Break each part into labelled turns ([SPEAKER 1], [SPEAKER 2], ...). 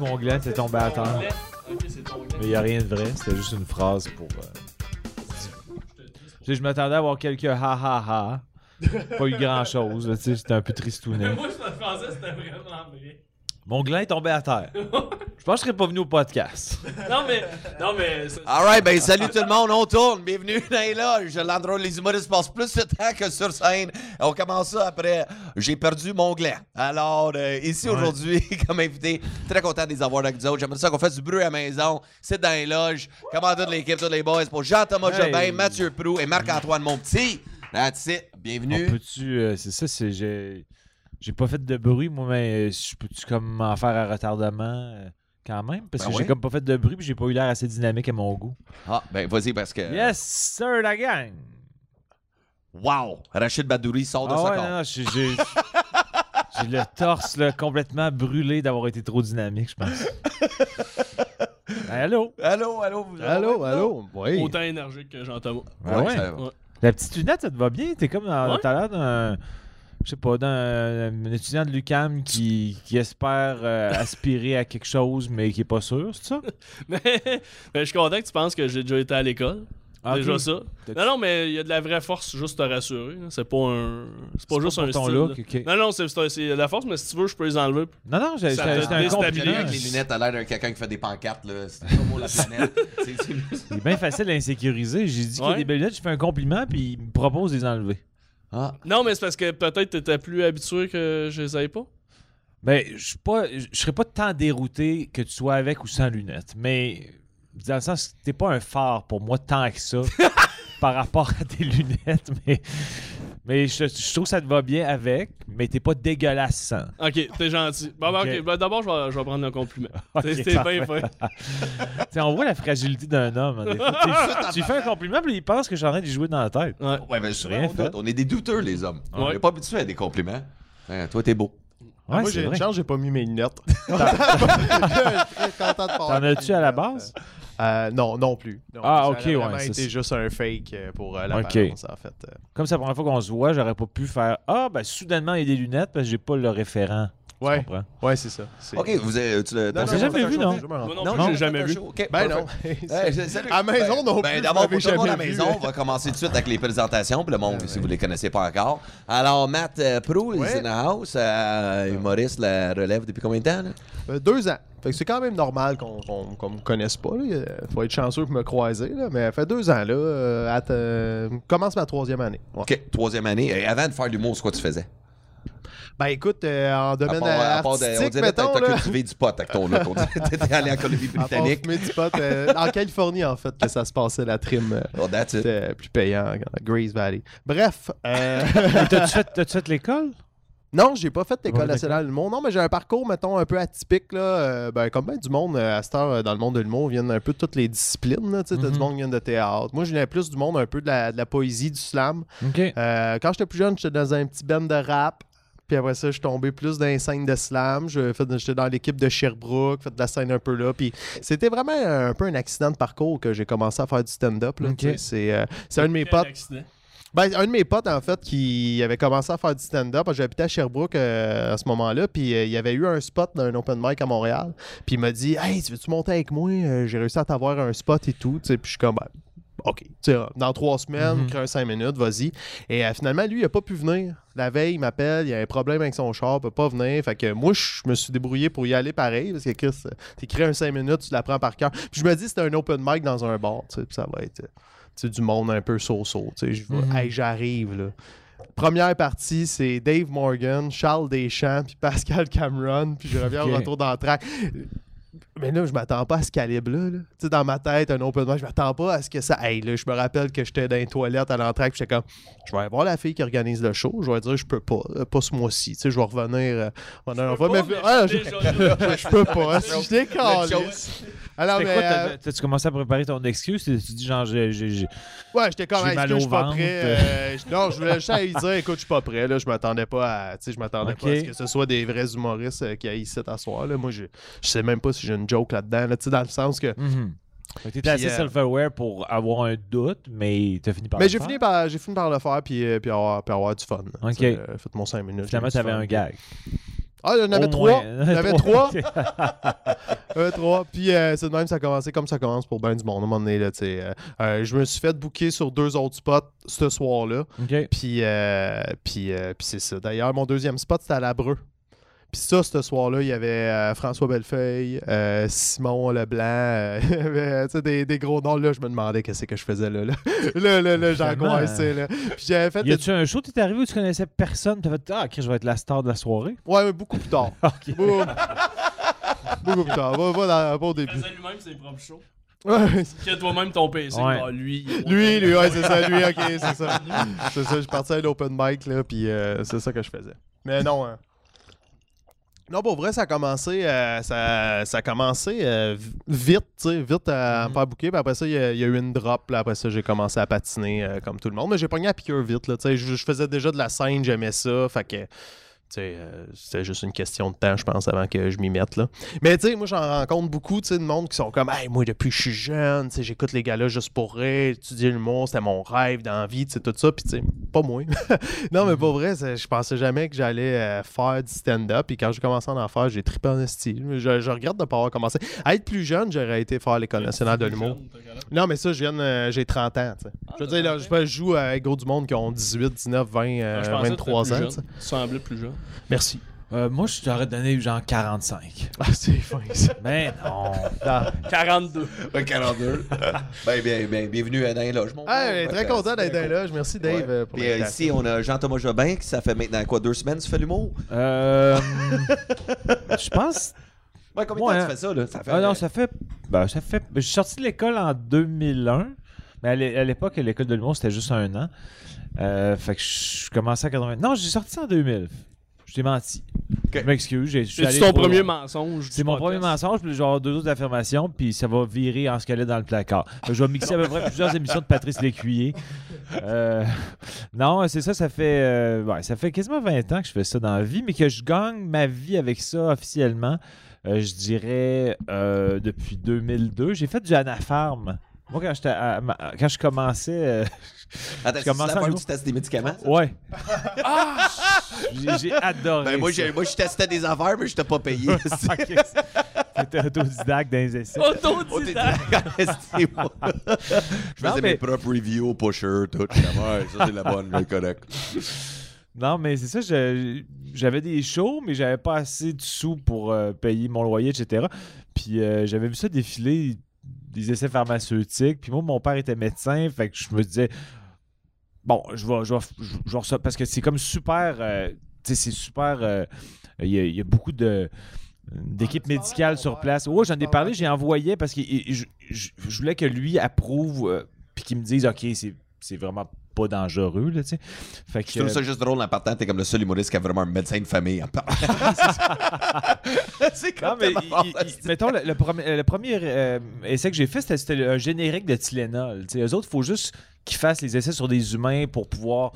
[SPEAKER 1] mon gland, c'est tombé à terre.
[SPEAKER 2] Ok, c'est ton gland.
[SPEAKER 1] Mais il a rien de vrai, c'était juste une phrase pour. euh, Tu sais, je m'attendais à avoir quelques ha ha ha. Pas eu grand chose, tu sais, c'était un peu
[SPEAKER 2] Mais
[SPEAKER 1] tristouné.
[SPEAKER 2] moi, je pensais que c'était vraiment vrai.
[SPEAKER 1] Mon gland est tombé à terre. Je pense que je serais pas venu au podcast.
[SPEAKER 2] Non, mais. Non, mais. ça-
[SPEAKER 3] Alright, ben salut tout le monde, on tourne. Bienvenue dans les loges. L'endroit où les humoristes passent plus de temps que sur scène. On commence ça après J'ai perdu mon gland. Alors, euh, ici aujourd'hui, comme invité, très content de les avoir avec nous autres. J'aimerais ça qu'on fasse du bruit à la maison. C'est dans les loges. Comment toute l'équipe, tous les boys, pour Jean-Thomas
[SPEAKER 1] Hey.
[SPEAKER 3] Jobin, Mathieu Prou et Marc-Antoine Monpetit. That's it.
[SPEAKER 1] On
[SPEAKER 3] Bienvenue.
[SPEAKER 1] peut-tu. euh, c'est ça, c'est. J'ai, j'ai pas fait de bruit, moi, mais euh, je peux-tu comme m'en faire à retardement euh, quand même? Parce
[SPEAKER 3] Ben
[SPEAKER 1] que
[SPEAKER 3] ouais.
[SPEAKER 1] j'ai comme pas fait de bruit, puis j'ai pas eu l'air assez dynamique à mon goût.
[SPEAKER 3] Ah, ben vas-y parce que.
[SPEAKER 1] Yes, sir, la gang!
[SPEAKER 3] Wow! Rachid Badouri sort de
[SPEAKER 1] Ah
[SPEAKER 3] son
[SPEAKER 1] ouais,
[SPEAKER 3] corps.
[SPEAKER 1] non, j'ai, j'ai- j'ai le torse là, complètement brûlé d'avoir été trop dynamique, je pense. Allô?
[SPEAKER 3] Allô, Oh, allô, vous
[SPEAKER 4] Allô, allô, oui.
[SPEAKER 2] Autant énergique que Jean-Thomas.
[SPEAKER 1] Ah ouais.
[SPEAKER 3] ça va.
[SPEAKER 1] La petite lunette, ça te va bien? T'es comme dans
[SPEAKER 2] Ouais.
[SPEAKER 1] t'as l'air d'un. Je sais pas, d'un un étudiant de l'UCAM qui, qui espère euh, aspirer à quelque chose, mais qui est pas sûr, c'est ça?
[SPEAKER 2] Mais, mais je suis content que tu penses que j'ai déjà été à l'école.
[SPEAKER 1] Ah,
[SPEAKER 2] déjà
[SPEAKER 1] ok.
[SPEAKER 2] ça.
[SPEAKER 1] T'as-tu-
[SPEAKER 2] Non, non, mais il y a de la vraie force, juste te rassurer. là. C'est pas un. C'est pas
[SPEAKER 1] C'est
[SPEAKER 2] juste
[SPEAKER 1] pas
[SPEAKER 2] un
[SPEAKER 1] pour ton
[SPEAKER 2] style,
[SPEAKER 1] look,
[SPEAKER 2] là.
[SPEAKER 1] ok.
[SPEAKER 2] Non, non, c'est- c'est c'est de la force, mais si tu veux, je peux les enlever.
[SPEAKER 1] Non, non, j'ai-
[SPEAKER 2] Ça
[SPEAKER 1] j'ai-
[SPEAKER 2] te
[SPEAKER 1] c'était un
[SPEAKER 2] déstabilise.
[SPEAKER 3] Celui
[SPEAKER 1] compliment.
[SPEAKER 3] avec les lunettes a l'air d'un quelqu'un qui fait des pancartes, là. C'est pas moi la planète. C'est- c'est-
[SPEAKER 1] Il est bien facile à insécuriser. J'ai dit qu'il y a
[SPEAKER 2] Ouais.
[SPEAKER 1] des belles lunettes, je fais un compliment, puis il me propose de les enlever.
[SPEAKER 3] Ah,
[SPEAKER 2] Non, mais c'est parce que peut-être t'étais plus habitué que je les avais pas.
[SPEAKER 1] Ben, je suis pas- je serais pas tant dérouté que tu sois avec ou sans lunettes, mais dans le sens que t'es pas un phare pour moi tant que ça par rapport à tes lunettes, mais, mais je, je trouve que ça te va bien avec, mais t'es pas dégueulasse sans.
[SPEAKER 2] Ok, t'es gentil. Bon, ben,
[SPEAKER 1] Ok.
[SPEAKER 2] ok. Ben, D'abord, je vais, je vais prendre le compliment.
[SPEAKER 1] Ok,
[SPEAKER 2] T'es- T'es bien
[SPEAKER 1] parfait.
[SPEAKER 2] fait.
[SPEAKER 1] T'sais, on voit la fragilité d'un homme. hein, des fois. T'es- tu lui fais un compliment, puis il pense que j'en ai de lui jouer dans la tête.
[SPEAKER 2] Ouais.
[SPEAKER 3] ouais, ben, souvent,
[SPEAKER 1] Rien
[SPEAKER 3] on,
[SPEAKER 1] fait.
[SPEAKER 3] doute. On est des douteurs, les hommes. On
[SPEAKER 2] Ouais.
[SPEAKER 3] n'est pas habitués à des compliments. Hein, toi, t'es beau.
[SPEAKER 1] Ouais,
[SPEAKER 4] Moi,
[SPEAKER 1] c'est
[SPEAKER 4] j'ai une
[SPEAKER 1] vrai.
[SPEAKER 4] chance, j'ai pas mis mes lunettes. Je suis très content de
[SPEAKER 1] T'en
[SPEAKER 4] parler.
[SPEAKER 1] as-tu à la base?
[SPEAKER 4] Euh, non, non plus. Non,
[SPEAKER 1] Ah,
[SPEAKER 4] ça
[SPEAKER 1] ok,
[SPEAKER 4] aurait vraiment
[SPEAKER 1] ouais, c'est ça.
[SPEAKER 4] C'était juste un fake euh, pour euh,
[SPEAKER 1] Ok.
[SPEAKER 4] l'apparence, en fait. Euh,
[SPEAKER 1] Comme c'est la première fois qu'on se voit, j'aurais pas pu faire Ah, ben soudainement, il y a des lunettes parce que j'ai pas le référent. Tu
[SPEAKER 4] Ouais,
[SPEAKER 1] comprends?
[SPEAKER 4] ouais, c'est ça. C'est-
[SPEAKER 3] Ok, vous avez. Tu l'as-
[SPEAKER 4] Non,
[SPEAKER 3] t'as-
[SPEAKER 4] non,
[SPEAKER 1] s'est
[SPEAKER 4] non,
[SPEAKER 1] jamais
[SPEAKER 4] c'est
[SPEAKER 1] vu,
[SPEAKER 4] un
[SPEAKER 1] non?
[SPEAKER 4] show, je me rends
[SPEAKER 2] Moi
[SPEAKER 4] compte.
[SPEAKER 2] non,
[SPEAKER 3] Non,
[SPEAKER 2] plus,
[SPEAKER 3] non,
[SPEAKER 2] j'ai jamais
[SPEAKER 3] t'as
[SPEAKER 2] vu.
[SPEAKER 3] un show, ok,
[SPEAKER 4] Ben
[SPEAKER 3] parfait.
[SPEAKER 4] non.
[SPEAKER 3] Hey, c'est- salut.
[SPEAKER 4] À maison non plus,
[SPEAKER 3] Ben,
[SPEAKER 4] je
[SPEAKER 3] d'abord,
[SPEAKER 4] l'avais
[SPEAKER 3] pour tout le monde à la
[SPEAKER 4] jamais vu. Ah,
[SPEAKER 3] maison, on va commencer tout de suite avec les présentations. Pour le monde, si vous ne les connaissez pas encore. Alors, Matt euh, Prou, il est
[SPEAKER 4] Ouais. Ah.
[SPEAKER 3] in the house. euh, humoriste, la relève depuis combien de temps? là?
[SPEAKER 4] Euh, deux ans. Fait que c'est quand même normal qu'on qu'on- qu'on me connaisse pas. là. Euh, Faut être chanceux pour me croiser. Là. Mais ça fait deux ans, là. euh, à te- Commence ma troisième année. Ouais.
[SPEAKER 3] Ok, troisième année. Et avant de faire de l'humour, c'est quoi tu faisais?
[SPEAKER 4] Ben écoute, euh, en
[SPEAKER 3] À
[SPEAKER 4] domaine
[SPEAKER 3] part, à part de- on
[SPEAKER 4] artistique,
[SPEAKER 3] dirait
[SPEAKER 4] mettons,
[SPEAKER 3] que
[SPEAKER 4] là,
[SPEAKER 3] t'as cultivé du pot avec ton look. On dirait que t'étais allé en
[SPEAKER 4] à part
[SPEAKER 3] Colombie-Britannique.
[SPEAKER 4] Ah, fumer du pot, euh, en Californie, en fait, que ça se passait, la trim. euh,
[SPEAKER 3] Oh, that's it.
[SPEAKER 4] C'était plus payant, à Grace Valley. Bref, euh,
[SPEAKER 1] Et T'as-tu fait, t'as-tu fait l'école?
[SPEAKER 4] non, j'ai pas fait
[SPEAKER 1] Ouais,
[SPEAKER 4] l'école nationale de l'humour. Non, mais j'ai un parcours, mettons, un peu atypique. Là, Euh, ben, comme ben du monde euh, à cette heure euh, dans le monde de l'humour, viennent un peu de toutes les disciplines. Là, tu sais, T'as
[SPEAKER 1] Mhm.
[SPEAKER 4] du monde qui vient de théâtre. Moi, je viens plus du monde un peu de la, de la poésie, du slam.
[SPEAKER 1] OK.
[SPEAKER 4] Euh, quand j'étais plus jeune, j'étais dans un petit band de rap. Puis après ça, je suis tombé plus dans les scènes de slam. Je- fait- J'étais dans l'équipe de Sherbrooke, fait de la scène un peu là. Puis c'était vraiment un, un peu un accident de parcours que j'ai commencé à faire du stand-up. là.
[SPEAKER 1] Ok.
[SPEAKER 4] Tu sais, C'est euh, c'est un de mes
[SPEAKER 2] Quel
[SPEAKER 4] potes.
[SPEAKER 2] accident.
[SPEAKER 4] Ben, un de mes potes, en fait, qui avait commencé à faire du stand-up, j'habitais à Sherbrooke euh, à ce moment-là, puis euh, il y avait eu un spot d'un open mic à Montréal, puis il m'a dit Hey, tu veux-tu monter avec moi Euh, J'ai réussi à t'avoir un spot et tout, tu sais, puis je suis comme Ben, OK, tu sais, dans trois semaines,
[SPEAKER 1] Mhm.
[SPEAKER 4] crée un cinq minutes, vas-y. Et euh, finalement, lui, il a pas pu venir. La veille, il m'appelle, il a un problème avec son char, il peut pas venir. Fait que moi, je me suis débrouillé pour y aller pareil, parce que Chris, euh, t'écris un cinq minutes, tu l'apprends par cœur. Puis je me dis, c'était un open mic dans un bar, tu sais, puis ça va être. euh, tu sais, du monde un peu so-so. tu sais, je vais- Hey, j'arrive, là. Première partie, c'est Dave Morgan, Charles Deschamps, puis Pascal Cameron, puis je reviens
[SPEAKER 1] Ok.
[SPEAKER 4] au retour dans le track. Mais là, je m'attends pas à ce calibre-là. là. Tu sais, dans ma tête, un open mic, je m'attends pas à ce que ça. Hey, là, je me rappelle que j'étais dans les toilettes à l'entraque, puis j'étais comme, je vais aller voir la fille qui organise le show, je vais dire, je peux pas, là, pas ce mois-ci. Tu sais, je vais revenir. euh, revenir-
[SPEAKER 2] Pas,
[SPEAKER 4] mais-
[SPEAKER 2] mais
[SPEAKER 4] Ah, je,
[SPEAKER 2] j'étais déjà là.
[SPEAKER 4] je peux pas. Je
[SPEAKER 3] Autre
[SPEAKER 4] décolle.
[SPEAKER 3] chose.
[SPEAKER 4] Alors,
[SPEAKER 1] C'était
[SPEAKER 4] mais.
[SPEAKER 1] quoi,
[SPEAKER 4] euh,
[SPEAKER 1] t'as- T'as-tu commencé à préparer ton excuse? Tu dis genre, j'ai- j'ai- j'ai-
[SPEAKER 4] Ouais, j'étais comme,
[SPEAKER 1] J'ai
[SPEAKER 4] est-ce
[SPEAKER 1] mal
[SPEAKER 4] que
[SPEAKER 1] au
[SPEAKER 4] je suis pas
[SPEAKER 1] ventre.
[SPEAKER 4] prêt? Euh, je- non, je voulais juste aller dire, écoute, je suis pas prêt. Là, je m'attendais pas à, tu sais, je m'attendais
[SPEAKER 1] Ok.
[SPEAKER 4] pas à ce que ce soit des vrais humoristes euh, qui aillent ici à soir. Là. Moi, je, je sais même pas si j'ai une joke là-dedans. Là, tu sais, dans le sens que.
[SPEAKER 1] Mhm. Fait que t'étais
[SPEAKER 4] Puis,
[SPEAKER 1] assez
[SPEAKER 4] euh,
[SPEAKER 1] self-aware pour avoir un doute, mais t'as fini par.
[SPEAKER 4] Mais
[SPEAKER 1] le
[SPEAKER 4] Ben, j'ai
[SPEAKER 1] faire.
[SPEAKER 4] fini, par, j'ai fini par le faire puis, euh, puis, avoir, puis avoir du fun. là.
[SPEAKER 1] Ok.
[SPEAKER 4] Tu sais, euh, Faites mon 5 minutes.
[SPEAKER 1] Finalement,
[SPEAKER 4] j'ai eu du
[SPEAKER 1] t'avais
[SPEAKER 4] fun.
[SPEAKER 1] un gag.
[SPEAKER 4] Ah, il y en avait
[SPEAKER 1] Au
[SPEAKER 4] trois.
[SPEAKER 1] moins.
[SPEAKER 4] Il y en avait trois.
[SPEAKER 1] Ok.
[SPEAKER 4] Euh, trois. Puis euh, c'est de même, ça a commencé comme ça commence pour ben du monde. À un moment donné, là, tu sais, euh, euh, je me suis fait booker sur deux autres spots ce soir-là.
[SPEAKER 1] Ok.
[SPEAKER 4] Puis, euh, puis, euh, puis c'est ça. D'ailleurs, mon deuxième spot, c'était à Labreu. Puis ça, ce soir-là, il y avait euh, François Bellefeuille, euh, Simon Leblanc, euh, il y avait, tu sais, des, des gros noms. Là, je me demandais qu'est-ce que je faisais là. Là, là, là, là,
[SPEAKER 1] Finalement,
[SPEAKER 4] j'angoissais, là. Puis j'avais fait...
[SPEAKER 1] Y a-tu un show, t'es arrivé où tu connaissais personne, t'as fait Ah, ok, je vais être la star de la soirée.
[SPEAKER 4] Ouais, mais beaucoup plus tard.
[SPEAKER 1] Ok.
[SPEAKER 4] beaucoup beaucoup plus tard. Va, va dans- va au début.
[SPEAKER 2] Faisais lui-même ses propres shows.
[SPEAKER 4] Ouais,
[SPEAKER 2] Que toi-même ton PC.
[SPEAKER 1] Ouais.
[SPEAKER 2] Ah, lui.
[SPEAKER 4] Lui, lui, ouais, c'est ça, lui, ok, c'est ça. C'est ça, je partais à l'open mic, là, puis euh, c'est ça que je faisais. Mais non, hein. Non, pour vrai, ça a commencé, euh, ça, ça a commencé euh, vi- vite, tu sais, vite à me faire bouquer. Puis après ça, il y, a il y a eu une drop. Là, après ça, j'ai commencé à patiner euh, comme tout le monde. Mais j'ai pogné à piqûre vite, là, tu sais. Je, je faisais déjà de la scène, j'aimais ça. Fait que, tu sais, euh, c'était juste une question de temps, je pense, avant que je m'y mette, là. Mais tu sais, moi, j'en rencontre beaucoup, tu sais, de monde qui sont comme, hey, moi, depuis que je suis jeune, tu sais, j'écoute les gars-là juste pour rire, étudier l'humour, c'était mon rêve d'envie, tu sais, tout ça. Puis, tu sais, pas moi. non, mais pour vrai, c'est- je pensais jamais que j'allais euh, faire du stand-up. Puis quand j'ai commencé à en faire, j'ai trippé en style. Je, je regrette de pas avoir commencé. À être plus jeune, j'aurais été faire l'École nationale de l'humour. Non, mais ça, je viens, de- euh, j'ai 30 ans, tu sais. je veux
[SPEAKER 2] t'as
[SPEAKER 4] dire, là,
[SPEAKER 2] 30
[SPEAKER 4] je je joue avec gros du monde qui ont 18, 19, 20,
[SPEAKER 2] Ah,
[SPEAKER 4] euh, 23 ans, tu sais.
[SPEAKER 2] Tu semblais plus jeune.
[SPEAKER 4] Merci.
[SPEAKER 1] Euh, moi, je t'aurais donné genre 45.
[SPEAKER 4] Ah, c'est fin, ça.
[SPEAKER 1] Mais Ben, non.
[SPEAKER 2] 42.
[SPEAKER 3] Ouais, 42. ben, bien, bien, bienvenue à Nain Loge. mon
[SPEAKER 4] Ah,
[SPEAKER 3] frère.
[SPEAKER 4] très
[SPEAKER 3] Ouais,
[SPEAKER 4] content d'être
[SPEAKER 3] bien
[SPEAKER 4] là. Merci,
[SPEAKER 3] cool.
[SPEAKER 4] Dave,
[SPEAKER 3] Ouais.
[SPEAKER 4] euh, pour
[SPEAKER 3] Puis, euh,
[SPEAKER 4] l'invitation.
[SPEAKER 3] ici, on a Jean-Thomas Jobin, qui ça fait maintenant quoi, deux semaines, tu fais l'humour?
[SPEAKER 1] Euh, je pense.
[SPEAKER 3] Ouais, combien de
[SPEAKER 1] Ouais,
[SPEAKER 3] temps
[SPEAKER 1] hein.
[SPEAKER 3] tu fais ça, là? Ça fait, euh,
[SPEAKER 1] Ah non, ça fait. Ben, ça fait. Je suis sorti de l'école en 2001. Mais à l'é- à l'époque, l'école de l'humour, c'était juste un an. Euh, fait que je commençais à 80. Non, j'ai sorti ça en 2000. Je t'ai menti.
[SPEAKER 3] Ok.
[SPEAKER 1] Je m'excuse. j'ai- je suis
[SPEAKER 2] C'est
[SPEAKER 1] allé
[SPEAKER 2] ton
[SPEAKER 1] trop
[SPEAKER 2] premier
[SPEAKER 1] loin.
[SPEAKER 2] mensonge.
[SPEAKER 1] C'est mon premier mensonge, puis genre deux autres affirmations, puis ça va virer en squelette dans le placard. Fait que Je vais mixer à peu près plusieurs émissions de Patrice Lécuyer. Euh, non, c'est ça, ça fait, euh, ouais, ça fait quasiment 20 ans que je fais ça dans la vie, mais que je gagne ma vie avec ça officiellement, euh, je dirais euh, depuis 2002. J'ai fait du Anafarm. Moi, quand, j'étais à- à ma- quand je commençais... euh,
[SPEAKER 3] Attends,
[SPEAKER 1] je
[SPEAKER 3] c'est
[SPEAKER 1] commence
[SPEAKER 3] la
[SPEAKER 1] à
[SPEAKER 3] fois où
[SPEAKER 1] l'humour.
[SPEAKER 3] tu testes des médicaments? ça?
[SPEAKER 1] ouais. Ah! J'ai- J'ai adoré
[SPEAKER 3] Ben, moi,
[SPEAKER 1] ça.
[SPEAKER 3] j'ai- moi, je testais des affaires, mais je t'ai pas payé.
[SPEAKER 1] Ok, C'était autodidacte dans les essais.
[SPEAKER 3] Oh, t'es-
[SPEAKER 2] Autodidacte.
[SPEAKER 3] Esti, moi. Je
[SPEAKER 1] Non, mais-
[SPEAKER 3] faisais mes propres reviews, pusher, tout. J'étais comme, Ouais, Ça, c'est la bonne, le correct.
[SPEAKER 1] Non, mais c'est ça, je- j'avais des shows, mais j'avais pas assez de sous pour euh, payer mon loyer, etc. Puis euh, j'avais vu ça défiler des essais pharmaceutiques. Puis moi, mon père était médecin, fait que je me disais, bon, je vais, je vais, je- je vais recevoir- parce que c'est comme super, euh, tu sais, c'est super, euh, il y, a- il y a beaucoup de
[SPEAKER 4] Ah, tu
[SPEAKER 1] d'équipes
[SPEAKER 4] parlais à
[SPEAKER 1] médicales
[SPEAKER 4] ton
[SPEAKER 1] sur
[SPEAKER 4] père.
[SPEAKER 1] place. Oh, j'en
[SPEAKER 4] Tu parlais
[SPEAKER 1] ai
[SPEAKER 4] à
[SPEAKER 1] parlé, j'ai envoyé parce que et- et je, je- je voulais que lui approuve, euh, puis qu'il me dise, OK, c'est- c'est vraiment pas dangereux, là, tu sais. Fait que...
[SPEAKER 3] Je trouve ça juste drôle en partant. T'es comme le seul humoriste qui a vraiment un médecin de famille en partant. c'est
[SPEAKER 1] Non,
[SPEAKER 3] comme
[SPEAKER 1] mais il- il- il- mettons, le, le premier, le premier, euh, essai que j'ai fait, c'était- c'était un générique de Tylenol. Les eux autres, il faut juste qu'ils fassent les essais sur des humains pour pouvoir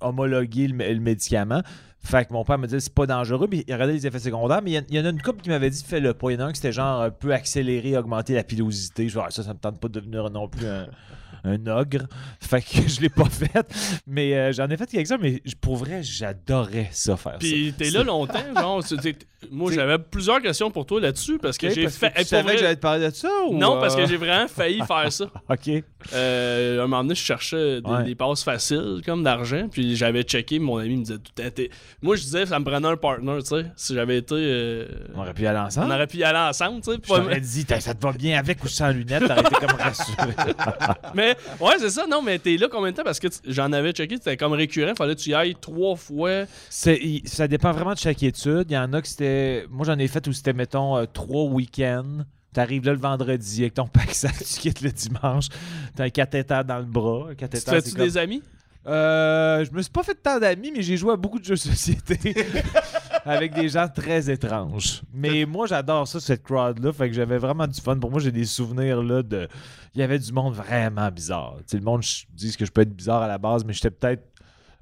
[SPEAKER 1] homologuer le, mé- le médicament. Fait que mon père me disait c'est pas dangereux, puis il regardait les effets secondaires, mais il y en- il y, en a une couple qui m'avait dit fais-le pas. Il y en a un qui c'était genre un peu accéléré, augmenter la pilosité. Je vois ça, ça me tente pas de devenir non
[SPEAKER 3] euh,
[SPEAKER 1] plus
[SPEAKER 4] Euh,
[SPEAKER 1] un, un ogre. Fait que je l'ai pas fait. Mais euh, j'en ai fait quelques-uns, mais je- pour vrai, j'adorais ça faire ça.
[SPEAKER 2] Puis t'es là longtemps, genre. tu- t'es- Moi, j'avais plusieurs questions pour toi là-dessus parce que
[SPEAKER 1] Ok,
[SPEAKER 2] j'ai
[SPEAKER 1] parce
[SPEAKER 2] fait.
[SPEAKER 1] que tu
[SPEAKER 2] Hey, pour
[SPEAKER 1] savais
[SPEAKER 2] vrai-
[SPEAKER 1] que j'allais te parler de ça ou,
[SPEAKER 2] Non, parce
[SPEAKER 1] euh,
[SPEAKER 2] que j'ai vraiment failli faire ça.
[SPEAKER 1] OK.
[SPEAKER 2] Euh, un moment donné, je cherchais des,
[SPEAKER 1] Ouais.
[SPEAKER 2] des passes faciles, comme d'argent, puis j'avais checké, mon ami me disait tout à t'es- Moi, je disais, ça me prenait un partner, tu sais. Si j'avais été. euh,
[SPEAKER 1] On aurait pu y aller
[SPEAKER 2] on
[SPEAKER 1] ensemble.
[SPEAKER 2] aurait pu y aller ensemble, tu sais. puis
[SPEAKER 1] Ah. Je
[SPEAKER 2] pas-
[SPEAKER 1] t'aurais dit, T'as- ça te va bien avec ou sans lunettes, t'aurais été comme rassuré.
[SPEAKER 2] mais ouais, c'est ça, non, mais t'es là combien de temps Parce que tu- j'en avais checké, c'était comme récurrent, fallait que tu y ailles trois fois.
[SPEAKER 1] C'est- il- ça dépend vraiment de chaque étude. Il y en a que c'était. Moi, j'en ai fait où c'était, mettons, euh, trois week-ends. T'arrives là le vendredi avec ton pack sac, tu quittes le dimanche. T'as un cathéter dans le bras. Un
[SPEAKER 2] Tu te
[SPEAKER 1] cathéter,
[SPEAKER 2] fais-tu
[SPEAKER 1] c'est comme-
[SPEAKER 2] des amis
[SPEAKER 1] Euh, je me suis pas fait tant d'amis, mais j'ai joué à beaucoup de jeux de société avec des gens très étranges. Mais moi, j'adore ça, cette crowd-là. Fait que j'avais vraiment du fun. Pour moi, j'ai des souvenirs là de. Il y avait du monde vraiment bizarre. Tu sais, le monde ch- disent que je peux être bizarre à la base, mais j'étais peut-être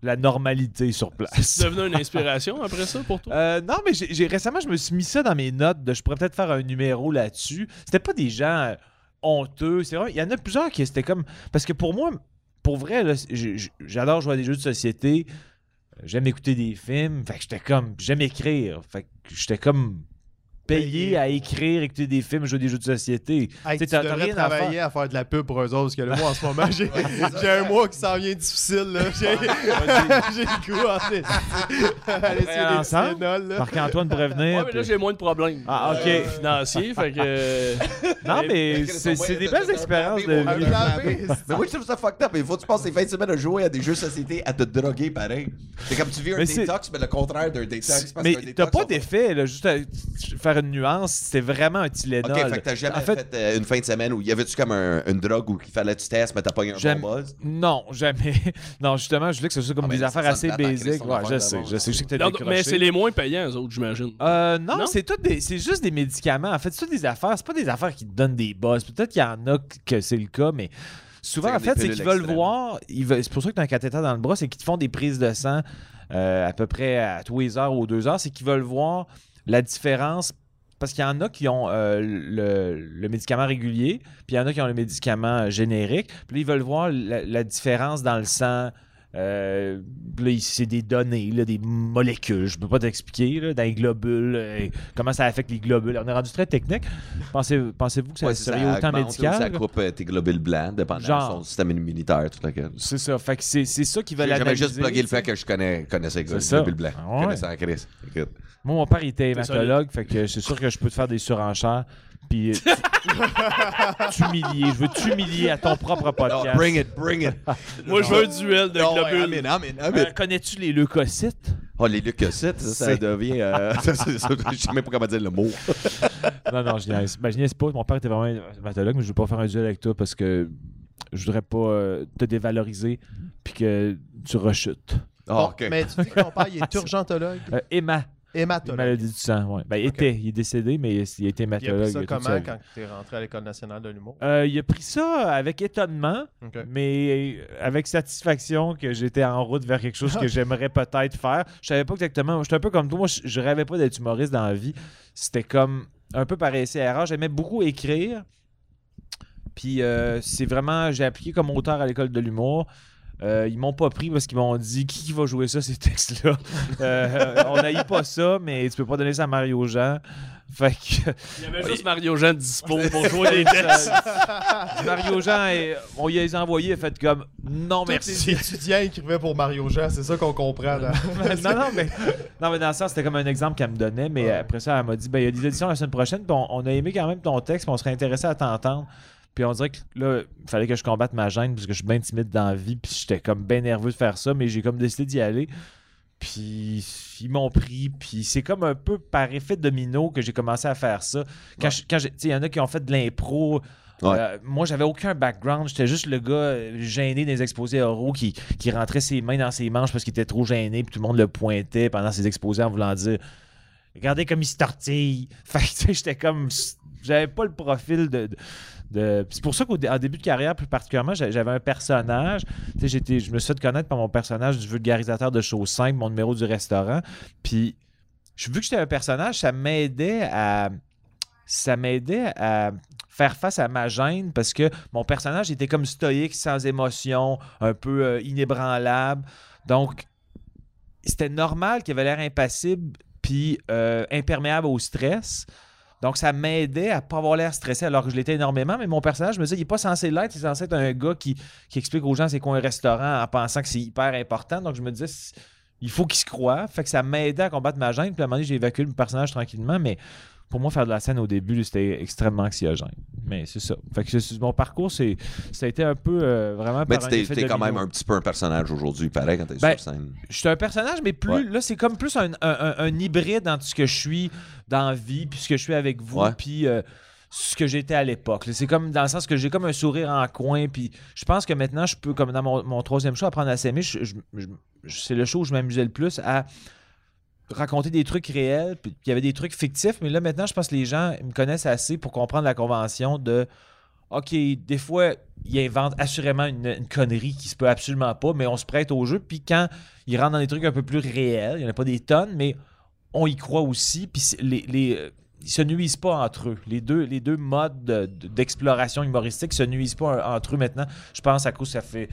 [SPEAKER 1] la normalité sur
[SPEAKER 2] C'est
[SPEAKER 1] place.
[SPEAKER 2] devenu une inspiration après ça pour toi
[SPEAKER 1] Euh, non, mais j'ai j'ai- récemment, je me suis mis ça dans mes notes de je pourrais peut-être faire un numéro là-dessus. C'était pas des gens euh, honteux. C'est vrai, il y en a plusieurs qui c'était comme. Parce que pour moi, pour vrai, là, j- j- j'adore jouer à des jeux de société. j'aime écouter des films. Fait que j'étais comme. J'aime écrire. Fait que j'étais comme payé
[SPEAKER 4] Payé.
[SPEAKER 1] à écrire, écouter des films, jouer à des jeux de société.
[SPEAKER 4] Hey,
[SPEAKER 1] T'sais,
[SPEAKER 4] tu
[SPEAKER 1] t'as- t'as
[SPEAKER 4] devrais
[SPEAKER 1] rien à
[SPEAKER 4] travailler à faire. de la pub pour eux autres, parce que là, moi, en ce moment, j'ai j'ai un mois qui s'en vient difficile. là. J'ai j'ai le goût en fait. Aller essayer des
[SPEAKER 1] ensemble?
[SPEAKER 4] Tylenol, là.
[SPEAKER 1] Marc-Antoine pourrait venir.
[SPEAKER 2] Ouais, mais là,
[SPEAKER 1] puis-
[SPEAKER 2] j'ai moins de problèmes.
[SPEAKER 1] Ah, ok.
[SPEAKER 2] euh, financiers, fait que. euh,
[SPEAKER 1] Non, mais
[SPEAKER 3] Chris,
[SPEAKER 1] c'est
[SPEAKER 3] au moins,
[SPEAKER 1] c'est des
[SPEAKER 3] t'as-
[SPEAKER 1] belles
[SPEAKER 3] t'as
[SPEAKER 1] expériences
[SPEAKER 3] tapé,
[SPEAKER 1] de
[SPEAKER 3] mon
[SPEAKER 4] Un
[SPEAKER 1] vie.
[SPEAKER 3] gars.
[SPEAKER 4] plan B,
[SPEAKER 3] Mais moi, je trouve ça fucked up. Il faut que tu passes les fins de semaine à jouer à des jeux de société, à te droguer pareil. C'est comme tu vis un
[SPEAKER 1] Mais c'est-
[SPEAKER 3] détox, mais le contraire d'un détox. parce qu'un
[SPEAKER 1] Mais t'as
[SPEAKER 3] détox,
[SPEAKER 1] pas
[SPEAKER 3] on fait-
[SPEAKER 1] d'effet, là, juste à faire une nuance, c'est vraiment un Tylenol.
[SPEAKER 3] Ok, fait que t'as jamais
[SPEAKER 1] en
[SPEAKER 3] fait,
[SPEAKER 1] fait,
[SPEAKER 3] euh, une fin de semaine où il y avait-tu comme un- une drogue où il fallait que tu testes, mais t'as pas eu un
[SPEAKER 1] J'aime-
[SPEAKER 3] bon buzz?
[SPEAKER 1] non, jamais. Non, justement, je voulais que ce soit comme
[SPEAKER 3] Ah, mais
[SPEAKER 1] des
[SPEAKER 3] ça
[SPEAKER 1] affaires assez
[SPEAKER 3] sonne plate en Christ,
[SPEAKER 1] basiques.
[SPEAKER 3] son
[SPEAKER 1] Ouais,
[SPEAKER 3] affaire
[SPEAKER 1] je
[SPEAKER 3] de
[SPEAKER 1] sais,
[SPEAKER 3] base.
[SPEAKER 1] je sais, je sais que t'as
[SPEAKER 2] non, mais
[SPEAKER 1] décroché.
[SPEAKER 2] c'est les moins payants, eux autres, j'imagine.
[SPEAKER 1] Euh, non,
[SPEAKER 2] Non?
[SPEAKER 1] c'est tout des- c'est juste des médicaments. En fait, c'est toutes des affaires. C'est pas des affaires qui te donnent des buzz. Peut-être qu'il y en a que- que c'est le cas, mais souvent,
[SPEAKER 3] C'est
[SPEAKER 1] en
[SPEAKER 3] comme des
[SPEAKER 1] fait, c'est qu'ils
[SPEAKER 3] pilules
[SPEAKER 1] veulent
[SPEAKER 3] extrêmes.
[SPEAKER 1] voir. ils veulent- C'est pour ça que tu as un cathéter dans le bras, c'est qu'ils te font des prises de sang euh, à peu près à tous les heures ou deux heures. C'est qu'ils veulent voir la différence. Parce qu'il y en a qui ont euh, le, le médicament régulier, puis il y en a qui ont le médicament euh, générique. Puis là, ils veulent voir la, la différence dans le sang. Euh, puis là, il- c'est des données, là, des molécules. Je peux pas t'expliquer, là, dans les globules, euh, comment ça affecte les globules. On est rendu très technique. Pensez- Pensez-vous que ça
[SPEAKER 3] Ouais, c'est
[SPEAKER 1] serait autant
[SPEAKER 3] augmente ou
[SPEAKER 1] médical?
[SPEAKER 3] Ça coupe euh, tes globules blancs, dépendant
[SPEAKER 1] Genre.
[SPEAKER 3] de son système immunitaire, tout à fait.
[SPEAKER 1] C'est ça. Fait que c'est, c'est ça qu'ils veulent
[SPEAKER 3] J'avais
[SPEAKER 1] analyser.
[SPEAKER 3] juste plugué le fait que je connais, connaissais les
[SPEAKER 1] C'est ça.
[SPEAKER 3] globules blancs.
[SPEAKER 1] Ah
[SPEAKER 3] Je
[SPEAKER 1] ouais.
[SPEAKER 3] connaissais en crise. Écoute.
[SPEAKER 1] Moi, mon père il était
[SPEAKER 2] T'es
[SPEAKER 1] hématologue, fait que c'est sûr que je peux te faire des surenchères. Puis euh, tu- t'humilier. Je veux t'humilier à ton propre
[SPEAKER 3] Non,
[SPEAKER 1] podcast.
[SPEAKER 3] bring it, bring it.
[SPEAKER 2] Moi, je veux un duel de
[SPEAKER 3] Non, ouais,
[SPEAKER 2] globules.
[SPEAKER 3] amen, amen,
[SPEAKER 1] Euh,
[SPEAKER 3] amen.
[SPEAKER 1] connais-tu les leucocytes?
[SPEAKER 3] Oh, les leucocytes, ça, ça
[SPEAKER 1] C'est-
[SPEAKER 3] devient. euh, ça, c'est- ça, je sais même pas comment dire le mot. Ah,
[SPEAKER 1] Non, non, je niaise. Ben, je niaise pas. Mon père était vraiment hématologue, mais je veux pas faire un duel avec toi parce que je voudrais pas euh, te dévaloriser puis que tu rechutes.
[SPEAKER 3] Ah,
[SPEAKER 4] Bon,
[SPEAKER 3] ok.
[SPEAKER 4] Mais tu dis que ton père, il est urgentologue,
[SPEAKER 1] Euh, Emma, une
[SPEAKER 4] hématologue.
[SPEAKER 1] maladie du sang, ouais. Ben, il était. Il est décédé, mais il, il était
[SPEAKER 4] Il a
[SPEAKER 1] hématologue.
[SPEAKER 4] pris ça
[SPEAKER 1] toute
[SPEAKER 4] comment
[SPEAKER 1] sa vie.
[SPEAKER 4] quand t'es rentré à l'École nationale de l'humour?
[SPEAKER 1] Euh, il a pris ça avec étonnement.
[SPEAKER 4] OK.
[SPEAKER 1] mais avec satisfaction que j'étais en route vers quelque chose que j'aimerais peut-être faire. Je savais pas exactement. J'étais un peu comme toi. Moi, je- je rêvais pas d'être humoriste dans la vie. C'était comme un peu par essai et erreur. J'aimais beaucoup écrire. Puis euh, c'est vraiment. J'ai appliqué comme auteur à l'école de l'humour. Euh, ils m'ont pas pris parce qu'ils m'ont dit qui va jouer ça, ces textes-là. Euh, on n'aille pas ça, mais tu peux pas donner ça à Mario Jean. Fait que.
[SPEAKER 2] Il y avait juste Mario Jean dispo pour jouer des tests.
[SPEAKER 1] Mario Jean, et, on y les a envoyés, il a fait comme non,
[SPEAKER 4] Tous les
[SPEAKER 1] merci.
[SPEAKER 4] étudiants écrivaient pour Mario Jean, c'est ça qu'on comprend. Là.
[SPEAKER 1] non, non, mais, non, mais dans le sens, c'était comme un exemple qu'elle me donnait. Mais
[SPEAKER 4] Ouais.
[SPEAKER 1] après ça, elle m'a dit ben, il y a des éditions la semaine prochaine. Puis on, on a aimé quand même ton texte. Puis on serait intéressé à t'entendre. Puis on dirait que là, il fallait que je combatte ma gêne parce que je suis bien timide dans la vie. Puis j'étais comme bien nerveux de faire ça. Mais j'ai comme décidé d'y aller. Puis ils m'ont pris. Puis c'est comme un peu par effet domino que j'ai commencé à faire ça. Quand je- quand j'ai- tu sais, il y en a qui ont fait de l'impro.
[SPEAKER 3] Ouais.
[SPEAKER 1] Euh, moi, j'avais aucun background. J'étais juste le gars euh, gêné des exposés oraux qui, qui rentrait ses mains dans ses manches parce qu'il était trop gêné. Puis tout le monde le pointait pendant ses exposés en voulant dire Regardez comme il se tortille. Fait que, tu sais, j'étais comme. J'avais pas le profil de. de- de- C'est pour ça qu'en début de carrière, plus particulièrement, j'a- j'avais un personnage. Tu sais, j'étais- je me suis fait connaître par mon personnage du vulgarisateur de choses simples, mon numéro du restaurant. Puis, je- vu que j'étais un personnage, ça m'aidait à. Ça m'aidait à faire face à ma gêne parce que mon personnage était comme stoïque, sans émotion, un peu euh, inébranlable. Donc, c'était normal qu'il avait l'air impassible puis euh, imperméable au stress. Donc, ça m'aidait à pas avoir l'air stressé alors que je l'étais énormément. Mais mon personnage, je me disais, il n'est pas censé l'être. Il est censé être un gars qui, qui explique aux gens c'est quoi un restaurant en pensant que c'est hyper important. Donc, je me disais, c- il faut qu'il se croie. Fait que ça m'aidait à combattre ma gêne. Puis, à un moment donné, j'ai évacué le personnage tranquillement. Mais pour moi, faire de la scène au début, c'était extrêmement anxiogène. Mais c'est ça. Fait que c'est- c'est- mon parcours, c'est, ça a été un peu euh, vraiment par
[SPEAKER 3] Mais tu
[SPEAKER 1] un
[SPEAKER 3] t'es-
[SPEAKER 1] effet
[SPEAKER 3] t'es quand
[SPEAKER 1] domino.
[SPEAKER 3] même un petit peu un personnage aujourd'hui, pareil, quand t'es
[SPEAKER 1] Ben,
[SPEAKER 3] sur scène.
[SPEAKER 1] Je suis un personnage, mais plus
[SPEAKER 3] Ouais.
[SPEAKER 1] là, c'est comme plus un, un- un- un hybride entre ce que je suis dans la vie, puis ce que je suis avec vous,
[SPEAKER 3] Ouais.
[SPEAKER 1] puis euh, ce que j'étais à l'époque. là. C'est comme dans le sens que j'ai comme un sourire en coin, puis je pense que maintenant, je peux, comme dans mon, mon troisième show, apprendre à s'aimer. Je- je- je- je- C'est le show où je m'amusais le plus à raconter des trucs réels, puis il y avait des trucs fictifs, mais là, maintenant, je pense que les gens ils me connaissent assez pour comprendre la convention de. OK, des fois, ils inventent assurément une, une connerie qui se peut absolument pas, mais on se prête au jeu. Puis quand ils rentrent dans des trucs un peu plus réels, il n'y en a pas des tonnes, mais on y croit aussi. Puis c'est- les, les, euh, ils se nuisent pas entre eux. Les deux, les deux modes de- de- d'exploration humoristique se nuisent pas un- entre eux maintenant. Je pense à cause que ça fait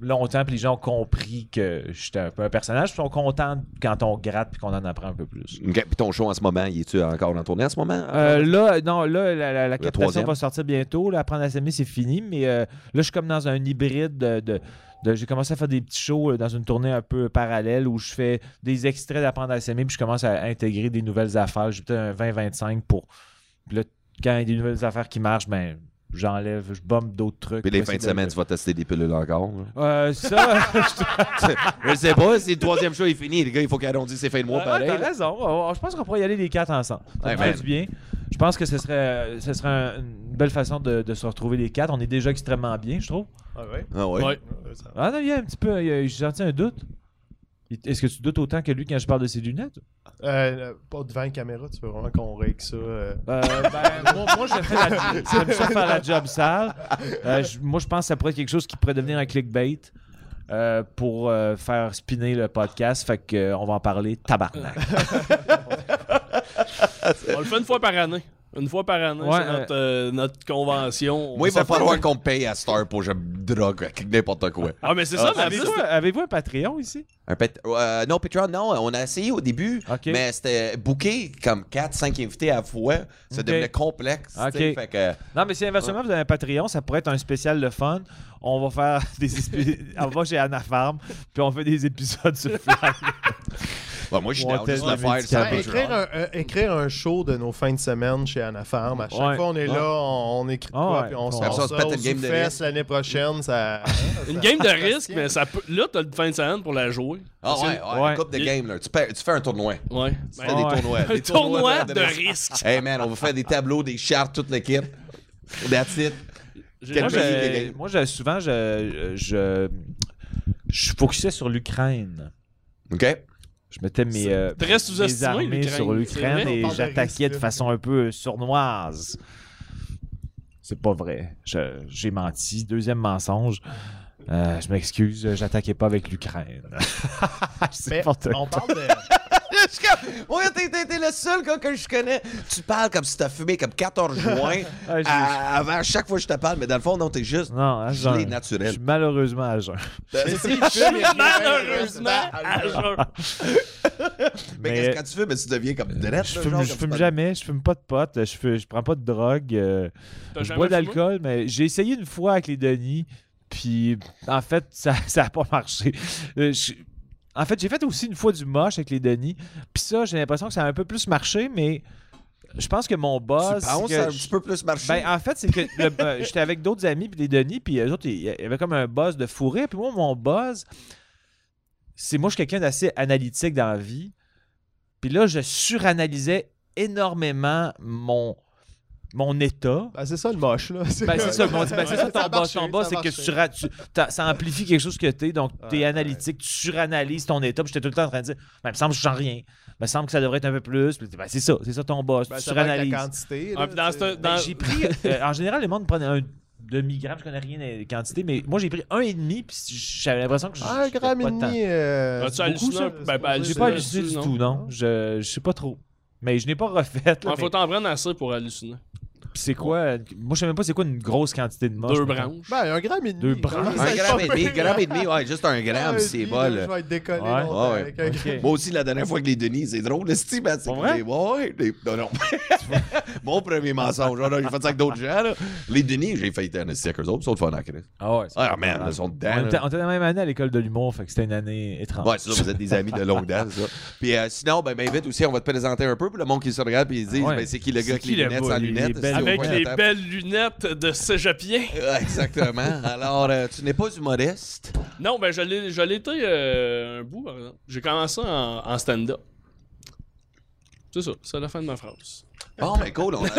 [SPEAKER 1] longtemps, puis les gens ont compris que j'étais un peu un personnage, puis sont contents quand on gratte puis qu'on en apprend un peu plus.
[SPEAKER 3] OK. Puis ton show en ce moment, il est-tu encore en tournée en ce moment?
[SPEAKER 1] Euh, là, non, là, la, la, la captation
[SPEAKER 3] Ah, troisième.
[SPEAKER 1] va sortir bientôt. Là, apprendre à s'aimer, c'est fini. Mais euh, là, je suis comme dans un hybride de. de- de- j'ai commencé à faire des petits shows euh, dans une tournée un peu parallèle où je fais des extraits d'apprendre à s'aimer, puis je commence à intégrer des nouvelles affaires. J'ai peut-être un 20-25 pour. Puis là, quand il y a des nouvelles affaires qui marchent, ben, j'enlève, je bombe d'autres trucs.
[SPEAKER 3] Puis les
[SPEAKER 1] Pour
[SPEAKER 3] fins de
[SPEAKER 1] essayer
[SPEAKER 3] semaine, tu vas tester des pilules encore. là.
[SPEAKER 1] Euh, ça,
[SPEAKER 3] Je sais pas, si le troisième show est fini, les gars, il faut qu'arrondir ses fins de mois
[SPEAKER 1] Ah Ouais,
[SPEAKER 3] pareil.
[SPEAKER 1] t'as
[SPEAKER 3] là.
[SPEAKER 1] raison. On- on- Je pense qu'on pourrait y aller les quatre ensemble. Ça
[SPEAKER 3] Ouais,
[SPEAKER 1] me fait
[SPEAKER 3] ben.
[SPEAKER 1] du bien. Je pense que ce serait, euh, ce serait un- une belle façon de, de se retrouver les quatre. On est déjà extrêmement bien, je trouve.
[SPEAKER 4] Ah ouais?
[SPEAKER 3] Ah ouais.
[SPEAKER 2] Ouais.
[SPEAKER 1] Ah non, il y a un petit peu. il y a- J'ai senti un doute. Est-ce que tu doutes autant que lui quand je parle de ses lunettes?
[SPEAKER 4] Euh, euh, pas devant la caméra, tu veux vraiment qu'on règle ça. euh.
[SPEAKER 1] Euh, ben, moi, moi, je fais la, j'aime ça faire la job sale. Euh, je- moi, je pense que ça pourrait être quelque chose qui pourrait devenir un clickbait euh, pour euh, faire spinner le podcast. Fait que, euh, on va en parler
[SPEAKER 2] Ah,
[SPEAKER 1] tabarnak.
[SPEAKER 2] On le fait une fois par année. Une fois par année,
[SPEAKER 1] Ouais,
[SPEAKER 2] c'est notre, euh, notre convention.
[SPEAKER 3] Moi, il
[SPEAKER 2] On
[SPEAKER 3] va
[SPEAKER 2] s'en-
[SPEAKER 3] falloir qu'on me paye à Star pour que je me drogue avec n'importe quoi.
[SPEAKER 2] Ah, mais c'est
[SPEAKER 3] Ah,
[SPEAKER 2] ça, mais après,
[SPEAKER 1] Avez-vous avez-vous un Patreon ici?
[SPEAKER 3] Un pet- euh, non, Patreon, non, on a essayé au début,
[SPEAKER 1] Ok.
[SPEAKER 3] mais c'était booké comme 4-5 invités à la fois. Ça
[SPEAKER 1] Ok.
[SPEAKER 3] devenait complexe.
[SPEAKER 1] Ok.
[SPEAKER 3] tu sais, Fait que,
[SPEAKER 1] Non, mais si inversement, vous avez un Patreon, ça pourrait être un spécial de fun. On va faire des épisodes. on va chez Anna Farm, puis on fait des épisodes sur Fly.
[SPEAKER 3] Bon, moi, je suis
[SPEAKER 1] Ouais,
[SPEAKER 3] down juste
[SPEAKER 1] t'as
[SPEAKER 3] le faire.
[SPEAKER 1] dit
[SPEAKER 3] sur
[SPEAKER 1] qu'à
[SPEAKER 4] Ouais,
[SPEAKER 3] Patreon.
[SPEAKER 4] écrire, un, un- écrire un show de nos fins de semaine chez Anna Farm. À chaque
[SPEAKER 1] Ouais.
[SPEAKER 4] fois, on est
[SPEAKER 3] Ouais.
[SPEAKER 4] là, on, on écrit de
[SPEAKER 1] Ah
[SPEAKER 4] quoi,
[SPEAKER 1] ouais.
[SPEAKER 4] puis Ah. on
[SPEAKER 1] Comme
[SPEAKER 4] sort
[SPEAKER 3] ça,
[SPEAKER 4] ça.
[SPEAKER 3] on se pète
[SPEAKER 4] aux
[SPEAKER 3] une game de
[SPEAKER 4] sous-fesses
[SPEAKER 3] risque.
[SPEAKER 4] l'année prochaine, ça.
[SPEAKER 2] une game
[SPEAKER 1] Ah,
[SPEAKER 2] de risque, mais ça peut... là, t'as le fin de semaine pour la jouer.
[SPEAKER 3] Ah ouais, ouais,
[SPEAKER 1] Ouais.
[SPEAKER 3] une coupe de
[SPEAKER 2] Il-
[SPEAKER 3] game, là. Tu, perds- tu fais un tournoi.
[SPEAKER 2] Ouais.
[SPEAKER 3] Tu
[SPEAKER 2] Ben,
[SPEAKER 3] fais
[SPEAKER 1] Ouais.
[SPEAKER 3] des tournois.
[SPEAKER 2] un
[SPEAKER 3] des tournois
[SPEAKER 2] tournoi de risque.
[SPEAKER 3] Hey man, on va faire des tableaux, des chartes, toute l'équipe. That's it.
[SPEAKER 2] J'ai-
[SPEAKER 3] Quel
[SPEAKER 1] moi,
[SPEAKER 2] moi, j'ai-
[SPEAKER 3] pays, les
[SPEAKER 1] je,
[SPEAKER 3] gars?
[SPEAKER 1] moi, je- souvent, je, je, je focusais sur l'Ukraine.
[SPEAKER 3] OK?
[SPEAKER 1] Je mettais mes,
[SPEAKER 2] C'est
[SPEAKER 1] euh,
[SPEAKER 2] très
[SPEAKER 1] mes
[SPEAKER 2] sous-estimé,
[SPEAKER 1] armées
[SPEAKER 2] l'Ukraine.
[SPEAKER 1] sur
[SPEAKER 2] C'est
[SPEAKER 1] l'Ukraine
[SPEAKER 2] vrai.
[SPEAKER 4] On
[SPEAKER 1] et
[SPEAKER 4] parle de
[SPEAKER 1] j'attaquais
[SPEAKER 4] risque,
[SPEAKER 1] de
[SPEAKER 4] là.
[SPEAKER 1] façon un peu sournoise. C'est pas vrai. Je- J'ai menti. Deuxième mensonge. Euh, je m'excuse, j'attaquais pas avec l'Ukraine. C'est
[SPEAKER 4] Ah, Mais
[SPEAKER 1] n'importe
[SPEAKER 4] on parle de.
[SPEAKER 3] Je suis comme, Ouais, t'es- t'es t'es le seul gars que je connais. Tu parles comme si t'as fumé comme 14 joints
[SPEAKER 1] Ah, j'ai-
[SPEAKER 3] à- avant à chaque fois que je te parle, mais dans le fond, non, t'es juste
[SPEAKER 1] Non, à jeun.
[SPEAKER 3] gelé
[SPEAKER 1] Je
[SPEAKER 3] naturel.
[SPEAKER 1] suis malheureusement à jeun.
[SPEAKER 4] Mais si, il fume, il revient
[SPEAKER 2] Malheureusement,
[SPEAKER 4] à-
[SPEAKER 2] à jour.
[SPEAKER 3] Mais,
[SPEAKER 1] Mais-
[SPEAKER 3] qu'est-ce que quand tu fumes, mais tu deviens comme drette,
[SPEAKER 1] Je
[SPEAKER 3] là,
[SPEAKER 1] fume,
[SPEAKER 3] genre,
[SPEAKER 1] je
[SPEAKER 3] comme
[SPEAKER 1] fume
[SPEAKER 3] tu-
[SPEAKER 1] jamais, je fume pas de potes, je, fume- je prends pas de drogue, euh,
[SPEAKER 2] T'as
[SPEAKER 1] je
[SPEAKER 2] jamais
[SPEAKER 1] bois de
[SPEAKER 2] fumé?
[SPEAKER 1] l'alcool, mais j'ai essayé une fois avec les Denis, puis en fait, ça n'a pas marché. Euh, je- en fait, j'ai fait aussi une fois du moche avec les Denis, puis ça, j'ai l'impression que ça a un peu plus marché, mais je pense que mon
[SPEAKER 3] Tu
[SPEAKER 1] boss.
[SPEAKER 3] penses
[SPEAKER 1] Ah, que
[SPEAKER 3] à un
[SPEAKER 1] je-
[SPEAKER 3] petit peu plus marcher?
[SPEAKER 1] ben, en fait, c'est que le- euh, j'étais avec d'autres amis, puis les Denis, puis eux autres, il y avait comme un buzz de fourré. Puis moi, mon buzz, c'est moi, je suis quelqu'un d'assez analytique dans la vie. Puis là, je suranalysais énormément mon, mon état.
[SPEAKER 4] Ben, c'est ça le moche, là.
[SPEAKER 1] Ben, c'est ça, on dit, ben, c'est ça ton
[SPEAKER 4] a
[SPEAKER 1] boss. Ton
[SPEAKER 4] marché,
[SPEAKER 1] boss,
[SPEAKER 4] ça
[SPEAKER 1] c'est
[SPEAKER 4] a
[SPEAKER 1] que
[SPEAKER 4] marché.
[SPEAKER 1] tu, ra- tu- t'as- ça amplifie quelque chose que t'es, donc t'es
[SPEAKER 4] Ouais,
[SPEAKER 1] analytique, tu suranalyses ton état. Puis j'étais tout le temps en train de dire, ben, il me semble que je sens rien. Ben, il me semble que ça devrait être un peu plus. Puis, ben, c'est ça, c'est ça ton boss.
[SPEAKER 4] Ben,
[SPEAKER 1] tu
[SPEAKER 4] ça va avec
[SPEAKER 1] suranalyses.
[SPEAKER 4] la quantité.
[SPEAKER 2] Ah,
[SPEAKER 4] là,
[SPEAKER 2] puis dans
[SPEAKER 4] tu
[SPEAKER 2] ce-
[SPEAKER 4] sais.
[SPEAKER 2] dans-
[SPEAKER 1] Ben, j'ai pris. euh, en général, le monde prenait un demi-gramme, je connais rien des quantités, mais moi j'ai pris un et demi, puis j'avais l'impression que je.
[SPEAKER 4] Ah, Un
[SPEAKER 1] j'étais
[SPEAKER 4] gramme
[SPEAKER 1] pas
[SPEAKER 4] et
[SPEAKER 1] tant.
[SPEAKER 4] demi. euh, c'est
[SPEAKER 2] As-tu
[SPEAKER 4] beaucoup,
[SPEAKER 2] halluciné
[SPEAKER 4] ça?
[SPEAKER 2] un peu? Ben, ben,
[SPEAKER 4] C'est
[SPEAKER 1] J'ai
[SPEAKER 4] pas
[SPEAKER 1] pas
[SPEAKER 4] juste-
[SPEAKER 1] halluciné du
[SPEAKER 2] non.
[SPEAKER 1] tout, non. Je, je sais pas trop. Mais je n'ai pas refait. là,
[SPEAKER 2] Ouais, Faut
[SPEAKER 1] mais-
[SPEAKER 2] t'en prendre assez pour halluciner.
[SPEAKER 1] Puis c'est quoi euh, Moi je sais même pas c'est quoi une grosse quantité de moche.
[SPEAKER 2] Deux
[SPEAKER 1] mettons.
[SPEAKER 2] branches.
[SPEAKER 4] Ben, un gramme et demi.
[SPEAKER 1] Deux bras.
[SPEAKER 4] Ouais,
[SPEAKER 3] Un
[SPEAKER 4] c'est
[SPEAKER 3] gramme
[SPEAKER 4] pas
[SPEAKER 3] et demi,
[SPEAKER 4] pire.
[SPEAKER 3] gramme et demi, ouais, juste un gramme,
[SPEAKER 1] Ah,
[SPEAKER 4] Ouais,
[SPEAKER 3] c'est
[SPEAKER 4] puis,
[SPEAKER 3] bol.
[SPEAKER 4] là, Je vais être décollé
[SPEAKER 1] Ouais.
[SPEAKER 4] longtemps
[SPEAKER 3] Ouais.
[SPEAKER 4] avec un
[SPEAKER 1] Ok.
[SPEAKER 4] gramme.
[SPEAKER 3] Moi aussi, la dernière fois que les Denis, c'est drôle, le style, ben, c'est
[SPEAKER 1] Pour
[SPEAKER 3] que
[SPEAKER 1] vrai?
[SPEAKER 3] les- ouais, les- non, non. Mon premier mensonge, là, j'ai fait ça avec d'autres gens, là. Les Denis, j'ai fait un esti avec eux autres, ils sont le fun à créer.
[SPEAKER 1] Ah ouais. c'est-
[SPEAKER 3] Ah, man, ils sont dedans.
[SPEAKER 1] on,
[SPEAKER 3] là.
[SPEAKER 1] était, on était la même année à l'école de l'humour, fait que c'était une année étrange.
[SPEAKER 3] Ouais, c'est ça, vous êtes des amis de longue date, ça. Puis euh, sinon, ben, ben vite aussi, on va te présenter un peu pour le monde qui se regarde et ils disent
[SPEAKER 1] Ouais.
[SPEAKER 3] ben, c'est qui le
[SPEAKER 1] C'est
[SPEAKER 3] gars avec
[SPEAKER 1] qui le
[SPEAKER 3] les lunettes
[SPEAKER 1] beau-
[SPEAKER 3] sans
[SPEAKER 1] les-
[SPEAKER 3] lunettes
[SPEAKER 1] les belles
[SPEAKER 3] c'est au
[SPEAKER 2] Avec
[SPEAKER 3] coin de
[SPEAKER 2] les
[SPEAKER 3] la table.
[SPEAKER 2] belles lunettes de cégepien.
[SPEAKER 3] Ouais, Exactement. Alors, euh, tu n'es pas humoriste.
[SPEAKER 2] Non, ben je l'ai je l'ai été euh, un bout, par exemple. J'ai commencé en, en stand-up. C'est ça, c'est la fin de ma phrase.
[SPEAKER 3] Bon, mais cool. On a... non, non,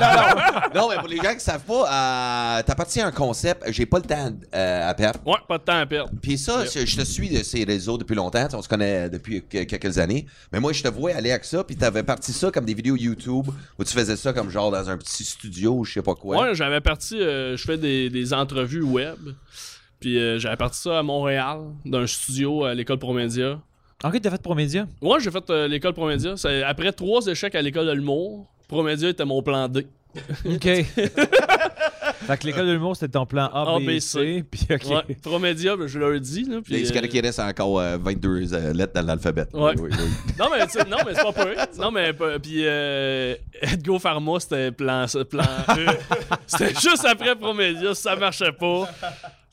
[SPEAKER 3] non, non. Non, mais pour les gens qui savent pas, euh, t'appartiens à un concept, j'ai pas le temps euh, à perdre.
[SPEAKER 2] Ouais, pas de temps à perdre.
[SPEAKER 3] Puis ça, je, je te suis de ces réseaux depuis longtemps. tu sais, On se connaît depuis que- quelques années. Mais moi, je te voyais aller avec ça. Puis t'avais parti ça comme des vidéos YouTube où tu faisais ça comme genre dans un petit studio ou je sais pas quoi.
[SPEAKER 2] Ouais, j'avais parti, euh, je fais des, des entrevues web. Puis euh, j'avais parti ça à Montréal, d'un studio à l'école Promédia.
[SPEAKER 1] En fait, Ah, t'as fait pour média
[SPEAKER 2] Ouais, j'ai fait euh, l'école Promédia. C'est- Après trois échecs à l'école de l'humour, Promédia était mon plan D.
[SPEAKER 1] Ok. fait Fait que l'école de l'humour, c'était ton plan A,
[SPEAKER 2] A,
[SPEAKER 1] B,
[SPEAKER 2] B,
[SPEAKER 1] C. Puis, OK.
[SPEAKER 2] Ouais, Promédia, ben, je leur dis. Là, puis,
[SPEAKER 3] Là,
[SPEAKER 2] euh,
[SPEAKER 3] C'est correct, il reste encore euh, 22 euh, lettres dans l'alphabet.
[SPEAKER 2] Ouais.
[SPEAKER 3] Oui, oui.
[SPEAKER 2] Non, mais, tu sais, non, mais c'est pas pour eux. Non, mais pas- puis euh, Edgo Pharma, c'était plan, plan E. c'était juste après Promédia, ça marchait pas.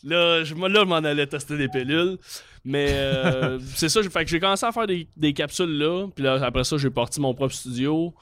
[SPEAKER 2] Là, je, me- là, je m'en allais tester des pilules. Mais euh, c'est ça, j'ai- fait que j'ai commencé à faire des, des capsules là. Puis là, après ça, j'ai parti mon propre studio.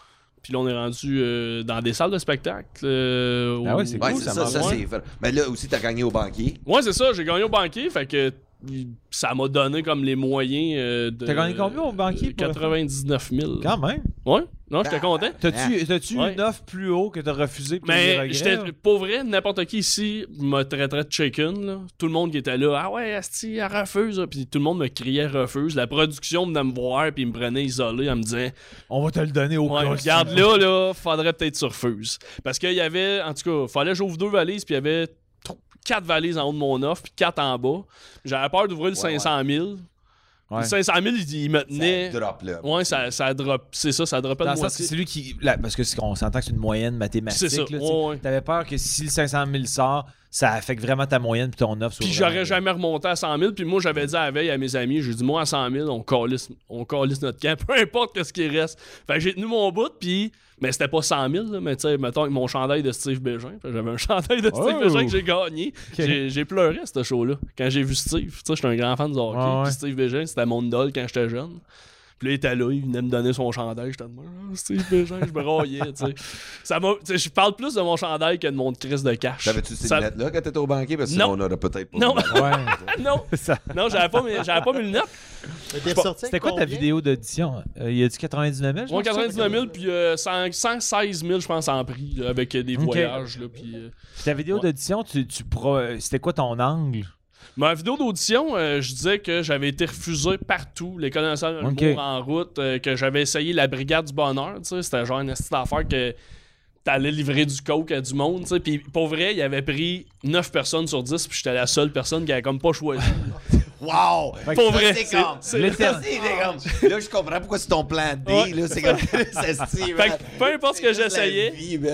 [SPEAKER 2] Puis là, on est rendu euh, dans des salles de spectacle. euh,
[SPEAKER 1] Ah
[SPEAKER 2] au-
[SPEAKER 1] ouais, c'est
[SPEAKER 3] Ouais,
[SPEAKER 1] cool,
[SPEAKER 3] c'est
[SPEAKER 1] ça
[SPEAKER 3] ça,
[SPEAKER 1] marche.
[SPEAKER 3] ça, c'est vrai. Mais là aussi, t'as gagné au banquier.
[SPEAKER 2] Ouais, c'est ça, j'ai gagné au banquier. Fait que il- ça m'a donné comme les moyens euh, de.
[SPEAKER 1] T'as gagné combien au banquier,
[SPEAKER 2] Euh,
[SPEAKER 1] pour le
[SPEAKER 2] 99 000.
[SPEAKER 1] Quand même.
[SPEAKER 2] Ouais,
[SPEAKER 1] Bah,
[SPEAKER 2] non, j'étais content.
[SPEAKER 1] T'as-tu t'as-tu
[SPEAKER 2] Ouais.
[SPEAKER 1] une offre plus haut que t'as refusé pour des
[SPEAKER 2] Mais
[SPEAKER 1] regrets?
[SPEAKER 2] j'étais pour vrai, n'importe qui ici me traiterait de chicken. là. Tout le monde qui était là, ah ouais, Asti, elle refuse. là. Puis tout le monde me criait refuse. La production venait me voir, puis ils me prenait isolé en me disant,
[SPEAKER 1] On va te le donner au
[SPEAKER 2] ouais,
[SPEAKER 1] cas.
[SPEAKER 2] regarde là, là, faudrait peut-être que tu refuses. Parce qu'il y avait, en tout cas, fallait que j'ouvre deux valises, puis il y avait tro- quatre valises en haut de mon offre, puis quatre en bas. J'avais peur d'ouvrir le
[SPEAKER 3] Ouais, ouais.
[SPEAKER 2] 500 000.
[SPEAKER 1] Ouais.
[SPEAKER 2] Le 500 000, il, il me tenait.
[SPEAKER 3] Ça drop, là.
[SPEAKER 2] Ouais, ça, ça drop. C'est ça, ça dropait
[SPEAKER 1] Dans
[SPEAKER 2] de
[SPEAKER 1] le sens que
[SPEAKER 2] moitié.
[SPEAKER 1] c'est lui qui. là, parce que c'est- on s'entend que c'est une moyenne mathématique.
[SPEAKER 2] C'est ça,
[SPEAKER 1] là, tu sais.
[SPEAKER 2] ouais, ouais.
[SPEAKER 1] T'avais peur que si le 500 000 sort, ça affecte vraiment ta moyenne puis ton offre. soit
[SPEAKER 2] Puis
[SPEAKER 1] vraiment-
[SPEAKER 2] j'aurais jamais remonté à 100 000. Puis moi, j'avais dit à la veille à mes amis, j'ai dit, moi, à 100 000, on calisse, on calisse notre camp, peu importe ce qui reste. Fait que j'ai tenu mon bout, puis. Mais c'était pas 100 000, là, mais tu sais, mettons, avec mon chandail de Steve Bégin. Fait que J'avais un chandail de Steve
[SPEAKER 1] Oh!
[SPEAKER 2] Bégin que j'ai gagné. J'ai- J'ai pleuré à ce show-là. Quand j'ai vu Steve, tu sais, j'étais un grand fan du hockey.
[SPEAKER 1] Ouais, ouais.
[SPEAKER 2] Puis Steve Bégin, c'était mon idole quand j'étais jeune. Puis là, il était là, il venait me donner son chandail. J'étais de même, Ah, Steve Bégin, je me raillais, tu sais. Ça m'a- tu sais. Je parle plus de mon chandail que de mon crise de cash.
[SPEAKER 3] T'avais-tu ces
[SPEAKER 2] Ça-
[SPEAKER 3] lunettes-là quand t'étais au banquier? Parce que sinon,
[SPEAKER 2] Non.
[SPEAKER 3] on aurait peut-être pas.
[SPEAKER 2] Non.
[SPEAKER 1] Ouais.
[SPEAKER 2] non,
[SPEAKER 1] Ça-
[SPEAKER 2] non, j'avais pas mes, j'avais pas mes lunettes.
[SPEAKER 1] C'était quoi ta vidéo d'audition? Euh, Il y a du 99 000? je
[SPEAKER 2] Moi,
[SPEAKER 1] pense, ça?
[SPEAKER 2] 99 000, puis euh, 100 116 000, je pense, en prix, là, avec euh, des
[SPEAKER 1] Ok.
[SPEAKER 2] voyages. Là, puis, euh.
[SPEAKER 1] Puis Ta vidéo
[SPEAKER 2] Ouais.
[SPEAKER 1] d'audition, tu, tu pro- euh, c'était quoi ton angle?
[SPEAKER 2] Ma vidéo d'audition, euh, je disais que j'avais été refusé partout, l'école nationale de
[SPEAKER 1] Ok.
[SPEAKER 2] l'humour en route, euh, que j'avais essayé la brigade du bonheur. tu sais, C'était genre une petite affaire que t'allais livrer du coke à du monde. tu sais, Puis pour vrai, il avait pris 9 personnes sur 10, puis j'étais la seule personne qui avait comme pas choisi.
[SPEAKER 3] Wow!
[SPEAKER 2] pour
[SPEAKER 3] Ça,
[SPEAKER 2] vrai.
[SPEAKER 3] c'est
[SPEAKER 2] c'est-
[SPEAKER 3] comme-
[SPEAKER 2] c'est-
[SPEAKER 1] L'éternel.
[SPEAKER 3] Ça, c'est comme- Là, je comprends pourquoi c'est ton plan D.
[SPEAKER 2] Ouais.
[SPEAKER 3] Là, c'est comme ça, Steve.
[SPEAKER 2] Fait que peu importe ce que j'essayais,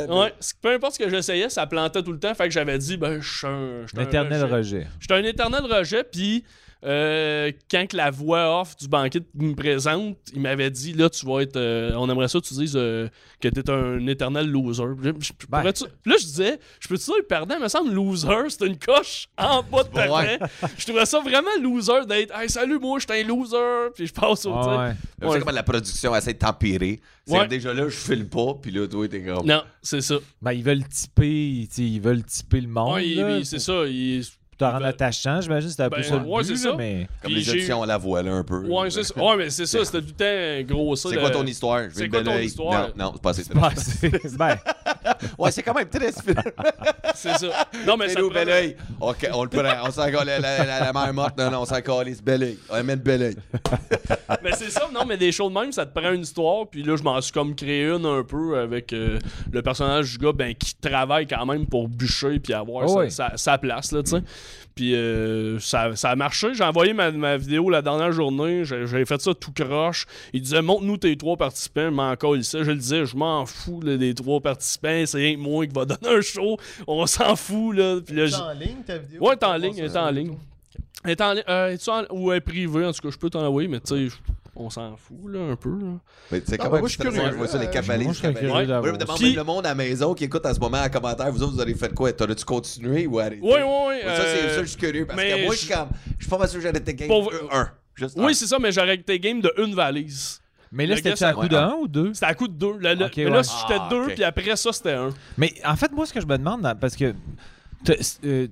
[SPEAKER 2] Ouais, c- peu importe ce que j'essayais, ça plantait tout le temps. Fait que j'avais dit, ben, je suis un. je suis un
[SPEAKER 1] L'éternel
[SPEAKER 2] rejet.
[SPEAKER 1] rejet.
[SPEAKER 2] J'étais un éternel rejet, puis euh, quand que la voix off du banquet me présente, il m'avait dit là, tu vas être. euh, on aimerait ça que tu dises euh, que t'es un éternel loser. Je- je-
[SPEAKER 1] Ben.
[SPEAKER 2] pourrais-tu- Là, je disais, je peux-tu dire perdant Il me semble loser, c'est une coche en bas de
[SPEAKER 3] Ouais.
[SPEAKER 2] parfait. Je trouvais ça vraiment loser d'être, hey, salut, moi, je suis un loser, puis je passe au. tu sais.
[SPEAKER 1] Ah ouais.
[SPEAKER 3] C'est comme la production essaie de t'empirer. C'est
[SPEAKER 2] Ouais.
[SPEAKER 3] comme, déjà là, je file pas, puis là, toi, t'es comme.
[SPEAKER 2] Non, c'est ça.
[SPEAKER 1] Ben, ils veulent typer, tu sais, ils veulent typer le monde.
[SPEAKER 2] Ouais, il-
[SPEAKER 1] là,
[SPEAKER 2] il- c'est ça. il-
[SPEAKER 1] pour te rendre attachant, j'imagine, c'était un peu
[SPEAKER 2] Ben,
[SPEAKER 1] ça le
[SPEAKER 2] ouais,
[SPEAKER 1] but,
[SPEAKER 2] c'est
[SPEAKER 1] là,
[SPEAKER 2] ça.
[SPEAKER 1] mais...
[SPEAKER 3] Comme
[SPEAKER 2] Puis
[SPEAKER 3] les
[SPEAKER 2] j'ai eu-
[SPEAKER 3] auditions à la voile, un peu. Euh,
[SPEAKER 2] Ouais, c'est ça. Ouais, mais c'est ça, c'était tout le temps gros ça.
[SPEAKER 3] C'est
[SPEAKER 2] le-
[SPEAKER 3] quoi ton histoire? Je
[SPEAKER 2] c'est
[SPEAKER 3] vais
[SPEAKER 2] quoi
[SPEAKER 3] me
[SPEAKER 2] ton
[SPEAKER 3] balayer.
[SPEAKER 2] histoire?
[SPEAKER 3] Non, non, c'est pas assez.
[SPEAKER 1] Ben, c'est- ben,
[SPEAKER 3] Ouais, c'est quand même très
[SPEAKER 2] C'est ça. Non, mais ça
[SPEAKER 3] Fais-le au
[SPEAKER 2] prenait-
[SPEAKER 3] bel oeil. OK, on le prend. On s'en colle. La, la, la, la mère morte, non, non, on s'en colle. C'est bel oeil. On met le bel oeil.
[SPEAKER 2] Mais c'est ça, non, mais des shows de même, ça te prend une histoire, puis là, je m'en suis comme créé une un peu avec euh, le personnage du gars ben, qui travaille quand même pour bûcher puis avoir
[SPEAKER 1] Oh
[SPEAKER 2] sa,
[SPEAKER 1] oui.
[SPEAKER 2] sa- sa place, là, tu sais. Puis euh, ça, ça a marché. J'ai envoyé ma, ma vidéo la dernière journée, j'ai j'ai fait ça tout croche. Il disait, montre-nous tes trois participants, mais encore ici. Je le disais, je m'en fous là, des trois participants, c'est rien que moi qui va donner un show, on s'en fout, là. Puis là,
[SPEAKER 4] T'es
[SPEAKER 2] j-
[SPEAKER 4] en ligne, ta vidéo?
[SPEAKER 2] Ouais, elle est en ligne, elle est en ligne. Elle est en ligne. euh, est-tu en- Ou elle est privée, en tout cas, je peux t'en envoyer, mais tu sais, je- on s'en fout, là, un peu. là.
[SPEAKER 3] Mais c'est
[SPEAKER 4] Non,
[SPEAKER 3] quand
[SPEAKER 4] mais
[SPEAKER 3] même
[SPEAKER 4] moi, je suis
[SPEAKER 3] extrêmement-
[SPEAKER 4] curieux.
[SPEAKER 3] Je vois ça, les
[SPEAKER 4] Euh,
[SPEAKER 3] cavaliers.
[SPEAKER 1] moi, je
[SPEAKER 3] les
[SPEAKER 1] serais
[SPEAKER 3] cavaliers.
[SPEAKER 1] curieux
[SPEAKER 2] Ouais.
[SPEAKER 3] Moi, je me
[SPEAKER 1] d'avoir.
[SPEAKER 3] demande
[SPEAKER 2] Puis-
[SPEAKER 3] le monde à la maison qui écoute en ce moment en commentaire. Vous autres, vous avez fait quoi? T'aurais-tu continué ou arrêté?
[SPEAKER 2] Oui, oui, oui.
[SPEAKER 3] Ouais, Ça, c'est
[SPEAKER 2] euh,
[SPEAKER 3] ça, je suis curieux. Parce
[SPEAKER 2] mais
[SPEAKER 3] que moi, je suis
[SPEAKER 2] je-
[SPEAKER 3] comme. Je suis pas mal sûr que j'aurais été game
[SPEAKER 2] Pour-
[SPEAKER 3] 1. Juste un.
[SPEAKER 2] Oui, c'est ça, mais j'aurais été game de une valise.
[SPEAKER 1] Mais là,
[SPEAKER 2] Le gars,
[SPEAKER 1] c'était
[SPEAKER 2] ça-
[SPEAKER 1] un coup
[SPEAKER 3] ouais,
[SPEAKER 1] de
[SPEAKER 3] ouais.
[SPEAKER 1] un ou deux?
[SPEAKER 2] C'était à coup de deux. Là, là-
[SPEAKER 1] Ok,
[SPEAKER 2] mais
[SPEAKER 1] ouais.
[SPEAKER 2] là, si j'étais
[SPEAKER 3] Ah,
[SPEAKER 2] deux,
[SPEAKER 3] ok.
[SPEAKER 2] puis après ça, c'était un.
[SPEAKER 1] Mais en fait, moi, ce que je me demande, dans- parce que t'as- c'est, euh,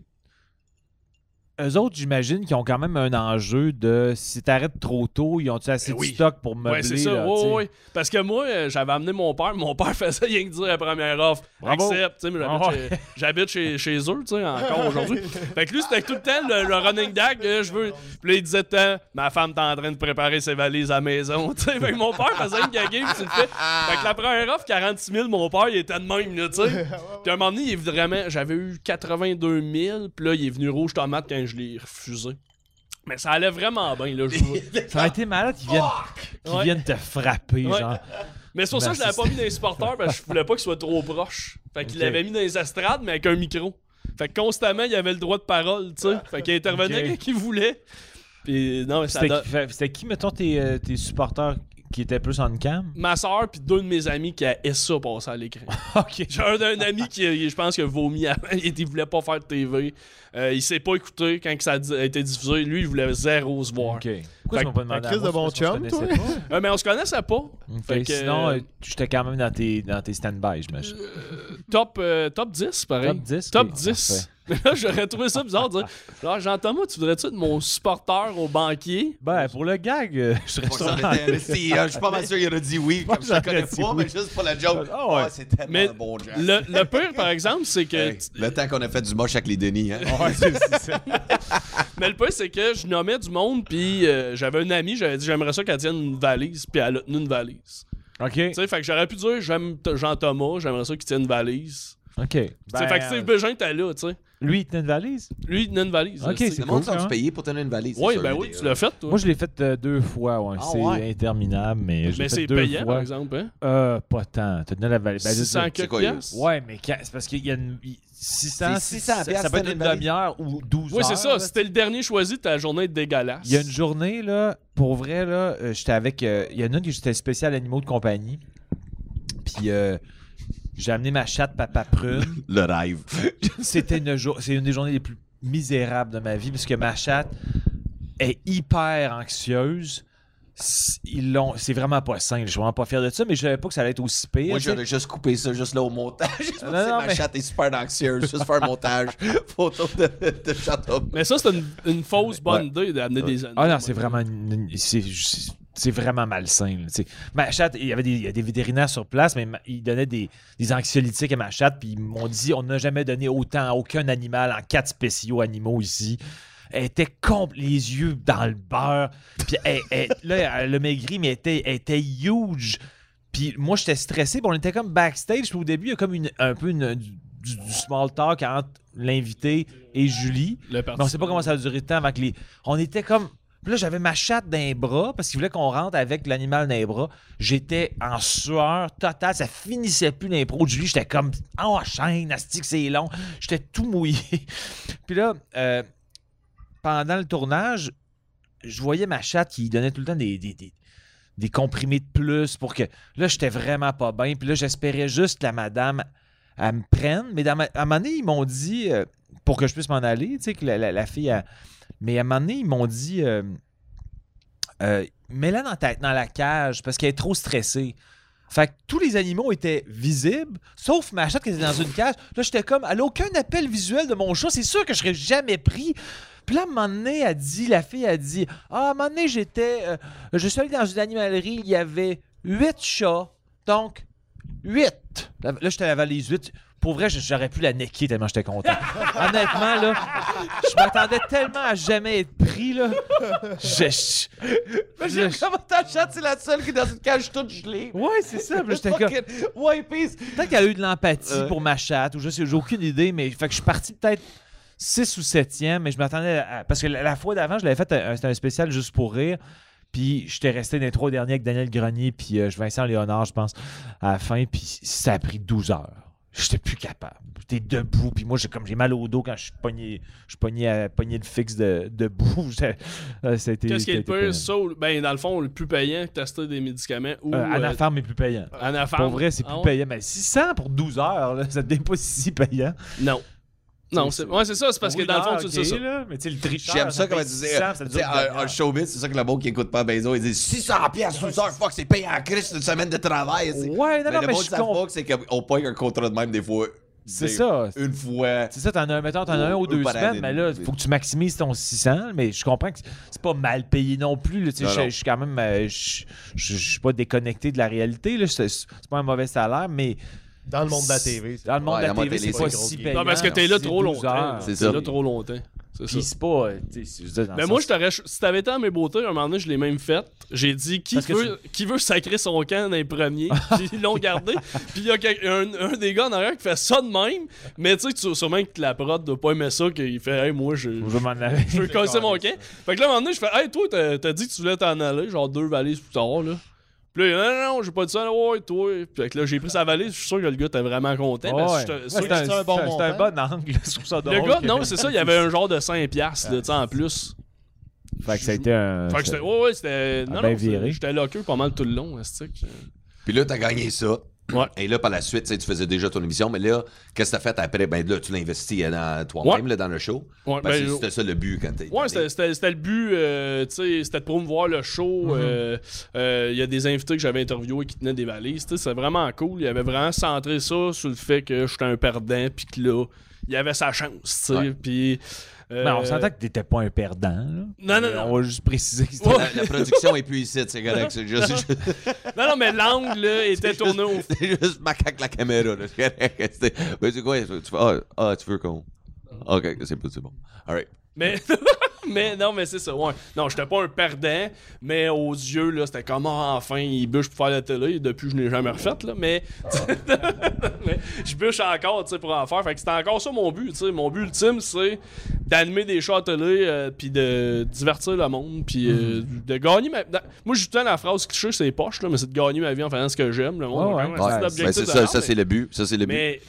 [SPEAKER 1] eux autres, j'imagine, qui ont quand même un enjeu de si t'arrêtes trop tôt, ils ont-tu assez
[SPEAKER 2] Eh oui.
[SPEAKER 1] de stock pour meubler?
[SPEAKER 2] Ouais, c'est ça.
[SPEAKER 1] là,
[SPEAKER 2] ouais,
[SPEAKER 1] tu sais?
[SPEAKER 2] ouais. Parce que moi, euh, j'avais amené mon père. Mon père faisait rien que dire la première offre.
[SPEAKER 1] Bravo.
[SPEAKER 2] Accepte. tu sais, mais j'habite,
[SPEAKER 1] Ah
[SPEAKER 2] chez, j'habite chez, chez eux, tu sais, encore aujourd'hui. fait que lui, c'était tout le temps le, le running gag. euh, je veux. Puis là, il disait tout le temps, ma femme t'es en train de préparer ses valises à la maison. tu sais. fait que mon père faisait une gaguer, puis tu le fais. Fait que la première offre, 46 000, mon père, il était de même, là, tu sais. Puis à un moment donné, il est vraiment. J'avais eu 82 000, puis là, il est venu rouge tomate quand je l'ai refusé. Mais ça allait vraiment bien, là, je vois.
[SPEAKER 1] Ça aurait été malade qu'ils viennent, qu'ils
[SPEAKER 2] Ouais.
[SPEAKER 1] viennent te frapper,
[SPEAKER 2] Ouais.
[SPEAKER 1] genre.
[SPEAKER 2] Mais c'est pour ça que je l'avais
[SPEAKER 1] Merci.
[SPEAKER 2] pas mis dans les supporters parce que je voulais pas qu'il soit trop proche. Fait qu'il
[SPEAKER 1] Ok.
[SPEAKER 2] l'avait mis dans les estrades, mais avec un micro. Fait que constamment, il avait le droit de parole, tu sais. Fait qu'il intervenait
[SPEAKER 1] Ok.
[SPEAKER 2] quand il voulait. Puis non, mais ça
[SPEAKER 1] C'était
[SPEAKER 2] donne-
[SPEAKER 1] qui, fait- c'était qui, mettons, tes, euh, tes supporters qui étaient plus en cam?
[SPEAKER 2] Ma soeur puis deux de mes amis qui a ça passer à l'écran.
[SPEAKER 1] OK.
[SPEAKER 2] J'ai un d'un ami qui, je pense, qu'il a vomi avant. Il, il voulait pas faire de TV. Euh, il s'est pas écouté quand que ça a été diffusé. Lui, il voulait zéro se voir.
[SPEAKER 1] OK. Pourquoi
[SPEAKER 2] Fait
[SPEAKER 1] tu m'as pas demandé
[SPEAKER 4] Fait que Chris
[SPEAKER 1] à
[SPEAKER 4] de
[SPEAKER 1] moi,
[SPEAKER 4] bon
[SPEAKER 1] c'est parce qu'on
[SPEAKER 4] chum,
[SPEAKER 1] se connaissait pas.
[SPEAKER 2] Euh, mais on se connaissait pas.
[SPEAKER 1] Ok,
[SPEAKER 2] Fait que,
[SPEAKER 1] Sinon,
[SPEAKER 2] euh,
[SPEAKER 1] euh, j'étais quand même dans tes, dans tes stand-by, j'imagine.
[SPEAKER 2] Top, euh, top 10, pareil.
[SPEAKER 1] Top 10,
[SPEAKER 2] Top
[SPEAKER 1] ok,
[SPEAKER 2] 10. Mais là, j'aurais trouvé ça bizarre de dire Genre, Jean-Thomas, tu voudrais-tu être mon supporter au banquier
[SPEAKER 1] Ben, pour le gag, euh, je
[SPEAKER 3] Moi,
[SPEAKER 1] reste
[SPEAKER 3] ça aurait été- si, euh, je suis pas mal sûr qu'il aurait dit oui,
[SPEAKER 1] Moi,
[SPEAKER 3] comme je le
[SPEAKER 1] j'aurais
[SPEAKER 3] connais
[SPEAKER 1] dit
[SPEAKER 3] pas,
[SPEAKER 1] oui.
[SPEAKER 3] mais juste pour la joke.
[SPEAKER 1] Ah ouais.
[SPEAKER 3] Ah, c'est tellement
[SPEAKER 2] Mais
[SPEAKER 3] bon, Jack.
[SPEAKER 2] le, le pire, par exemple, c'est que.
[SPEAKER 3] Hey, le temps qu'on a fait du moche avec les Denis. Hein.
[SPEAKER 2] Mais le pire, c'est que je nommais du monde, puis euh, j'avais un ami, j'avais dit J'aimerais ça qu'elle tienne une valise, puis elle a tenu une valise.
[SPEAKER 1] OK.
[SPEAKER 2] Tu sais, fait que j'aurais pu dire J'aime t- Jean-Thomas, j'aimerais ça qu'il tienne une valise.
[SPEAKER 1] OK.
[SPEAKER 2] Tu sais,
[SPEAKER 1] Ben,
[SPEAKER 2] fait que, tu sais, Bégin était là, tu sais.
[SPEAKER 1] lui, il tenait une valise?
[SPEAKER 2] Lui, il tenait une valise.
[SPEAKER 1] Ok,
[SPEAKER 2] tu sais.
[SPEAKER 1] c'est
[SPEAKER 3] Le monde
[SPEAKER 1] cool,
[SPEAKER 3] s'en
[SPEAKER 1] hein?
[SPEAKER 3] payer pour tenir une valise. c'est
[SPEAKER 2] Oui,
[SPEAKER 3] sûr,
[SPEAKER 2] ben
[SPEAKER 3] les
[SPEAKER 2] oui,
[SPEAKER 3] dés,
[SPEAKER 2] tu
[SPEAKER 3] là.
[SPEAKER 2] l'as fait, toi.
[SPEAKER 1] Moi, je l'ai fait euh, deux fois, ouais.
[SPEAKER 3] Ah
[SPEAKER 1] c'est
[SPEAKER 3] ouais?
[SPEAKER 1] interminable, mais je
[SPEAKER 2] mais
[SPEAKER 1] l'ai
[SPEAKER 2] c'est
[SPEAKER 1] fait deux
[SPEAKER 2] payant,
[SPEAKER 1] fois.
[SPEAKER 2] par exemple, hein.
[SPEAKER 1] Euh, pas tant. Tu tenais la valise. Ben, je veux dire,
[SPEAKER 2] 600
[SPEAKER 3] c'est
[SPEAKER 2] quelques
[SPEAKER 3] quoi,
[SPEAKER 2] piastres.
[SPEAKER 1] Ouais, mais quand- c'est parce qu'il y a une... il- 600,
[SPEAKER 3] C'est 600
[SPEAKER 1] ça- ça,
[SPEAKER 3] piastres,
[SPEAKER 1] peut être
[SPEAKER 3] t'as
[SPEAKER 1] une
[SPEAKER 3] une valise.
[SPEAKER 1] demi-heure ou 12
[SPEAKER 2] Oui,
[SPEAKER 1] heures.
[SPEAKER 2] c'est
[SPEAKER 1] là.
[SPEAKER 2] ça. C'était le dernier choisi, ta journée est dégueulasse.
[SPEAKER 1] Il y a une journée, là, pour vrai, là, euh, j'étais avec. euh, il y en a une que j'étais spécial animaux de compagnie. Puis euh, j'ai amené ma chatte Papa Prune.
[SPEAKER 3] Le rêve.
[SPEAKER 1] C'était une, jour- c'est une des journées les plus misérables de ma vie, parce que ma chatte est hyper anxieuse. S- Ils l'ont, c'est vraiment pas sain. Je suis vraiment pas fier de ça, mais je savais pas que ça allait être aussi pire.
[SPEAKER 3] Moi,
[SPEAKER 1] tu sais.
[SPEAKER 3] j'aurais juste coupé ça juste là au montage. Juste
[SPEAKER 1] Non,
[SPEAKER 3] parce que
[SPEAKER 1] non,
[SPEAKER 3] ma
[SPEAKER 1] mais-
[SPEAKER 3] chatte est super anxieuse. Juste faire un montage. Photo de, de chatte.
[SPEAKER 2] Mais ça, c'est une, une fausse bonne idée d'amener des animaux.
[SPEAKER 1] Ah non, c'est vraiment, une- une- c'est, c'est- c'est vraiment malsain. là, tu sais. ma chatte, il y avait des, il y a des vétérinaires sur place, mais ma- ils donnaient des, des anxiolytiques à ma chatte, puis ils m'ont dit on n'a jamais donné autant à aucun animal en quatre spéciaux animaux ici. Elle était compl- les yeux dans le beurre. Puis elle, elle- là, elle a maigri, mais elle était, elle était huge. Puis moi, j'étais stressé. Puis on était comme backstage. Puis au début, il y a comme une, un peu une, du, du small talk entre l'invité et Julie.
[SPEAKER 2] Le
[SPEAKER 1] Mais on sait pas comment ça a duré de temps avant que les. On était comme. Puis là, j'avais ma chatte d'un bras parce qu'il voulait qu'on rentre avec l'animal d'un bras. J'étais en sueur totale. Ça finissait plus l'impro de Julie. J'étais comme en chaîne, astique, c'est long. J'étais tout mouillé. Puis là, euh, pendant le tournage, je voyais ma chatte qui donnait tout le temps des, des, des- des comprimés de plus pour que. Là, j'étais vraiment pas bien. Puis là, j'espérais juste que la madame, elle me prenne. Mais dans ma- à un moment donné, ils m'ont dit, euh, pour que je puisse m'en aller, tu sais, que la, la- la fille. elle- Mais à un moment donné, ils m'ont dit. euh, euh, mets-la dans, ta- dans la cage parce qu'elle est trop stressée. Fait que tous les animaux étaient visibles, sauf ma chatte qui était dans une cage. Là, j'étais comme, elle a aucun appel visuel de mon chat. C'est sûr que je serais jamais pris. Puis là, à un moment donné, elle dit, la fille a dit, ah, à un moment donné, j'étais, euh, je suis allé dans une animalerie, il y avait huit chats. Donc, huit. Là, là, j'étais à la valise huit. Pour vrai, je- j'aurais pu la necker tellement j'étais content. Honnêtement, là, je m'attendais tellement à jamais être pris, là. Je- je-
[SPEAKER 3] J'aime comment ta chatte, c'est la seule qui est dans une cage toute gelée.
[SPEAKER 1] Ouais, c'est ça. Puis là, j'étais comme-
[SPEAKER 3] Fucking- Ouais, peace.
[SPEAKER 1] Peut-être qu'elle a eu de l'empathie
[SPEAKER 3] Ouais.
[SPEAKER 1] pour ma chatte, ou je sais, j'ai aucune idée, mais fait que je suis parti peut-être 6 ou 7e, mais je m'attendais à. Parce que la, la fois d'avant, je l'avais fait, un- c'était un spécial juste pour rire. Puis j'étais resté dans les trois derniers avec Daniel Grenier, puis euh, Vincent Léonard, je pense, à la fin, puis ça a pris 12 heures. J'étais plus capable. J'étais debout, puis moi, j'ai comme j'ai mal au dos quand je suis pogné, je suis pogné à pogner le fixe de, debout. J'ai- euh, ça a été-
[SPEAKER 2] Qu'est-ce qui
[SPEAKER 1] ça
[SPEAKER 2] est
[SPEAKER 1] a
[SPEAKER 2] le
[SPEAKER 1] été
[SPEAKER 2] pire?
[SPEAKER 1] pénible.
[SPEAKER 2] Ça, ou- ben, dans le fond, le plus payant, tester des médicaments ou.
[SPEAKER 1] Euh,
[SPEAKER 2] euh,
[SPEAKER 1] Anafarm est plus payant.
[SPEAKER 2] Anafarm.
[SPEAKER 1] Pour vrai, c'est plus
[SPEAKER 2] Ah ouais?
[SPEAKER 1] payant. Mais 600 pour 12 heures, là, ça devient pas si payant.
[SPEAKER 2] Non. Non, c'est ouais, c'est ça, c'est parce que
[SPEAKER 1] Oui,
[SPEAKER 2] dans le fond,
[SPEAKER 1] ah,
[SPEAKER 2] tu
[SPEAKER 1] ok,
[SPEAKER 2] sais ça.
[SPEAKER 1] Là, mais tu sais, le tricheur.
[SPEAKER 3] J'aime ça,
[SPEAKER 1] fait
[SPEAKER 3] comment tu disais.
[SPEAKER 1] 600, ça
[SPEAKER 3] Tu sais,
[SPEAKER 1] dure une
[SPEAKER 3] un, un
[SPEAKER 1] heure.
[SPEAKER 3] showbiz, c'est ça que le monde qui écoute pas Benzo, il dit 600 piastres, 12 heures, fuck, c'est payé en crise une semaine de travail. c'est-
[SPEAKER 1] Ouais, non,
[SPEAKER 3] Mais
[SPEAKER 1] non,
[SPEAKER 3] le
[SPEAKER 1] mais
[SPEAKER 3] monde
[SPEAKER 1] je
[SPEAKER 3] savent pas
[SPEAKER 1] comprends.
[SPEAKER 3] que c'est qu'on paye un contrat de même des fois.
[SPEAKER 1] C'est
[SPEAKER 3] Des-
[SPEAKER 1] ça.
[SPEAKER 3] Une fois.
[SPEAKER 1] C'est ça, t'en as un, mettons, t'en as un ou
[SPEAKER 3] Ou- ou
[SPEAKER 1] deux
[SPEAKER 3] par
[SPEAKER 1] semaines,
[SPEAKER 3] année,
[SPEAKER 1] mais là,
[SPEAKER 3] oui.
[SPEAKER 1] faut que tu maximises ton 600, mais je comprends que c'est pas mal payé non plus. là, tu sais,
[SPEAKER 3] Non,
[SPEAKER 1] je-
[SPEAKER 3] non.
[SPEAKER 1] Je suis quand même, euh, je je- je suis pas déconnecté de la réalité, là, c'est c'est pas un mauvais salaire, mais
[SPEAKER 4] Dans le monde de la TV. c'est-
[SPEAKER 1] dans le monde
[SPEAKER 3] Ouais,
[SPEAKER 1] de
[SPEAKER 3] la
[SPEAKER 1] la
[SPEAKER 3] mode
[SPEAKER 1] TV,
[SPEAKER 3] télé,
[SPEAKER 1] c'est
[SPEAKER 3] c'est
[SPEAKER 1] pas
[SPEAKER 3] une grosse
[SPEAKER 1] si
[SPEAKER 3] game.
[SPEAKER 1] payant.
[SPEAKER 2] Non, parce que t'es là
[SPEAKER 1] c'est
[SPEAKER 2] trop
[SPEAKER 1] 12
[SPEAKER 2] longtemps.
[SPEAKER 1] heures.
[SPEAKER 3] C'est
[SPEAKER 2] T'es
[SPEAKER 3] ça.
[SPEAKER 2] là trop longtemps. C'est ça.
[SPEAKER 1] Puis c'est pas. euh, tu sais, je veux dire, dans le
[SPEAKER 2] Ben moi,
[SPEAKER 1] sens-
[SPEAKER 2] je t'aurais. Si t'avais été en mes beautés, à un moment donné, je l'ai même fait. J'ai dit qui
[SPEAKER 1] Parce que
[SPEAKER 2] veut, qui veut sacrer son camp dans les premiers. Puis ils l'ont gardé. Puis il y a quel- un, un des gars en arrière qui fait ça de même. Mais tu sais, tu- sûrement que la prod doit pas aimer ça. Qu'il fait, hey, moi, je.
[SPEAKER 1] je veux m'en aller.
[SPEAKER 2] Je veux casser mon camp. Fait que là, à un moment donné, je fais, hey, toi, t'as t'as dit que tu voulais t'en aller, genre deux valises plus tard, là. Puis là, non, non, non, j'ai pas dit ça, là, ouais, toi. Puis fait que là, j'ai pris sa valise, je suis sûr que le gars était vraiment content.
[SPEAKER 1] Ouais,
[SPEAKER 2] parce que
[SPEAKER 1] ouais.
[SPEAKER 2] j'étais-
[SPEAKER 1] Ouais,
[SPEAKER 2] sûr
[SPEAKER 1] c'est
[SPEAKER 2] que-
[SPEAKER 1] un,
[SPEAKER 4] c'est un bon
[SPEAKER 1] c'est un- c'est un
[SPEAKER 4] montant.
[SPEAKER 1] bon angle, je trouve ça drôle.
[SPEAKER 2] hein. le gars,
[SPEAKER 1] que-
[SPEAKER 2] non, c'est ça, il y avait un genre de 5 piastres, là, tu sais, en plus.
[SPEAKER 1] Fait que ça a été un.
[SPEAKER 2] Fait que c'était, ouais, ouais, c'était, non,
[SPEAKER 1] ben
[SPEAKER 2] non,
[SPEAKER 1] viré.
[SPEAKER 2] c'était- j'étais loqueux pas mal tout le long, stick.
[SPEAKER 3] Puis là, t'as gagné ça.
[SPEAKER 2] Ouais.
[SPEAKER 3] Et là, par la suite, tu sais, tu faisais déjà ton émission, mais là, qu'est-ce que t'as fait après? Ben là, tu l'as investi euh, dans toi-même,
[SPEAKER 2] Ouais.
[SPEAKER 3] là, dans le show.
[SPEAKER 2] Ouais,
[SPEAKER 3] Parce que
[SPEAKER 2] ben,
[SPEAKER 3] c'était ça le but quand t'es.
[SPEAKER 2] Ouais, c'était- c'était c'était le but, euh, tu sais, c'était de promouvoir le
[SPEAKER 1] Mhm.
[SPEAKER 2] show. euh, euh, Il y a des invités que j'avais interviewés qui tenaient des valises, tu sais, c'est vraiment cool. Il avait vraiment centré ça sur le fait que j'étais un perdant, puis que là, il avait sa chance, tu sais,
[SPEAKER 3] Ouais.
[SPEAKER 2] puis... euh,
[SPEAKER 1] Mais Ben, on s'entend que t'étais pas un perdant. là.
[SPEAKER 2] Non, non,
[SPEAKER 1] Euh,
[SPEAKER 2] non.
[SPEAKER 1] On va juste préciser que c'était.
[SPEAKER 2] Ouais.
[SPEAKER 3] La, la production est plus ici, c'est correct. C'est juste, juste-
[SPEAKER 2] Non, non, mais l'angle là, était tourné au...
[SPEAKER 3] c'est juste macaque la caméra. là, C'est correct. C'est- Mais c'est quoi? Tu fais- Ah, ah, tu veux qu'on. Ah, Ok, c'est bon, c'est bon. All right.
[SPEAKER 2] Mais, mais non, mais c'est ça, ouais. Non, j'étais pas un perdant, mais aux yeux, là, c'était comme, Ah, enfin, il bûche pour faire la télé. Depuis, je n'ai jamais refait, là, mais... mais je bûche encore, tu sais, pour en faire. Fait que c'était encore ça mon but, tu sais. Mon but ultime, c'est d'animer des shows à télé, euh, puis de divertir le monde, puis euh,
[SPEAKER 1] Mm-hmm.
[SPEAKER 2] de gagner ma... dans- Moi, j'ai tout le temps la phrase cliché, c'est poche, là, mais c'est de gagner ma vie en faisant ce que j'aime, le monde.
[SPEAKER 1] Ouais, ouais.
[SPEAKER 2] Donc,
[SPEAKER 1] Ouais,
[SPEAKER 2] c'est l'objectif
[SPEAKER 3] Ben, c'est
[SPEAKER 2] de
[SPEAKER 3] ça,
[SPEAKER 2] l'art,
[SPEAKER 3] ça
[SPEAKER 2] mais-
[SPEAKER 3] c'est le but. Ça, c'est le but.
[SPEAKER 2] Mais,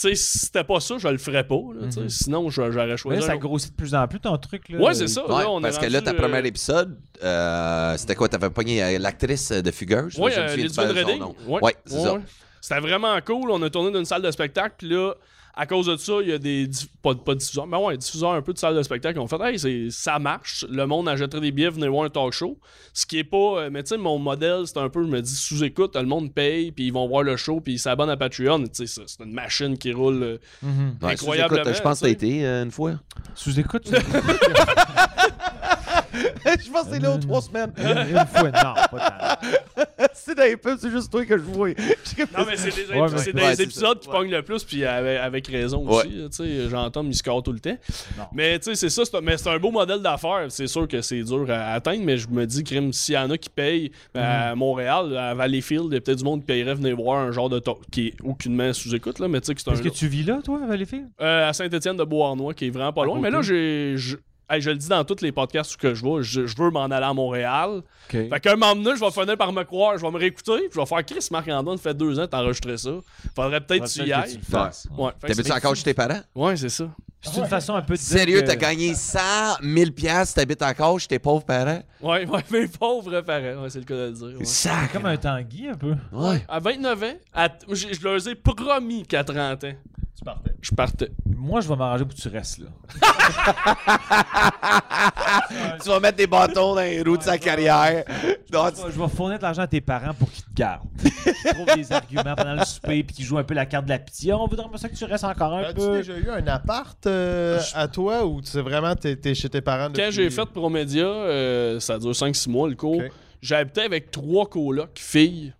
[SPEAKER 2] tu sais, si c'était pas ça, je le ferais pas, là, tu sais. Sinon, je- j'aurais
[SPEAKER 1] Là,
[SPEAKER 2] choisi... un
[SPEAKER 1] Mm-hmm. ça
[SPEAKER 2] autre-
[SPEAKER 1] grossit de plus en plus ton truc. Là.
[SPEAKER 2] Ouais, c'est ça.
[SPEAKER 3] Ouais,
[SPEAKER 2] là, on est
[SPEAKER 3] parce que
[SPEAKER 2] rendu,
[SPEAKER 3] là, ta
[SPEAKER 2] euh,
[SPEAKER 3] première épisode, euh, c'était quoi? T'avais pogné euh, l'actrice euh, de Fugueuse?
[SPEAKER 2] Ouais,
[SPEAKER 3] je me
[SPEAKER 2] euh,
[SPEAKER 3] souviens
[SPEAKER 2] Ludwig
[SPEAKER 3] pas de son
[SPEAKER 2] Redding.
[SPEAKER 3] nom.
[SPEAKER 2] Ouais,
[SPEAKER 3] Ouais, c'est
[SPEAKER 2] ouais,
[SPEAKER 3] ça.
[SPEAKER 2] ouais. C'était vraiment cool. On a tourné d'une salle de spectacle. Puis là, à cause de ça, il y a des. diff- Pas, pas de diffuseurs, mais ouais, diffuseurs un peu de salle de spectacle qui ont fait Hey, c'est- ça marche. Le monde achèterait des billets, venez voir un talk show. Ce qui est pas. euh, mais tu sais, mon modèle, c'est un peu, je me dis sous écoute, le monde paye, puis ils vont voir le show, puis ils s'abonnent à Patreon. Tu sais, ça, c'est une machine qui roule. euh,
[SPEAKER 1] Mhm.
[SPEAKER 3] Ouais,
[SPEAKER 2] Incroyablement,
[SPEAKER 3] écoute, Je pense que t'as
[SPEAKER 2] tu sais.
[SPEAKER 3] été euh, une fois.
[SPEAKER 1] Sous-écoute, tu-
[SPEAKER 3] je pense que t'es là aux trois semaines.
[SPEAKER 1] une fois. Non, pas tant.
[SPEAKER 3] c'est dans les pubs, c'est juste toi que je vois.
[SPEAKER 2] Non, mais c'est des,
[SPEAKER 1] Ouais, mais-
[SPEAKER 2] c'est des
[SPEAKER 3] Ouais, c'est
[SPEAKER 2] épisodes
[SPEAKER 3] ça.
[SPEAKER 2] qui pognent le plus, puis euh, avec, avec raison
[SPEAKER 3] Ouais.
[SPEAKER 2] aussi. là, tu sais, J'entends, il score tout le temps.
[SPEAKER 1] Non.
[SPEAKER 2] Mais tu sais, c'est ça, c'est un, mais c'est un beau modèle d'affaires. C'est sûr que c'est dur à atteindre, mais je me dis, crime, s'il y en a qui payent ben, à
[SPEAKER 1] Mm.
[SPEAKER 2] Montréal, à Valleyfield, il y a peut-être du monde qui paierait venir voir un genre de talk qui est aucunement sous-écoute, là, mais tu sais que c'est un.
[SPEAKER 1] Est-ce que tu vis là, toi, Valéfil?
[SPEAKER 2] Euh, à Saint-Étienne de Beauharnois, qui est vraiment pas loin.
[SPEAKER 1] côté.
[SPEAKER 2] Mais là, j'ai. Je... hey, je le dis dans tous les podcasts où que je vais, je, je veux m'en aller à Montréal.
[SPEAKER 1] Ok.
[SPEAKER 2] Fait qu'un moment donné, je vais finir par me croire, je vais me réécouter, puis je vais faire Chris Marc-Antoine, fait deux ans, t'as enregistré ça. Faudrait peut-être que tu y ailles. Ouais, fait que
[SPEAKER 3] T'habites-tu encore chez tes parents?
[SPEAKER 2] c'est- Ouais, c'est ça.
[SPEAKER 1] C'est une façon un peu de. dire
[SPEAKER 3] Sérieux,
[SPEAKER 1] que-
[SPEAKER 3] t'as gagné 100 000 piastres, t'habites encore chez tes pauvres parents?
[SPEAKER 2] Ouais, ouais, mes pauvres parents, ouais, c'est le cas de le dire. ouais.
[SPEAKER 3] Sac!
[SPEAKER 1] Comme un Tanguy, un peu.
[SPEAKER 3] Ouais.
[SPEAKER 2] À 29 ans, à t- j'ai- je leur ai promis qu'à 30 ans,
[SPEAKER 1] Tu partais.
[SPEAKER 2] je partais.
[SPEAKER 1] Moi, je vais m'arranger pour que tu restes là.
[SPEAKER 3] Tu vas mettre des bâtons dans les roues de sa carrière. Non, tu-
[SPEAKER 1] Je vais fournir de l'argent à tes parents pour qu'ils te gardent. Je trouve des arguments pendant le souper puis qu'ils jouent un peu la carte de la pitié. On voudrait ça que tu restes encore un
[SPEAKER 4] As-tu
[SPEAKER 1] peu.
[SPEAKER 4] déjà eu un appart euh, à toi ou tu sais vraiment t'es t'es chez tes parents
[SPEAKER 2] Quand
[SPEAKER 4] depuis-
[SPEAKER 2] j'ai fait Promédia, euh, ça dure 5-6 mois le cours,
[SPEAKER 4] Ok.
[SPEAKER 2] j'habitais avec trois colocs, filles.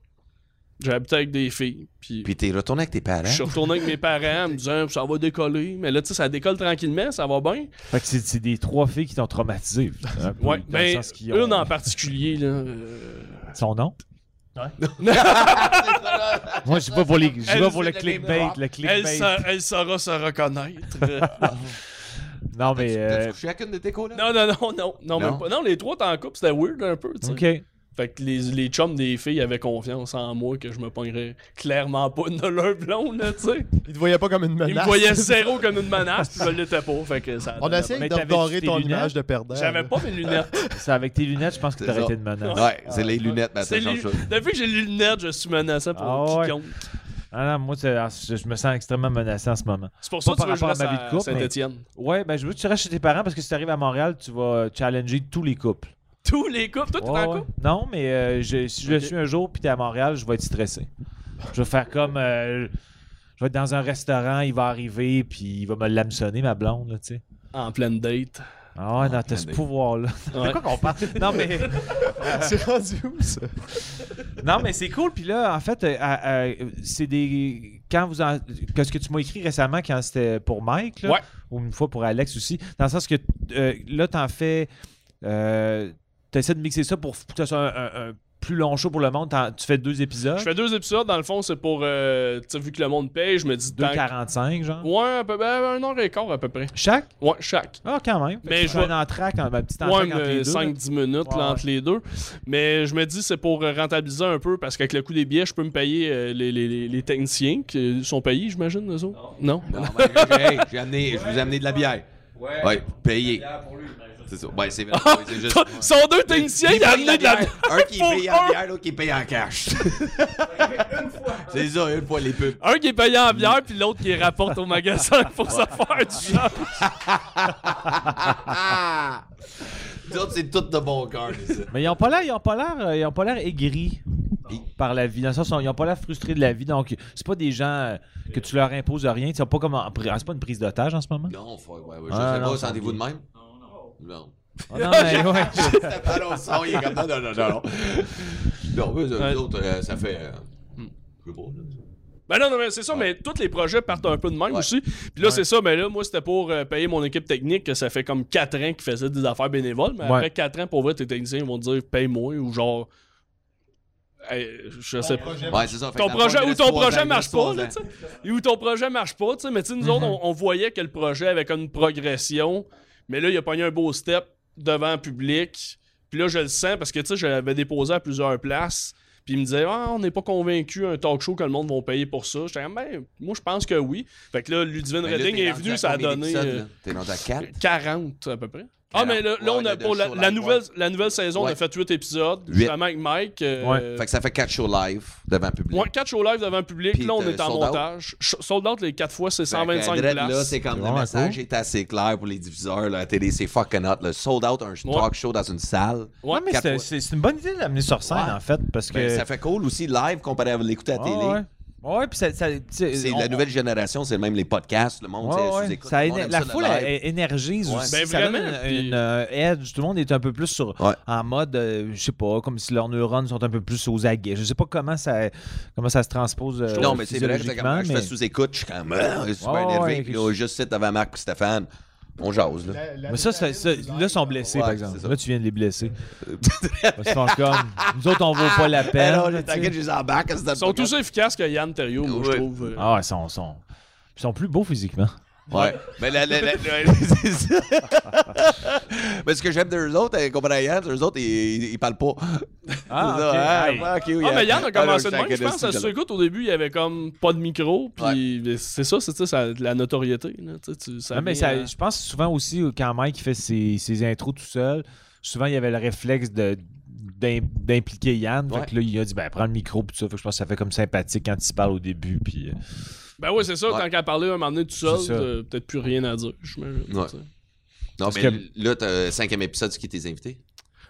[SPEAKER 2] J'habitais avec des filles. Puis,
[SPEAKER 3] Puis t'es retourné avec tes
[SPEAKER 1] hein?
[SPEAKER 3] parents?
[SPEAKER 2] je suis retourné avec mes parents en me disant ça va décoller. Mais là, tu sais, ça décolle tranquillement, ça va bien.
[SPEAKER 1] Fait que c'est c'est des trois filles qui t'ont traumatisé. un peu,
[SPEAKER 2] Ouais,
[SPEAKER 1] dans le
[SPEAKER 2] mais
[SPEAKER 1] sens qu'ils ont-
[SPEAKER 2] une en particulier, là. euh,
[SPEAKER 1] Son nom? Moi, je vais pour, les, je vais
[SPEAKER 2] Elle,
[SPEAKER 1] pour le
[SPEAKER 3] c'est le
[SPEAKER 1] clickbait.
[SPEAKER 3] même
[SPEAKER 1] Le
[SPEAKER 2] elle,
[SPEAKER 1] clickbait.
[SPEAKER 2] sa- elle saura se reconnaître. Euh,
[SPEAKER 1] Non, mais.
[SPEAKER 3] T'as-tu
[SPEAKER 1] euh,
[SPEAKER 3] couché avec une de tes colas?
[SPEAKER 2] non, non, non, non, non,
[SPEAKER 3] Non.
[SPEAKER 2] même pas. Non, les trois t'es en couple, c'était weird un peu, tu sais.
[SPEAKER 1] euh, OK.
[SPEAKER 2] Fait que les, les chums des filles avaient confiance en moi que je me pognerais clairement pas une de leur blonde, là, tu sais.
[SPEAKER 4] Ils te voyaient pas comme une menace.
[SPEAKER 2] Ils me voyaient zéro comme une menace, puis je l'étais pas. Fait que ça.
[SPEAKER 4] On a essayé
[SPEAKER 1] Mais
[SPEAKER 4] de
[SPEAKER 1] t'avais-tu
[SPEAKER 4] redorer
[SPEAKER 1] tes
[SPEAKER 4] ton
[SPEAKER 1] lunettes?
[SPEAKER 4] image de perdant.
[SPEAKER 2] J'avais
[SPEAKER 4] là.
[SPEAKER 2] pas mes lunettes.
[SPEAKER 1] C'est avec tes lunettes, je pense que
[SPEAKER 3] C'est
[SPEAKER 1] t'as arrêté
[SPEAKER 3] ça.
[SPEAKER 1] de menacer.
[SPEAKER 3] Ouais, c'est les lunettes, mais
[SPEAKER 2] Ah. C'est
[SPEAKER 3] ça change
[SPEAKER 2] les-
[SPEAKER 3] ça.
[SPEAKER 2] Depuis que j'ai les lunettes, je suis menaçant pour
[SPEAKER 1] Ah ouais.
[SPEAKER 2] quiconque.
[SPEAKER 1] Ah non, moi, c'est- ah, je, je me sens extrêmement menacé en ce moment.
[SPEAKER 2] C'est pour
[SPEAKER 1] Pas
[SPEAKER 2] ça que tu
[SPEAKER 1] par
[SPEAKER 2] veux que je
[SPEAKER 1] rapport à
[SPEAKER 2] reste
[SPEAKER 1] ma vie de
[SPEAKER 2] à,
[SPEAKER 1] couple, mais-
[SPEAKER 2] Saint-Étienne.
[SPEAKER 1] Ouais, ben je veux que tu restes chez tes parents parce que si t'arrives à Montréal, tu vas euh, challenger tous les couples.
[SPEAKER 2] Tous les couples, toi, Ah, t'es
[SPEAKER 1] Ouais,
[SPEAKER 2] en
[SPEAKER 1] ouais.
[SPEAKER 2] couple?
[SPEAKER 1] Non, mais euh, je- si je le
[SPEAKER 2] Ok.
[SPEAKER 1] suis un jour puis t'es à Montréal, je vais être stressé. Je vais faire comme. euh, je vais être dans un restaurant, il va arriver puis il va me l'hameçonner, ma blonde, là, tu sais.
[SPEAKER 2] En pleine date.
[SPEAKER 1] Ah ouais, non, t'as ce
[SPEAKER 3] attendez.
[SPEAKER 1] pouvoir-là.
[SPEAKER 2] Ouais.
[SPEAKER 1] qu'on parle? Non, mais.
[SPEAKER 4] C'est rendu où ça?
[SPEAKER 1] Non, mais c'est cool. Puis là, en fait, euh, euh, euh, c'est des. Quand vous. En... Qu'est-ce que tu m'as écrit récemment quand c'était pour Mike, là,
[SPEAKER 2] Ouais.
[SPEAKER 1] ou une fois pour Alex aussi, dans le sens que euh, là, t'en fais. Euh, t'essaies de mixer ça pour que ça soit un, un- un plus long show pour le monde, t'en- tu fais deux épisodes.
[SPEAKER 2] Je fais deux épisodes, dans le fond, c'est pour. euh, tu sais, vu que le monde paye, je me dis. tant que-
[SPEAKER 1] 2,45, genre.
[SPEAKER 2] Ouais, un, peu, ben, un heure et quart à peu près.
[SPEAKER 1] Chaque?
[SPEAKER 2] Ouais, chaque.
[SPEAKER 1] Ah, quand même.
[SPEAKER 2] Mais
[SPEAKER 1] je
[SPEAKER 2] je
[SPEAKER 1] fais un entraque, un petit
[SPEAKER 2] Ouais,
[SPEAKER 1] entraque entre les deux.
[SPEAKER 2] 5-10 euh, minutes
[SPEAKER 1] Ouais,
[SPEAKER 2] là, entre les deux. Mais je me dis, c'est pour euh, rentabiliser un peu parce qu'avec le coût des billets, je peux me payer euh, les, les- les- les techniciens qui sont payés, j'imagine, eux autres. Non.
[SPEAKER 3] Non, mais j'ai- ben, hey, j'ai amené, je vous ai amené de la bière. Ouais, payé. C'est ça. Ouais, c'est vrai. Ouais, Ah, c'est juste.
[SPEAKER 2] Sont deux techniciens,
[SPEAKER 3] Il
[SPEAKER 2] il a
[SPEAKER 3] paye la
[SPEAKER 2] amené de la
[SPEAKER 3] bière. Un qui
[SPEAKER 2] Pour
[SPEAKER 3] paye en bière, l'autre qui paye en cash. C'est ça, une fois les pubs.
[SPEAKER 2] Un qui est payé en bière, puis l'autre qui rapporte au magasin pour se faire du change.
[SPEAKER 3] Ah! Nous autres, c'est tout de bon cœur, les ça.
[SPEAKER 1] Mais ils ont pas l'air, ils ont pas l'air, euh, ils ont pas l'air aigris par la vie. Dans le sens, où ils ont pas l'air frustrés de la vie. Donc, c'est pas des gens euh, que tu leur imposes rien. Ils sont pas comme, en pri- c'est pas une prise d'otage en ce moment.
[SPEAKER 3] Non, fuck, ouais, ouais. Je
[SPEAKER 1] Ah,
[SPEAKER 3] sais
[SPEAKER 1] non,
[SPEAKER 3] pas,
[SPEAKER 1] c'est
[SPEAKER 3] sentez-vous de
[SPEAKER 1] bien.
[SPEAKER 3] même? Non, non.
[SPEAKER 1] Ah, non, mais ouais.
[SPEAKER 3] Non. non, son, il est comme non, non, non, non. Non, eux, eux
[SPEAKER 2] Ouais.
[SPEAKER 3] autres, euh, ça fait. euh, je sais pas, là.
[SPEAKER 2] Ben non, non, mais c'est ça, mais tous les projets partent un peu de même
[SPEAKER 3] Ouais.
[SPEAKER 2] aussi. Puis là, c'est ça, mais là, moi, c'était pour euh, payer mon équipe technique, que ça fait comme 4 ans qu'ils faisaient des affaires bénévoles. Mais
[SPEAKER 1] Ouais.
[SPEAKER 2] après 4 ans, pour vrai, tes techniciens ils vont te dire paye-moi ou genre. Hey, je sais pas.
[SPEAKER 3] Ouais, c'est ça. Fait que
[SPEAKER 2] Ton
[SPEAKER 3] dans le
[SPEAKER 2] projet,
[SPEAKER 3] fond, il
[SPEAKER 2] ou
[SPEAKER 3] reste
[SPEAKER 2] ton
[SPEAKER 3] trois ans,
[SPEAKER 2] projet
[SPEAKER 3] il
[SPEAKER 2] marche
[SPEAKER 3] reste
[SPEAKER 2] pas,
[SPEAKER 3] trois
[SPEAKER 2] là,
[SPEAKER 3] ans.
[SPEAKER 2] tu sais. Ou ton projet marche pas, tu sais. Mais tu sais, nous
[SPEAKER 3] Mhm.
[SPEAKER 2] autres, on, on voyait que le projet avait comme une progression. Mais là, il a pogné un beau step devant le public. Puis là, je le sens parce que, tu sais, je l'avais déposé à plusieurs places. Puis il me disait, ah, on n'est pas convaincu un talk show que le monde va payer pour ça. J'étais comme, ben, moi, je pense que oui. Fait que là, Ludivine
[SPEAKER 3] Mais Ben, là,
[SPEAKER 2] Redding
[SPEAKER 3] t'es
[SPEAKER 2] est
[SPEAKER 3] rendu à
[SPEAKER 2] venue, ça a
[SPEAKER 3] combien
[SPEAKER 2] donné
[SPEAKER 3] d'épisodes,
[SPEAKER 2] euh,
[SPEAKER 3] là? T'es rendu à 4.
[SPEAKER 2] 40 à peu près. Ah,
[SPEAKER 3] 40,
[SPEAKER 2] mais là, là,
[SPEAKER 3] ouais,
[SPEAKER 2] on a,
[SPEAKER 3] de- de
[SPEAKER 2] pour la,
[SPEAKER 3] show
[SPEAKER 2] la
[SPEAKER 3] live,
[SPEAKER 2] nouvelle,
[SPEAKER 3] ouais.
[SPEAKER 2] la nouvelle saison, on
[SPEAKER 3] Ouais.
[SPEAKER 2] a fait 8 épisodes,
[SPEAKER 3] Huit.
[SPEAKER 2] justement avec Mike. euh,
[SPEAKER 1] Ouais.
[SPEAKER 3] Fait que ça fait 4 shows live devant public.
[SPEAKER 2] Ouais, 4 shows live devant le public.
[SPEAKER 3] Puis
[SPEAKER 2] là, on
[SPEAKER 3] t'as
[SPEAKER 2] est en
[SPEAKER 3] sold out.
[SPEAKER 2] montage. Ch- Sold out les 4 fois, c'est
[SPEAKER 3] Fait que,
[SPEAKER 2] 125
[SPEAKER 3] Dredd,
[SPEAKER 2] places.
[SPEAKER 3] Là, c'est comme le
[SPEAKER 1] vraiment
[SPEAKER 3] message
[SPEAKER 1] Ah, cool.
[SPEAKER 3] est assez clair pour les diffuseurs. Là, la télé, c'est fucking hot. Là. Sold out un
[SPEAKER 2] Ouais.
[SPEAKER 3] talk show dans une salle.
[SPEAKER 2] Ouais,
[SPEAKER 1] Ouais, mais
[SPEAKER 3] quatre
[SPEAKER 1] c'est-
[SPEAKER 3] fois.
[SPEAKER 1] c'est c'est une bonne idée de l'amener sur scène,
[SPEAKER 3] Ouais.
[SPEAKER 1] en fait, parce que.
[SPEAKER 3] Ben, ça fait cool aussi live comparé à l'écouter à la
[SPEAKER 1] Ah,
[SPEAKER 3] télé.
[SPEAKER 1] ouais. Ouais, puis ça. ça tu sais,
[SPEAKER 3] C'est
[SPEAKER 1] on-
[SPEAKER 3] la nouvelle génération, c'est même les podcasts, le monde,
[SPEAKER 1] Ouais,
[SPEAKER 3] c'est
[SPEAKER 1] ouais.
[SPEAKER 3] sous-écoute,
[SPEAKER 1] Ça
[SPEAKER 3] le monde
[SPEAKER 1] éner-
[SPEAKER 3] aime
[SPEAKER 1] la
[SPEAKER 3] ça, le
[SPEAKER 1] foule
[SPEAKER 3] live.
[SPEAKER 1] elle- elle énergise
[SPEAKER 3] Ouais.
[SPEAKER 1] aussi.
[SPEAKER 2] Ben,
[SPEAKER 1] ça
[SPEAKER 2] vraiment,
[SPEAKER 1] donne une,
[SPEAKER 2] puis-
[SPEAKER 1] une, euh, edge. Tout le monde est un peu plus sur,
[SPEAKER 3] Ouais.
[SPEAKER 1] en mode, euh, je sais pas, comme si leurs neurones sont un peu plus aux aguets. Je sais pas comment ça, comment ça se transpose. euh,
[SPEAKER 3] non, mais c'est vrai, que c'est comme,
[SPEAKER 1] physiologiquement,
[SPEAKER 3] quand je
[SPEAKER 1] mais-
[SPEAKER 3] fais sous-écoute, je suis comme, ah, je suis super
[SPEAKER 1] Ouais, ouais, Ben,
[SPEAKER 3] énervé.
[SPEAKER 1] ouais,
[SPEAKER 3] Puis
[SPEAKER 1] quelque
[SPEAKER 3] là, juste sit devant Marc et Stéphane, on jase, là.
[SPEAKER 1] Mais ça, ça, ça- là, ils sont blessés,
[SPEAKER 3] Ouais,
[SPEAKER 1] par
[SPEAKER 3] c'est
[SPEAKER 1] exemple.
[SPEAKER 3] ça.
[SPEAKER 1] Là, tu viens de les blesser. Ils sont comme, nous autres, on vaut pas la peine.
[SPEAKER 3] Ah, non,
[SPEAKER 1] ben, tu sais.
[SPEAKER 3] t'inquiète, je les embarque. c'est dans le
[SPEAKER 2] Ils sont tous
[SPEAKER 3] podcast.
[SPEAKER 2] efficaces que Yann Terriot, moi, je
[SPEAKER 3] Ouais.
[SPEAKER 2] trouve. euh.
[SPEAKER 1] Ah, ils sont, sont, ils sont plus beaux physiquement.
[SPEAKER 3] Ouais. Mais, la, la- la- la- c'est ça. Mais ce que j'aime d'eux autres, euh, comparé à Yann, eux autres, ils, ils- ils parlent pas.
[SPEAKER 1] Ah,
[SPEAKER 3] C'est ça,
[SPEAKER 1] ok.
[SPEAKER 3] ah,
[SPEAKER 1] Hey.
[SPEAKER 3] fuck you,
[SPEAKER 2] Ah, mais Yann a commencé
[SPEAKER 3] Ah,
[SPEAKER 2] de
[SPEAKER 3] non,
[SPEAKER 2] même, je pense.
[SPEAKER 3] t'inquiète,
[SPEAKER 2] À ce écoute, au début, il y avait comme pas de micro. Puis c'est ça, c'est ça, ça, de la notoriété. là, tu sais, tu- ça
[SPEAKER 1] Non, Ah, mais
[SPEAKER 2] vient,
[SPEAKER 1] ça-
[SPEAKER 2] euh,
[SPEAKER 1] je pense souvent aussi euh, quand Mike fait ses, ses intros tout seul, souvent il y avait le réflexe de d'im- d'impliquer Yann.
[SPEAKER 3] Ouais.
[SPEAKER 1] Fait que là, il a dit ben prends le micro pis tout ça. Fait que je pense que ça fait comme sympathique quand il se parle au début. Puis, euh,
[SPEAKER 2] Ben ouais, c'est ça.
[SPEAKER 3] Ouais.
[SPEAKER 2] Tant qu'à parler, un moment donné, tout seul,
[SPEAKER 1] C'est ça.
[SPEAKER 2] t'as peut-être plus rien à dire. j'imagine, tu
[SPEAKER 3] Ouais.
[SPEAKER 2] sais.
[SPEAKER 3] Non,
[SPEAKER 1] Parce
[SPEAKER 3] mais
[SPEAKER 1] que-
[SPEAKER 3] là, t'as le cinquième épisode, c'est qui tes invités?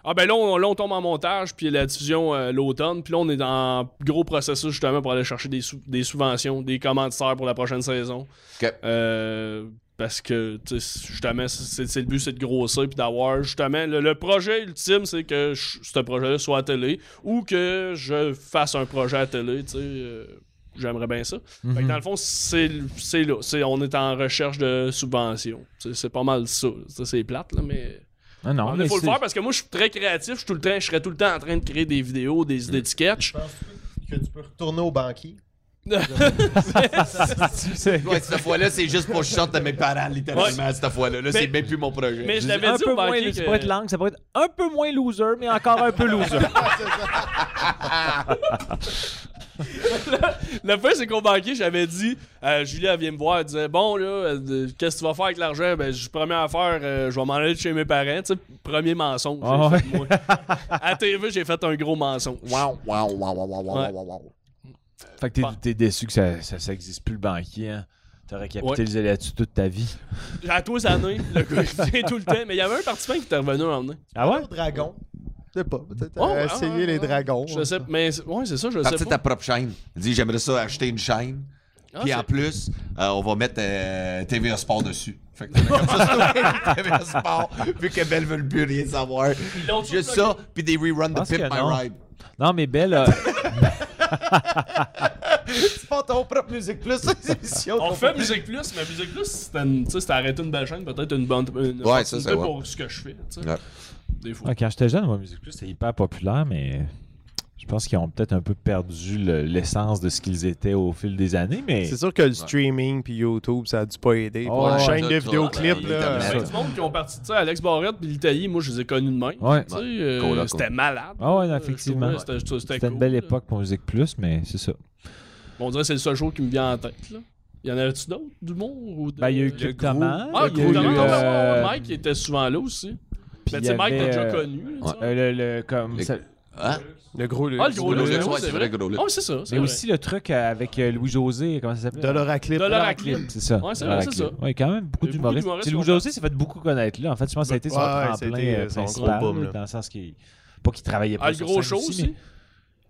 [SPEAKER 2] Ah ben là on, là, on tombe en montage, puis la diffusion euh, l'automne, puis là, on est dans un gros processus justement pour aller chercher des, sou- des subventions, des commanditaires pour la prochaine saison.
[SPEAKER 3] Ok.
[SPEAKER 2] Euh, parce que, tu sais, justement, c'est c'est le but, c'est de grossir, puis d'avoir, justement, le, le projet ultime, c'est que je- ce projet-là soit à télé, ou que je fasse un projet à télé, tu sais... euh, J'aimerais bien ça. Fait que dans le fond, c'est l- c'est là. C'est- On est en recherche de subventions. C'est c'est pas mal ça. Ça, C'est plate, là, mais.
[SPEAKER 1] non, non,
[SPEAKER 2] Il
[SPEAKER 1] mais
[SPEAKER 2] faut le
[SPEAKER 1] c'est-
[SPEAKER 2] faire parce que moi, je suis très créatif. Je, suis tout le temps, je serais tout le temps en train de créer des vidéos,
[SPEAKER 1] Mm.
[SPEAKER 2] des idées de sketch.
[SPEAKER 4] penses que tu peux retourner au banquier?
[SPEAKER 1] tu sais,
[SPEAKER 3] Ouais, cette fois-là, c'est juste pour que je sorte de mes parents, littéralement, cette fois-là. Là, c'est même plus mon projet.
[SPEAKER 2] Mais je
[SPEAKER 1] un
[SPEAKER 2] l'avais dit
[SPEAKER 1] peu
[SPEAKER 2] au
[SPEAKER 1] moins,
[SPEAKER 2] banquier
[SPEAKER 1] ça
[SPEAKER 2] que-
[SPEAKER 1] pourrait être langue, ça pourrait être un peu moins loser, mais encore un peu loser.
[SPEAKER 2] Le fait, c'est qu'au banquier, j'avais dit, euh, Julie, elle vient me voir, elle disait, bon, là, euh, de- qu'est-ce que tu vas faire avec l'argent? Ben, je première affaire, euh, je vais m'en aller de chez mes parents. Tu sais, premier mensonge. j'ai
[SPEAKER 1] Ah
[SPEAKER 2] fait, moi. à TV, j'ai fait un gros mensonge.
[SPEAKER 3] Wow, wow, wow, wow, wow, wow, wow, wow.
[SPEAKER 1] fait que t'es- t'es déçu que ça, ça, ça existe plus le banquier. Hein. T'aurais capitalisé là-dessus toute ta vie.
[SPEAKER 2] À tous les années, le gars, il vient tout le temps. Mais il y avait un participant qui était revenu en donné.
[SPEAKER 1] Ah ouais?
[SPEAKER 4] Au dragon. Je sais pas, peut-être
[SPEAKER 2] Ouais, ouais,
[SPEAKER 4] euh, essayer
[SPEAKER 2] ouais,
[SPEAKER 4] les
[SPEAKER 2] ouais.
[SPEAKER 4] dragons. hein.
[SPEAKER 2] Je
[SPEAKER 1] hein,
[SPEAKER 2] sais, mais c'est- ouais, c'est ça, je sais
[SPEAKER 3] Partir
[SPEAKER 2] pas.
[SPEAKER 3] ta propre chaîne. Dis, j'aimerais ça acheter une chaîne.
[SPEAKER 2] Ah,
[SPEAKER 3] Puis
[SPEAKER 2] c'est-
[SPEAKER 3] en plus, euh, on va mettre euh, TVA Sport dessus. Fait que comme ça, c'est TVA Sport, vu que Belle veut le plus rien savoir.
[SPEAKER 2] l'ont tout
[SPEAKER 3] Juste ça, puis des reruns de
[SPEAKER 1] pense
[SPEAKER 3] Pip
[SPEAKER 1] que
[SPEAKER 3] My
[SPEAKER 1] non.
[SPEAKER 3] Ride.
[SPEAKER 1] Non, mais Belle. euh,
[SPEAKER 3] Tu fais ton propre Musique Plus, les émissions.
[SPEAKER 2] On fait Musique Plus, mais Musique Plus, c'était une- tu sais, c'était arrêter une belle chaîne, peut-être une bonne. Une
[SPEAKER 3] Ouais, ça,
[SPEAKER 2] opportunité
[SPEAKER 3] c'est- ouais.
[SPEAKER 2] pour ce que je fais. tu sais.
[SPEAKER 3] Ouais.
[SPEAKER 2] Des fois.
[SPEAKER 1] ah, quand j'étais jeune, moi, Musique Plus, c'était hyper populaire, mais. Je pense qu'ils ont peut-être un peu perdu le- l'essence de ce qu'ils étaient au fil des années, mais
[SPEAKER 4] C'est sûr que le streaming puis YouTube, ça a dû pas aider. Pour
[SPEAKER 1] Oh,
[SPEAKER 4] la chaîne
[SPEAKER 3] ça,
[SPEAKER 4] de
[SPEAKER 3] ça,
[SPEAKER 4] vidéoclips,
[SPEAKER 3] ben,
[SPEAKER 4] là.
[SPEAKER 2] Il y a du monde qui ont parti de ça. Alex Barrette puis l'Italie, moi, je les ai connus de même.
[SPEAKER 1] Ouais.
[SPEAKER 2] Tu sais, euh,
[SPEAKER 3] Cool, là, cool.
[SPEAKER 2] c'était malade.
[SPEAKER 1] Ah ouais,
[SPEAKER 2] Euh,
[SPEAKER 1] effectivement.
[SPEAKER 2] je trouvais, C'était
[SPEAKER 1] c'était une
[SPEAKER 2] cool,
[SPEAKER 1] belle
[SPEAKER 2] là.
[SPEAKER 1] époque pour Musique Plus, mais c'est ça.
[SPEAKER 2] On dirait que c'est le seul show qui me vient en tête. Là. Il y en avait-tu d'autres, d'humour ou de...
[SPEAKER 1] Ben, il y a eu
[SPEAKER 2] Club
[SPEAKER 1] Club Thomas.
[SPEAKER 2] Ah,
[SPEAKER 1] il y a eu,
[SPEAKER 2] Club Thomas, ouais, ouais,
[SPEAKER 1] euh,
[SPEAKER 2] Mike était souvent là aussi.
[SPEAKER 1] puis
[SPEAKER 2] Mais
[SPEAKER 1] il
[SPEAKER 2] tu
[SPEAKER 1] y
[SPEAKER 2] sais, Mike
[SPEAKER 1] avait,
[SPEAKER 2] t'as déjà
[SPEAKER 1] euh,
[SPEAKER 2] connu. là, tu sais.
[SPEAKER 1] euh, le, le- comme,
[SPEAKER 3] Les-
[SPEAKER 1] ça-
[SPEAKER 3] Hein?
[SPEAKER 4] Le gros, le,
[SPEAKER 2] Ah, le gros
[SPEAKER 3] le-
[SPEAKER 2] Lolo,
[SPEAKER 3] le-
[SPEAKER 2] c'est
[SPEAKER 3] le-
[SPEAKER 2] vrai.
[SPEAKER 3] le gros Lolo.
[SPEAKER 2] Ah, c'est ça. c'est
[SPEAKER 1] Mais
[SPEAKER 2] vrai.
[SPEAKER 1] aussi le truc euh, avec euh, Louis-José, comment ça s'appelle?
[SPEAKER 4] Doloraclip.
[SPEAKER 2] Doloraclip.
[SPEAKER 1] C'est ça.
[SPEAKER 2] Ouais, c'est vrai, c'est
[SPEAKER 1] Doloraclip. Ouais, quand même, beaucoup
[SPEAKER 2] Il y a beaucoup
[SPEAKER 1] d'humoristes.
[SPEAKER 2] d'humoristes
[SPEAKER 1] C'est
[SPEAKER 2] qui ont
[SPEAKER 1] Louis-José s'est fait beaucoup connaître, là. En fait, je pense que ça a été son
[SPEAKER 4] Ouais, ouais,
[SPEAKER 1] tremplin
[SPEAKER 4] ça a été,
[SPEAKER 1] euh,
[SPEAKER 4] euh, son
[SPEAKER 1] principal,
[SPEAKER 4] gros boom, là.
[SPEAKER 1] dans le sens qu'il... Pas qu'il travaillait pas
[SPEAKER 2] Ah, le
[SPEAKER 1] sur
[SPEAKER 2] gros
[SPEAKER 1] scène
[SPEAKER 2] show
[SPEAKER 1] aussi,
[SPEAKER 2] aussi.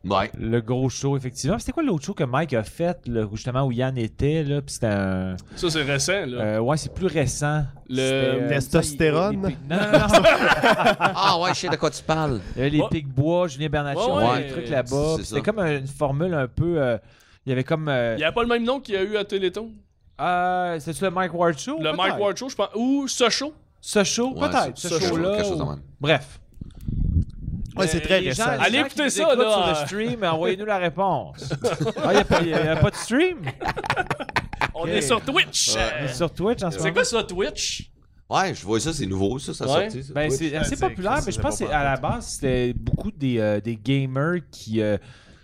[SPEAKER 2] Oh.
[SPEAKER 3] Ouais.
[SPEAKER 1] mais Le gros show, effectivement. C'était quoi l'autre show que Mike a fait, là, où justement, où Yann était, là, puis c'était un...
[SPEAKER 2] Ça, c'est récent, là.
[SPEAKER 1] Euh, ouais, c'est plus récent.
[SPEAKER 2] Le-
[SPEAKER 1] C'était, euh,
[SPEAKER 4] Testostérone?
[SPEAKER 1] les- les- Non, non, non.
[SPEAKER 3] Ah ouais, je sais de quoi tu parles.
[SPEAKER 1] Il y avait les
[SPEAKER 2] Ouais.
[SPEAKER 1] Pics Bois, Julien Bernatchez,
[SPEAKER 2] Ouais,
[SPEAKER 1] ouais,
[SPEAKER 2] ouais.
[SPEAKER 1] des trucs là-bas.
[SPEAKER 3] C'est
[SPEAKER 1] Puis
[SPEAKER 3] ça.
[SPEAKER 1] C'était comme une formule un peu... euh, il y avait comme... euh,
[SPEAKER 2] Il n'y a pas le même nom qu'il y a eu à Téléthon.
[SPEAKER 1] euh, C'est-tu le Mike Ward Show?
[SPEAKER 2] Le Mike
[SPEAKER 1] Peut-être.
[SPEAKER 2] Ward Show, je pense. Ou ce show.
[SPEAKER 1] Ce show,
[SPEAKER 3] Ouais,
[SPEAKER 1] peut-être. Ce,
[SPEAKER 3] ce- ce show,
[SPEAKER 1] show-là.
[SPEAKER 3] quelque chose de
[SPEAKER 1] ou-
[SPEAKER 3] même.
[SPEAKER 1] Bref.
[SPEAKER 4] Ouais, c'est très
[SPEAKER 1] Les gens-
[SPEAKER 4] récent.
[SPEAKER 1] les
[SPEAKER 2] Allez
[SPEAKER 1] gens
[SPEAKER 2] écouter
[SPEAKER 1] qui
[SPEAKER 2] ça,
[SPEAKER 1] nous écoutent
[SPEAKER 2] là.
[SPEAKER 1] sur le stream, envoyez-nous la réponse. Ah, il n'y a, pas de stream?
[SPEAKER 2] On
[SPEAKER 1] Ok.
[SPEAKER 2] est sur Twitch.
[SPEAKER 1] On
[SPEAKER 2] Euh,
[SPEAKER 1] est sur Twitch en ce
[SPEAKER 2] C'est
[SPEAKER 1] moment.
[SPEAKER 2] quoi ça, Twitch?
[SPEAKER 3] Ouais, je vois ça, c'est nouveau, ça, ça
[SPEAKER 2] Ouais.
[SPEAKER 3] sorti. ça.
[SPEAKER 1] Ben,
[SPEAKER 3] Twitch.
[SPEAKER 1] c'est
[SPEAKER 4] Ouais,
[SPEAKER 1] assez
[SPEAKER 4] c'est-
[SPEAKER 1] populaire,
[SPEAKER 4] ça,
[SPEAKER 1] mais je
[SPEAKER 4] c'est
[SPEAKER 1] pense que c'est-
[SPEAKER 4] pas
[SPEAKER 1] à
[SPEAKER 4] mal.
[SPEAKER 1] la base, c'était beaucoup des, euh, des gamers qui, euh,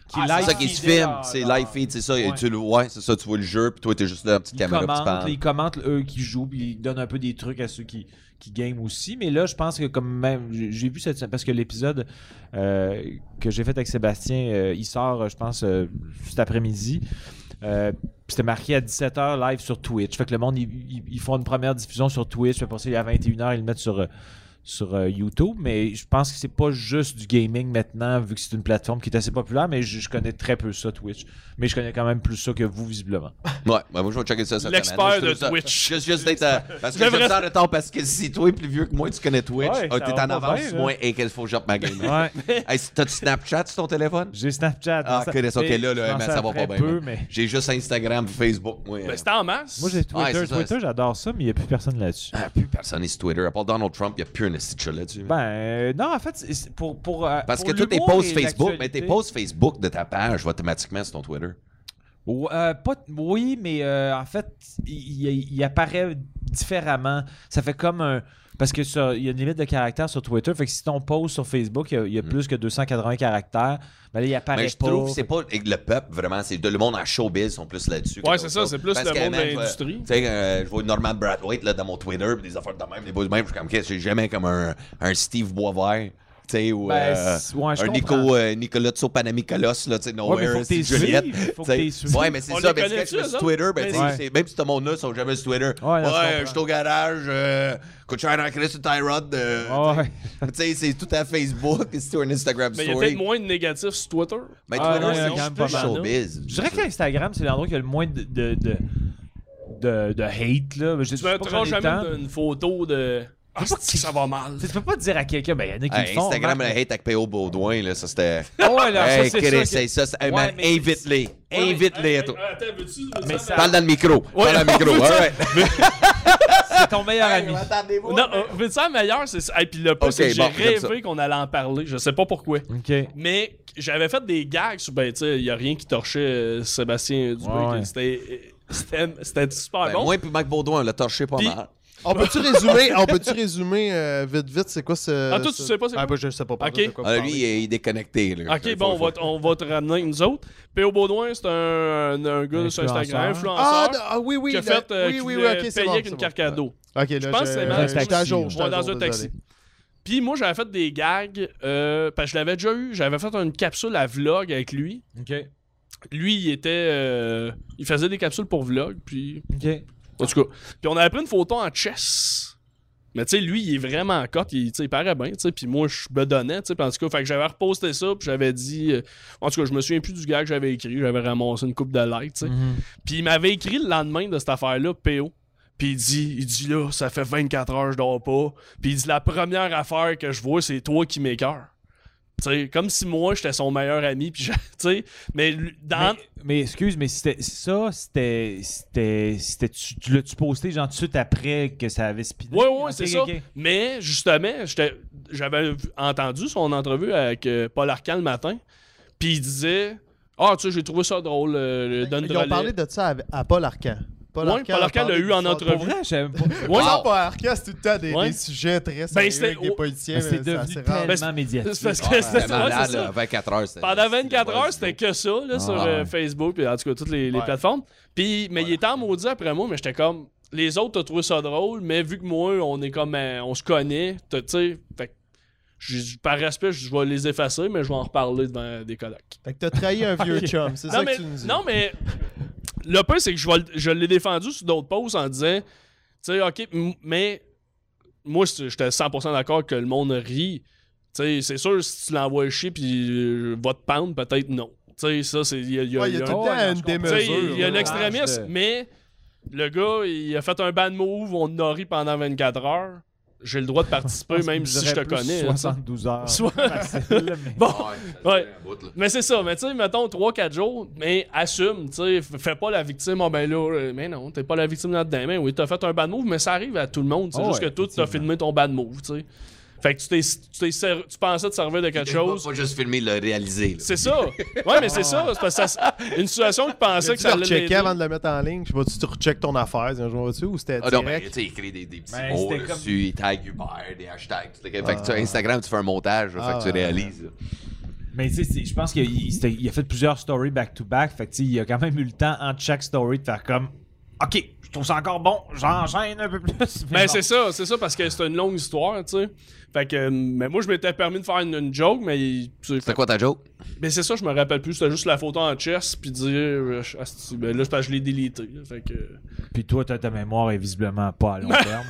[SPEAKER 1] qui
[SPEAKER 2] Ah,
[SPEAKER 3] C'est
[SPEAKER 1] live
[SPEAKER 3] ça qui se
[SPEAKER 1] feedaient
[SPEAKER 3] filme,
[SPEAKER 1] leur-
[SPEAKER 3] c'est
[SPEAKER 1] leur-
[SPEAKER 3] live feed, c'est ça. Et
[SPEAKER 1] Ouais.
[SPEAKER 3] tu le, ouais, c'est ça, tu vois le jeu, puis toi, t'es juste là, la petite
[SPEAKER 1] Ils
[SPEAKER 3] caméra, puis tu
[SPEAKER 1] commentent,
[SPEAKER 3] parles.
[SPEAKER 1] ils commentent eux qui jouent, puis ils donnent un peu des trucs à ceux qui, qui game aussi. Mais là, je pense que comme même, j'ai j'ai vu cette semaine- parce que l'épisode euh, que j'ai fait avec Sébastien, euh, il sort, euh, je pense, euh, cet après-midi. Euh, puis c'était marqué à 17h live sur Twitch. Fait que le monde, ils, ils- ils font une première diffusion sur Twitch, puis après ça, à 21h, ils le mettent sur. euh, sur euh, YouTube, mais je pense que c'est pas juste du gaming maintenant, vu que c'est une plateforme qui est assez populaire, mais je, je connais très peu ça, Twitch. Mais je connais quand même plus ça que vous, visiblement.
[SPEAKER 3] Ouais, ben, moi, je vais checker ça cette
[SPEAKER 2] L'expert de
[SPEAKER 3] semaine. Je trouve ça-
[SPEAKER 2] Twitch.
[SPEAKER 3] Juste, juste d'être. euh, parce que
[SPEAKER 2] Le
[SPEAKER 3] j'ai
[SPEAKER 2] vrai-
[SPEAKER 3] besoin de temps, parce que si toi, plus vieux que moi, tu connais Twitch,
[SPEAKER 1] Ouais, ça
[SPEAKER 3] ah, t'es
[SPEAKER 1] va
[SPEAKER 3] en
[SPEAKER 1] pas
[SPEAKER 3] avance
[SPEAKER 1] bien,
[SPEAKER 3] sur
[SPEAKER 1] là.
[SPEAKER 3] moi, et qu'il faut que je rep ma game. hein.
[SPEAKER 1] Ouais.
[SPEAKER 3] Hey, t'as-tu Snapchat sur ton téléphone?
[SPEAKER 1] J'ai Snapchat.
[SPEAKER 3] Ah,
[SPEAKER 1] Ça-
[SPEAKER 3] ok, that's ok,
[SPEAKER 1] mais
[SPEAKER 3] là, là,
[SPEAKER 1] je m'en
[SPEAKER 3] man, ça
[SPEAKER 1] sers
[SPEAKER 3] va
[SPEAKER 1] très
[SPEAKER 3] pas bien,
[SPEAKER 1] peu,
[SPEAKER 3] man.
[SPEAKER 1] mais-
[SPEAKER 3] J'ai juste Instagram, Facebook, moi. euh,
[SPEAKER 2] Ben, c'est en masse.
[SPEAKER 1] Moi, j'ai
[SPEAKER 3] Ouais,
[SPEAKER 1] Twitter.
[SPEAKER 3] c'est ça,
[SPEAKER 1] Twitter,
[SPEAKER 3] c'est-
[SPEAKER 1] j'adore ça, mais il n'y a plus personne là-dessus.
[SPEAKER 3] ah, plus personne est sur Twitter. À part Donald Trump, il n'y a plus un esti de chat là-dessus.
[SPEAKER 1] Ben, euh, non, en fait, c'est- c'est pour. pour euh,
[SPEAKER 3] Parce
[SPEAKER 1] pour
[SPEAKER 3] que tous tes
[SPEAKER 1] l'humour
[SPEAKER 3] posts
[SPEAKER 1] et
[SPEAKER 3] Facebook, mais tes
[SPEAKER 1] l'actualité-
[SPEAKER 3] posts Facebook de ta page vont automatiquement sur ton Twitter.
[SPEAKER 1] Ou- euh, pas- oui, mais euh, en fait, il, il- il apparaît différemment. Ça fait comme un. Parce que sur- il y a une limite de caractères sur Twitter. Fait que si ton post sur Facebook, il y a, il y a plus que 280 caractères, ben là, il apparaît
[SPEAKER 3] Mm. Mais je
[SPEAKER 1] pas.
[SPEAKER 3] trouve que c'est pas et que le peuple, vraiment, c'est de- le monde en showbiz sont plus là-dessus. que
[SPEAKER 2] Ouais,
[SPEAKER 3] d'autres
[SPEAKER 2] c'est ça,
[SPEAKER 3] choses.
[SPEAKER 2] c'est plus
[SPEAKER 3] Parce
[SPEAKER 2] le
[SPEAKER 3] que,
[SPEAKER 2] monde de
[SPEAKER 3] man, je vois-
[SPEAKER 2] l'industrie.
[SPEAKER 3] Tu sais, euh, je vois Norman Brathwaite là, dans mon Twitter, pis des affaires de même, des boys de même, je suis comme, qu'est-ce que j'ai jamais comme un, un Steve Boisvert. Tu sais, ou
[SPEAKER 1] Ben,
[SPEAKER 3] euh,
[SPEAKER 1] c'est- ouais, je
[SPEAKER 3] un
[SPEAKER 1] comprends.
[SPEAKER 3] Nico, euh, Nicolas Tsopanamikolos, là, tu sais,
[SPEAKER 1] Ouais, mais
[SPEAKER 3] nowhere,
[SPEAKER 1] faut que
[SPEAKER 3] c'est
[SPEAKER 1] t'es
[SPEAKER 3] Juliette.
[SPEAKER 1] suivi, faut que
[SPEAKER 3] tu sais.
[SPEAKER 1] t'es suivi.
[SPEAKER 3] ouais, mais c'est
[SPEAKER 2] On
[SPEAKER 3] ça,
[SPEAKER 2] les
[SPEAKER 3] mais
[SPEAKER 2] connaît-tu,
[SPEAKER 3] c'est
[SPEAKER 2] eux
[SPEAKER 3] sur
[SPEAKER 2] autres?
[SPEAKER 3] Twitter, ben,
[SPEAKER 2] Mais
[SPEAKER 3] tu sais,
[SPEAKER 1] ouais.
[SPEAKER 3] c'est- même si ce monde-là ils sont jamais sur Twitter.
[SPEAKER 1] Ouais, non, je
[SPEAKER 3] ouais,
[SPEAKER 1] comprends.
[SPEAKER 3] je suis au garage, euh, coûte cher en Christ, Tyrod. euh,
[SPEAKER 1] Ah, ouais.
[SPEAKER 3] tu sais, c'est tout à Facebook, c'est tout un Instagram
[SPEAKER 2] Mais il y a
[SPEAKER 3] story.
[SPEAKER 2] peut-être moins de négatifs sur Twitter.
[SPEAKER 3] Mais
[SPEAKER 1] Ah,
[SPEAKER 3] Ben, Twitter,
[SPEAKER 1] ouais,
[SPEAKER 3] c'est
[SPEAKER 1] quand même
[SPEAKER 3] juste
[SPEAKER 1] pas
[SPEAKER 3] plus
[SPEAKER 1] mal, hein.
[SPEAKER 3] showbiz.
[SPEAKER 1] Je dirais que l'Instagram, c'est l'endroit qui a le moins de, de, de, de, de hate. Là. Je,
[SPEAKER 2] Tu ne mettras jamais une photo de. Ah,
[SPEAKER 1] Je sais pas
[SPEAKER 2] c'est que ça va mal.
[SPEAKER 1] Tu peux pas dire à quelqu'un, ben, il y en a qui
[SPEAKER 3] Hey,
[SPEAKER 1] le font.
[SPEAKER 3] Ah, Instagram, le
[SPEAKER 1] man.
[SPEAKER 3] hate avec P.O. Baudouin, là, ça c'était.
[SPEAKER 1] Oh, ouais, là,
[SPEAKER 3] hey,
[SPEAKER 1] ça,
[SPEAKER 3] Chris,
[SPEAKER 1] c'est ça.
[SPEAKER 3] c'est
[SPEAKER 1] que-
[SPEAKER 3] ça. c'est- Hey,
[SPEAKER 1] Ouais,
[SPEAKER 3] man,
[SPEAKER 1] mais-
[SPEAKER 3] invite-les. Invite-les à toi.
[SPEAKER 2] Attends, veux-tu.
[SPEAKER 1] Mais ça-
[SPEAKER 3] Parle dans le micro. Parle dans le micro. ouais, ouais.
[SPEAKER 1] C'est ton meilleur ami.
[SPEAKER 3] Attendez-vous.
[SPEAKER 2] Non, euh, veux-tu ça meilleur? C'est... ça. Et puis le plus,
[SPEAKER 3] Ok,
[SPEAKER 2] c'est que j'ai
[SPEAKER 3] bon, j'aime ça.
[SPEAKER 2] rêvé qu'on allait en parler. Je sais pas pourquoi.
[SPEAKER 1] OK.
[SPEAKER 2] Mais j'avais fait des gags sur. Ben, tu sais, il n'y a rien qui torchait euh, Sébastien Dubé.
[SPEAKER 1] Ouais, ouais.
[SPEAKER 2] que C'était... euh, C'était... c'était super
[SPEAKER 3] Ben,
[SPEAKER 2] Ah, bon.
[SPEAKER 3] Moi et puis Mike Baudouin, on l'a torché pas
[SPEAKER 2] Puis-
[SPEAKER 3] mal.
[SPEAKER 4] On peut-tu résumer, on peut résumer euh, vite, vite, c'est quoi ce.
[SPEAKER 2] Ah, toi, tu
[SPEAKER 4] ce-
[SPEAKER 2] sais pas c'est
[SPEAKER 4] Ah,
[SPEAKER 2] quoi?
[SPEAKER 4] bah, je sais pas. pas
[SPEAKER 2] Ok.
[SPEAKER 4] de quoi vous
[SPEAKER 3] Ah,
[SPEAKER 4] parlez.
[SPEAKER 3] lui, il est, il est déconnecté. Là.
[SPEAKER 2] Ok, bon, on va,
[SPEAKER 3] vote.
[SPEAKER 2] t- on va te ramener nous autres. P.O. Baudouin, c'est un, un, un gars sur
[SPEAKER 1] Influenceur.
[SPEAKER 2] Instagram,
[SPEAKER 4] Ah,
[SPEAKER 2] influenceur,
[SPEAKER 4] non, ah, oui, oui.
[SPEAKER 2] qui a
[SPEAKER 4] le-
[SPEAKER 2] fait euh,
[SPEAKER 4] oui,
[SPEAKER 2] qui
[SPEAKER 4] oui, oui,
[SPEAKER 2] voulait
[SPEAKER 4] ok, c'est
[SPEAKER 2] payer
[SPEAKER 4] bon.
[SPEAKER 2] avec une
[SPEAKER 4] c'est bon.
[SPEAKER 2] carte cadeau.
[SPEAKER 4] Ok, là,
[SPEAKER 2] Je pense que c'est
[SPEAKER 1] mal-
[SPEAKER 4] J'étais à jour.
[SPEAKER 1] Ouais,
[SPEAKER 4] j'étais à
[SPEAKER 2] Ouais, dans
[SPEAKER 4] jour,
[SPEAKER 2] un taxi.
[SPEAKER 4] désolé.
[SPEAKER 2] Puis moi, j'avais fait des gags, euh, parce que je l'avais déjà eu. J'avais fait une capsule à vlog avec lui.
[SPEAKER 1] OK.
[SPEAKER 2] Lui, il était. euh, il faisait des capsules pour vlog, puis.
[SPEAKER 1] OK.
[SPEAKER 2] En tout cas. Puis on avait pris une photo en chess. Mais tu sais, lui, il est vraiment en cote. Il, tu sais, il paraît bien, tu sais. Puis moi, je bedonnais, tu sais. Puis en tout cas, fait que j'avais reposté ça, puis j'avais dit. euh, en tout cas, je me souviens plus du gag que j'avais écrit. J'avais ramassé une coupe de likes, tu sais.
[SPEAKER 1] Mhm.
[SPEAKER 2] Puis il m'avait écrit le lendemain de cette affaire-là, PO. Puis il dit, il dit là, ça fait 24 heures, je dors pas. Puis il dit, la première affaire que je vois, c'est toi qui m'écœures. Tu sais, comme si moi, j'étais son meilleur ami. Puis, je- tu sais, mais lui- dans.
[SPEAKER 1] Mais, mais excuse, mais c'était ça, c'était. c'était, c'était tu, tu l'as-tu posté, genre, tout de suite après que ça avait spiné?
[SPEAKER 2] Ouais, ouais,
[SPEAKER 1] Ok,
[SPEAKER 2] c'est
[SPEAKER 1] ok,
[SPEAKER 2] ça.
[SPEAKER 1] ok.
[SPEAKER 2] Mais justement, j'étais- j'avais vu- entendu son entrevue avec euh, Paul Arcand le matin. Puis il disait Ah, tu sais, j'ai trouvé ça drôle, euh, le Don
[SPEAKER 4] Ils ont parlé de ça à, à Paul Arcan. Paul
[SPEAKER 2] Ouais,
[SPEAKER 4] Arcand
[SPEAKER 2] Paul
[SPEAKER 4] a
[SPEAKER 2] Arcand
[SPEAKER 4] parlé
[SPEAKER 2] l'a eu
[SPEAKER 4] de
[SPEAKER 2] en
[SPEAKER 4] ça.
[SPEAKER 2] entrevue.
[SPEAKER 1] Pour vrai, je savais pas. Ah,
[SPEAKER 2] Ouais,
[SPEAKER 4] Paul Arcand, c'est tout le temps des,
[SPEAKER 2] Ouais.
[SPEAKER 4] des sujets très sérieux
[SPEAKER 2] c'était-
[SPEAKER 4] avec des policiers.
[SPEAKER 1] Mais ben, c'est
[SPEAKER 4] mais c'est
[SPEAKER 1] devenu
[SPEAKER 4] assez rare.
[SPEAKER 1] tellement
[SPEAKER 2] Ben, C'est
[SPEAKER 1] médiatique.
[SPEAKER 2] parce que c'était ouais,
[SPEAKER 3] C'était malade,
[SPEAKER 2] c'est
[SPEAKER 3] là,
[SPEAKER 2] ça.
[SPEAKER 3] 24 heures. c'était-
[SPEAKER 2] Pendant 24
[SPEAKER 3] c'était-
[SPEAKER 2] heures, c'était que ça, là, sur
[SPEAKER 3] Ah,
[SPEAKER 2] euh,
[SPEAKER 3] ouais.
[SPEAKER 2] Facebook, puis en tout cas, toutes les, les
[SPEAKER 4] Ouais.
[SPEAKER 2] plateformes. Puis, mais il était en maudit après moi, mais j'étais comme, les autres, t'as trouvé ça drôle, mais vu que moi, on est comme, euh, on se connaît, t'as- tu sais, fait que, j'ai- par respect, je vais les effacer, mais je vais en reparler devant des collègues.
[SPEAKER 4] Fait que t'as trahi un vieux
[SPEAKER 1] Ok.
[SPEAKER 4] chum, c'est
[SPEAKER 2] Non
[SPEAKER 4] ça
[SPEAKER 2] mais,
[SPEAKER 4] que tu nous dis.
[SPEAKER 2] non, mais le peu, c'est que je, vais le- je l'ai défendu sur d'autres posts en disant, tu sais, OK, m- mais moi, c'est- j'étais 100% d'accord que le monde rit. Tu sais, c'est sûr, si tu l'envoies chier puis euh, va te pendre, peut-être non. Tu sais, ça, c'est. Il y a, il y a-
[SPEAKER 4] Ouais, il y
[SPEAKER 2] il y a
[SPEAKER 4] a tout le temps
[SPEAKER 1] Oh, ouais, non,
[SPEAKER 4] une
[SPEAKER 1] je comprends. Ah,
[SPEAKER 2] tu sais,
[SPEAKER 4] démesure.
[SPEAKER 2] il y a
[SPEAKER 4] là.
[SPEAKER 2] l'extrémiste,
[SPEAKER 1] de-
[SPEAKER 2] mais le gars, il a fait un bad move, on en a ri pendant 24 heures. J'ai le droit de participer, même si je te connais. là, tu sais.
[SPEAKER 1] 72 heures.
[SPEAKER 2] Soit-
[SPEAKER 1] Facile, mais-
[SPEAKER 2] Bon,
[SPEAKER 3] Ouais, c'était
[SPEAKER 2] Ouais.
[SPEAKER 3] un bout, là.
[SPEAKER 2] mais c'est ça, mais tu sais, mettons 3-4 jours, mais assume, tu sais, f- fais pas la victime, oh ben là, euh, mais non, t'es pas la victime là-dedans, mais oui, t'as fait un bad move, mais ça arrive à tout le monde, c'est
[SPEAKER 4] Ah
[SPEAKER 1] Oh
[SPEAKER 2] juste
[SPEAKER 1] ouais,
[SPEAKER 2] que toi, t'as
[SPEAKER 1] effectivement.
[SPEAKER 2] filmé ton bad move, tu sais. Fait que tu t'es, tu t'es ser- tu pensais te servir de quelque chose.
[SPEAKER 3] Pas Ah. juste filmer, le réaliser. là.
[SPEAKER 2] C'est ça. Ouais, mais c'est ça. C'est parce que ça- une situation que tu
[SPEAKER 4] Tu
[SPEAKER 2] pensais
[SPEAKER 4] sais
[SPEAKER 2] que ça allait l'aider.
[SPEAKER 4] avant de le mettre en ligne. Je sais pas, tu te recheckes ton affaire, c'est un jour dessus ou c'était
[SPEAKER 3] Ah non, mais tu
[SPEAKER 4] direct?
[SPEAKER 3] sais, il crée des, des petits
[SPEAKER 1] Ben,
[SPEAKER 3] mots
[SPEAKER 1] c'était comme-
[SPEAKER 3] dessus, il tag Uber, des hashtags. tout le- Fait que sur Instagram, tu fais un montage, là,
[SPEAKER 4] Ah,
[SPEAKER 3] fait que tu
[SPEAKER 4] ouais.
[SPEAKER 3] réalises. là.
[SPEAKER 1] Mais tu sais, c'est- je pense qu'il il- c'était- il a fait plusieurs stories back-to-back. Fait que tu sais, il a quand même eu le temps entre chaque story de faire comme OK, je trouve ça encore bon, j'enchaîne un peu plus.
[SPEAKER 2] Ben,
[SPEAKER 1] bon.
[SPEAKER 2] c'est ça, c'est ça, parce que c'est une longue histoire, tu sais. Fait que, euh, mais moi, je m'étais permis de faire une, une joke, mais. il- tu-
[SPEAKER 3] C'était quoi ta joke?
[SPEAKER 2] Mais c'est ça, je me rappelle plus. C'était juste la photo en chess, puis dire. euh, asti, ben là, c'est parce que je l'ai délité. là, Fait que. euh,
[SPEAKER 1] Puis toi, t'as ta mémoire est visiblement pas à long terme.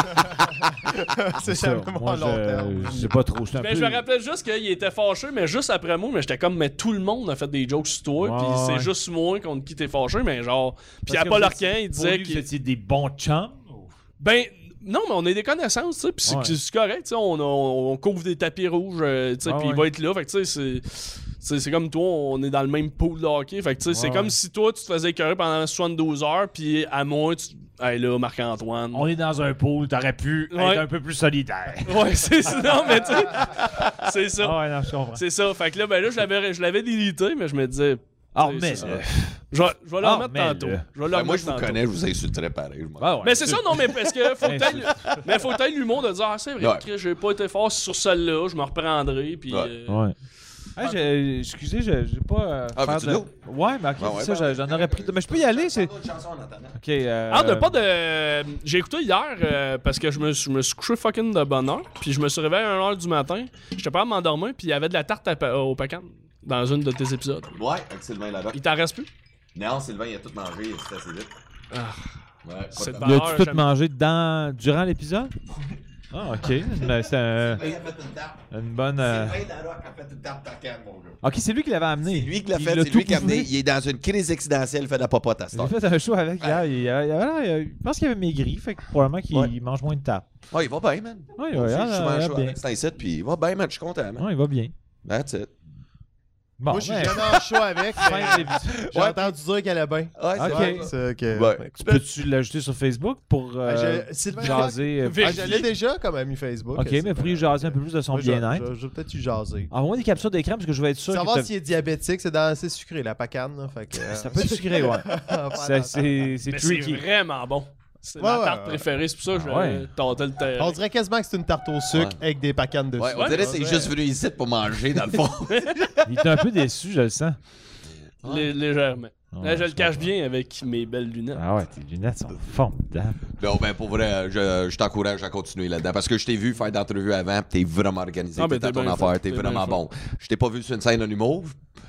[SPEAKER 4] C'est
[SPEAKER 1] Ça,
[SPEAKER 4] jamais
[SPEAKER 1] moi,
[SPEAKER 4] à long
[SPEAKER 1] je-
[SPEAKER 4] terme.
[SPEAKER 1] Je sais pas trop. c'est un
[SPEAKER 2] Mais
[SPEAKER 1] peu-
[SPEAKER 2] Ben, je me rappelle juste qu'il était fâché, mais juste après moi, mais j'étais comme, mais tout le monde a fait des jokes sur toi,
[SPEAKER 1] Ouais,
[SPEAKER 2] puis c'est
[SPEAKER 1] ouais.
[SPEAKER 2] juste moi contre qui t'es fâché, mais genre. Puis
[SPEAKER 1] Parce
[SPEAKER 2] à
[SPEAKER 1] que
[SPEAKER 2] Paul
[SPEAKER 1] vous
[SPEAKER 2] Arcand,
[SPEAKER 1] étiez-
[SPEAKER 2] il
[SPEAKER 1] pour
[SPEAKER 2] disait
[SPEAKER 1] lui,
[SPEAKER 2] qu'il-
[SPEAKER 1] vous étiez des bons chums. ou-
[SPEAKER 2] Ben, non, mais on est des connaissances, tu sais, puis c'est-
[SPEAKER 1] Ouais.
[SPEAKER 2] c'est c'est correct, tu sais, on, on, on couvre des tapis rouges, euh, tu sais,
[SPEAKER 1] Ah
[SPEAKER 2] puis il
[SPEAKER 1] ouais.
[SPEAKER 2] va être là, fait que tu sais, c'est- c'est... C'est comme toi, on est dans le même pool de hockey. Fait que, tu sais,
[SPEAKER 1] Ouais,
[SPEAKER 2] c'est comme
[SPEAKER 1] ouais.
[SPEAKER 2] si toi, tu te faisais écœurer pendant 72 heures, puis à moi, tu. Hey là, Marc-Antoine.
[SPEAKER 1] On est dans un pool, t'aurais pu
[SPEAKER 2] Ouais.
[SPEAKER 1] être un peu plus solitaire.
[SPEAKER 2] Ouais, c'est ça. Non, mais tu sais, c'est ça.
[SPEAKER 1] Ah ouais, non, je comprends.
[SPEAKER 2] C'est ça. Fait que là, ben là, je l'avais, je l'avais délité, mais je me disais,
[SPEAKER 1] Ah,
[SPEAKER 2] c'est-
[SPEAKER 1] mais
[SPEAKER 2] c'est
[SPEAKER 1] là.
[SPEAKER 2] je vais, je vais le
[SPEAKER 1] Ah,
[SPEAKER 2] remettre
[SPEAKER 1] mais
[SPEAKER 2] tantôt.
[SPEAKER 1] le-
[SPEAKER 2] Je vais le
[SPEAKER 3] Ben, moi,
[SPEAKER 2] remettre
[SPEAKER 3] je vous
[SPEAKER 2] tantôt.
[SPEAKER 3] connais, je vous insulterais pareil. je m'en-
[SPEAKER 1] Ah ouais.
[SPEAKER 2] Mais c'est ça, non, mais parce que faut que
[SPEAKER 1] Ouais,
[SPEAKER 2] t'aies, mais faut que t'aies l'humour de dire, ah, c'est vrai,
[SPEAKER 3] Ouais.
[SPEAKER 2] Chris, j'ai pas été fort sur celle-là, je me reprendrai, puis.
[SPEAKER 3] Ouais.
[SPEAKER 2] euh,
[SPEAKER 1] Ouais. Ah, j'ai- excusez, je- j'ai pas. euh,
[SPEAKER 3] Ah,
[SPEAKER 1] faire
[SPEAKER 3] veux-tu
[SPEAKER 1] de-
[SPEAKER 3] de l'eau?
[SPEAKER 1] Ouais, mais ok,
[SPEAKER 3] Ah ouais,
[SPEAKER 1] ça,
[SPEAKER 3] ben-
[SPEAKER 1] j'en aurais pris. deux. Mais je peux y aller. c'est...
[SPEAKER 3] Autre chanson en attendant.
[SPEAKER 1] Ok. euh,
[SPEAKER 2] Ah, de pas de. J'ai écouté hier euh, parce que je me, suis- je me suis couché fucking de bonne heure. Puis je me suis réveillé à 1h du matin. J'étais pas à m'endormir. Puis il y avait de la tarte à pa- euh, au pacan dans une de tes épisodes.
[SPEAKER 3] Ouais, avec Sylvain Larocque.
[SPEAKER 2] Il t'en reste plus?
[SPEAKER 3] Non, Sylvain, il a tout mangé, c'est assez vite.
[SPEAKER 2] Ah.
[SPEAKER 3] Ouais, pas
[SPEAKER 2] C'est
[SPEAKER 3] de-
[SPEAKER 2] pas- Ah,
[SPEAKER 1] L'as-tu tout
[SPEAKER 2] j'aime-
[SPEAKER 1] mangé dans... durant l'épisode? Ah, ok. Mais c'est un-
[SPEAKER 3] Sylvain a fait une tape.
[SPEAKER 1] une bonne. euh,
[SPEAKER 3] Sylvain Larocque a fait une tape taquin, mon gars.
[SPEAKER 1] Ok, c'est lui qui l'avait amené.
[SPEAKER 3] C'est lui qui l'a
[SPEAKER 1] Il
[SPEAKER 3] fait,
[SPEAKER 1] l'a
[SPEAKER 3] c'est
[SPEAKER 1] tout
[SPEAKER 3] lui qui a amené.
[SPEAKER 1] bouffé.
[SPEAKER 3] Il est dans une crise accidentelle, il fait de la popote à cette
[SPEAKER 1] J'ai
[SPEAKER 3] heure.
[SPEAKER 1] fait un show avec hier. Il, avait- il avait l'air- je pense qu'il avait maigri, fait que probablement qu'il
[SPEAKER 3] Ouais.
[SPEAKER 1] mange moins de table.
[SPEAKER 3] Ouais, il va bien, man.
[SPEAKER 1] Ouais, il
[SPEAKER 3] Je
[SPEAKER 1] va,
[SPEAKER 3] suis
[SPEAKER 1] il a l'air-
[SPEAKER 3] souvent
[SPEAKER 1] il a
[SPEAKER 3] chaud
[SPEAKER 1] bien.
[SPEAKER 3] avec cet incite, puis il va bien, man. Je suis content, man.
[SPEAKER 1] Ouais, il va bien.
[SPEAKER 3] That's it.
[SPEAKER 1] Bon,
[SPEAKER 4] Moi, je suis
[SPEAKER 1] ben,
[SPEAKER 4] jamais en show avec. mais
[SPEAKER 1] fin de l'épisode.
[SPEAKER 4] J'ai
[SPEAKER 3] Ouais.
[SPEAKER 4] entendu dire qu'elle est bien.
[SPEAKER 3] Ouais, c'est
[SPEAKER 1] Ok.
[SPEAKER 3] vrai, ça.
[SPEAKER 4] C'est que-
[SPEAKER 3] Ouais.
[SPEAKER 1] Tu Peux-tu l'ajouter sur Facebook pour euh,
[SPEAKER 4] Ah, j'ai- Sylvain
[SPEAKER 1] jaser? euh,
[SPEAKER 2] Vérifie.
[SPEAKER 4] Ah, j'allais déjà comme ami Facebook.
[SPEAKER 1] ok, mais pour lui jaser un peu plus de son
[SPEAKER 4] Moi, je-
[SPEAKER 1] bien-être.
[SPEAKER 4] je- Je vais peut-être y jaser.
[SPEAKER 1] Envoie des captures d'écran parce que je vais être sûr que
[SPEAKER 4] Savoir
[SPEAKER 1] t'as-
[SPEAKER 4] s'il est diabétique, c'est dans- c'est sucré, la pacane. là, fait que, euh,
[SPEAKER 1] ça peut être sucré, ouais.
[SPEAKER 4] faire
[SPEAKER 1] Ça,
[SPEAKER 4] attention.
[SPEAKER 1] C'est c'est
[SPEAKER 2] Mais c'est
[SPEAKER 1] tricky.
[SPEAKER 2] vraiment bon. C'est
[SPEAKER 4] Ouais,
[SPEAKER 2] ma
[SPEAKER 4] ouais,
[SPEAKER 2] tarte
[SPEAKER 4] ouais.
[SPEAKER 2] préférée. C'est pour ça que je
[SPEAKER 1] Ah ouais.
[SPEAKER 2] euh, tentais le terrain.
[SPEAKER 4] On dirait quasiment que c'est une tarte au sucre
[SPEAKER 3] Ouais.
[SPEAKER 4] avec des pacanes dessus.
[SPEAKER 3] Ouais, on
[SPEAKER 2] Ouais,
[SPEAKER 3] dirait
[SPEAKER 2] mais
[SPEAKER 3] que
[SPEAKER 2] on
[SPEAKER 3] c'est
[SPEAKER 2] dirait-
[SPEAKER 3] juste venu ici pour manger, dans le fond.
[SPEAKER 1] Il est un peu déçu, je le sens.
[SPEAKER 2] Lé- légèrement. Là,
[SPEAKER 1] Ah Ouais,
[SPEAKER 2] je le cache
[SPEAKER 1] comprends.
[SPEAKER 2] bien avec mes belles lunettes.
[SPEAKER 1] Ah ouais, tes lunettes sont formidables.
[SPEAKER 3] Non, ben pour vrai, je, je t'encourage à continuer là-dedans. Parce que je t'ai vu faire d'entrevues avant, pis t'es vraiment organisé,
[SPEAKER 2] Ah,
[SPEAKER 3] t'es
[SPEAKER 2] ben,
[SPEAKER 3] à
[SPEAKER 2] t'es
[SPEAKER 3] ton
[SPEAKER 2] bien
[SPEAKER 3] affaire,
[SPEAKER 2] fait,
[SPEAKER 3] t'es
[SPEAKER 2] t'es bien
[SPEAKER 3] vraiment
[SPEAKER 2] fait.
[SPEAKER 3] bon. Je t'ai pas vu sur une scène en humour.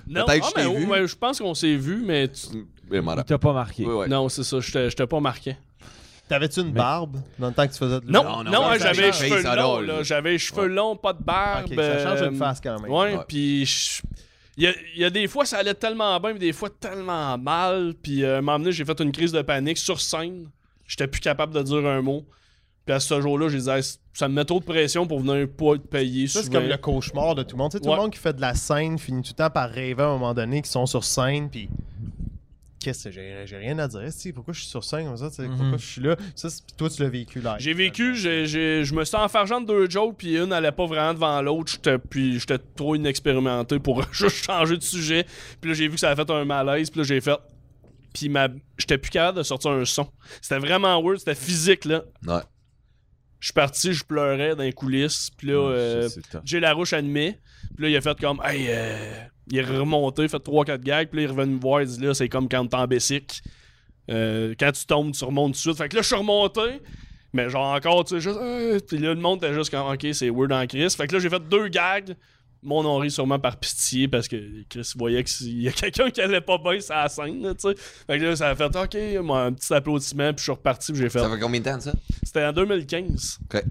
[SPEAKER 2] Non,
[SPEAKER 3] Peut-être
[SPEAKER 2] ah,
[SPEAKER 3] que je
[SPEAKER 2] mais-
[SPEAKER 3] t'ai vu.
[SPEAKER 2] ouais, je pense qu'on s'est vu, mais tu-
[SPEAKER 3] Mais m'en rappelle.
[SPEAKER 1] Il t'a pas marqué.
[SPEAKER 3] Oui, oui.
[SPEAKER 2] non, c'est ça, je t'ai- je t'ai pas marqué.
[SPEAKER 4] T'avais-tu une barbe dans le temps que tu faisais de
[SPEAKER 2] Non,
[SPEAKER 3] Non,
[SPEAKER 2] non,
[SPEAKER 3] non,
[SPEAKER 2] ouais,
[SPEAKER 4] ça
[SPEAKER 2] j'avais les
[SPEAKER 4] change.
[SPEAKER 2] cheveux
[SPEAKER 3] Face à
[SPEAKER 2] longs,
[SPEAKER 3] l'ol.
[SPEAKER 2] là. J'avais les cheveux longs, pas de barbe.
[SPEAKER 4] Ok, ça change une
[SPEAKER 2] euh,
[SPEAKER 4] face quand même.
[SPEAKER 2] Ouais,
[SPEAKER 3] Ouais.
[SPEAKER 2] puis je- il y a, il y a des fois ça allait tellement bien, mais des fois tellement mal. Puis euh, à un moment donné, j'ai fait une crise de panique sur scène. J'étais plus capable de dire un mot. Puis à ce jour-là, je disais, Hey, ça me met trop de pression pour venir pas être payé.
[SPEAKER 4] Ça, c'est
[SPEAKER 2] souvent.
[SPEAKER 4] comme le cauchemar de tout le monde. Tu sais, tout
[SPEAKER 2] Ouais.
[SPEAKER 4] le monde qui fait de la scène finit tout le temps par rêver à un moment donné, qui sont sur scène, puis qu'est-ce que j'ai j'ai rien à dire. Si, pourquoi je suis sur scène comme ça? tu sais,
[SPEAKER 1] Mhm.
[SPEAKER 4] Pourquoi je suis là? Ça, c'est- puis toi, tu l'as vécu là.
[SPEAKER 2] J'ai vécu, j'ai- j'ai- je me suis enfargé de deux jokes, puis une allait pas vraiment devant l'autre, j'étais- puis j'étais trop inexpérimenté pour juste changer de sujet. Puis là, j'ai vu que ça a fait un malaise, puis là, j'ai fait. Puis ma... j'étais plus capable de sortir un son. C'était vraiment weird, c'était physique, là.
[SPEAKER 3] Ouais.
[SPEAKER 2] Je suis parti, je pleurais dans les coulisses, puis là, euh, Jay Larouche animé. Puis là, il a fait comme, hey, euh, il est remonté, fait 3-4 gags. Puis là, il est revenu me voir. Il dit, là, c'est comme quand t'es en basic. Euh, quand tu tombes, tu remontes tout de suite. Fait que là, je suis remonté. Mais genre encore, tu sais, juste. euh, puis là, le monde était juste comme, ok, c'est weird en Chris. Fait que là, j'ai fait deux gags. Mon on rit sûrement par pitié parce que Chris voyait qu'il y a quelqu'un qui allait pas bien sur la scène, là, tu sais. Fait que là, ça a fait, ok, moi, un petit applaudissement, puis je suis reparti, puis j'ai fait.
[SPEAKER 3] Ça fait combien de temps, ça?
[SPEAKER 2] C'était en 2015.
[SPEAKER 3] OK.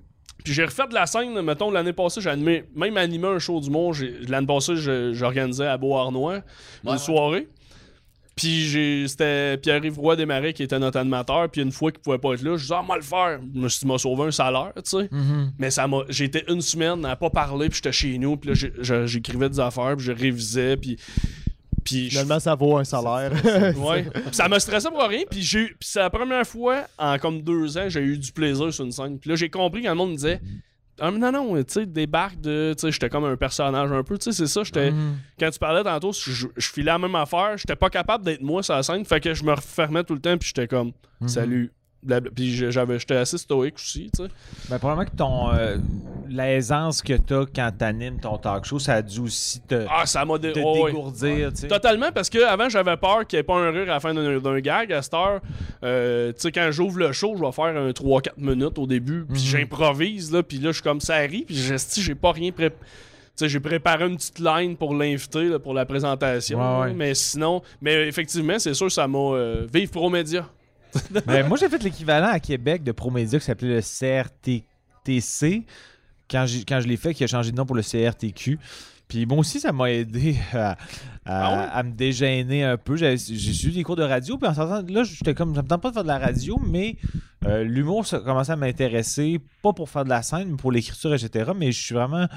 [SPEAKER 2] Puis j'ai refait de la scène, mettons, l'année passée, j'ai animé, même animé un show du monde. J'ai- L'année passée, je- j'organisais à Beauharnois une
[SPEAKER 3] Ouais.
[SPEAKER 2] soirée. Puis j'ai- c'était Pierre-Yves Roy Desmarais qui était notre animateur. Puis une fois qu'il pouvait pas être là, je disais, ah, moi le faire. Je me suis dit, m'a sauvé un salaire, tu sais. Mais ça m'a. J'étais une semaine à pas parler, puis j'étais chez nous, puis là, j'ai- je- j'écrivais des affaires, puis je révisais, puis. Puis je-
[SPEAKER 4] Finalement, ça vaut un salaire.
[SPEAKER 2] Ouais. Puis ça me stressait pour rien. Puis j'ai eu- puis c'est la première fois en comme deux ans que j'ai eu du plaisir sur une scène. Puis là, j'ai compris quand le monde me disait. Ah, mais non, non, tu sais, débarque de. Tu sais, j'étais comme un personnage un peu. Tu sais, c'est ça. J'étais. Quand tu parlais tantôt, je, je filais la même affaire. J'étais pas capable d'être moi sur la scène. Fait que je me refermais tout le temps. Puis j'étais comme. Salut. blabla. Puis je- j'avais, j'étais assez stoïque aussi, tu sais.
[SPEAKER 1] Ben, probablement que ton. euh, L'aisance que t'as quand t'animes ton talk show, ça a dû aussi te,
[SPEAKER 2] Ah, ça m'a dé-
[SPEAKER 1] te
[SPEAKER 2] oh, ouais.
[SPEAKER 1] dégourdir, tu sais.
[SPEAKER 2] Totalement, parce que avant j'avais peur qu'il n'y ait pas un rire à la fin d'un d'un gag. À cette heure, euh, tu sais, quand j'ouvre le show, je vais faire un 3-4 minutes au début, puis
[SPEAKER 1] Mhm.
[SPEAKER 2] j'improvise, là, puis là, je suis comme ça arrive, puis j'ai si, j'ai pas rien préparé. Tu sais, j'ai préparé une petite line pour l'inviter, là, pour la présentation.
[SPEAKER 1] Ouais,
[SPEAKER 2] là,
[SPEAKER 1] ouais.
[SPEAKER 2] Mais sinon, mais effectivement, c'est sûr, ça m'a. euh, vive ProMédia.
[SPEAKER 1] Ben, moi, j'ai fait l'équivalent à Québec de Promédia qui s'appelait le CRTTC. Quand, j'ai- quand je l'ai fait, qui a changé de nom pour le CRTQ. Puis moi aussi, ça m'a aidé à, à-
[SPEAKER 2] Ah ouais?
[SPEAKER 1] à me dégêner un peu. J'avais- J'ai suivi des cours de radio, puis en sortant de là, j'étais comme, ça me tente pas de faire de la radio, mais euh, l'humour, ça commençait à m'intéresser, pas pour faire de la scène, mais pour l'écriture, etc. Mais je suis vraiment,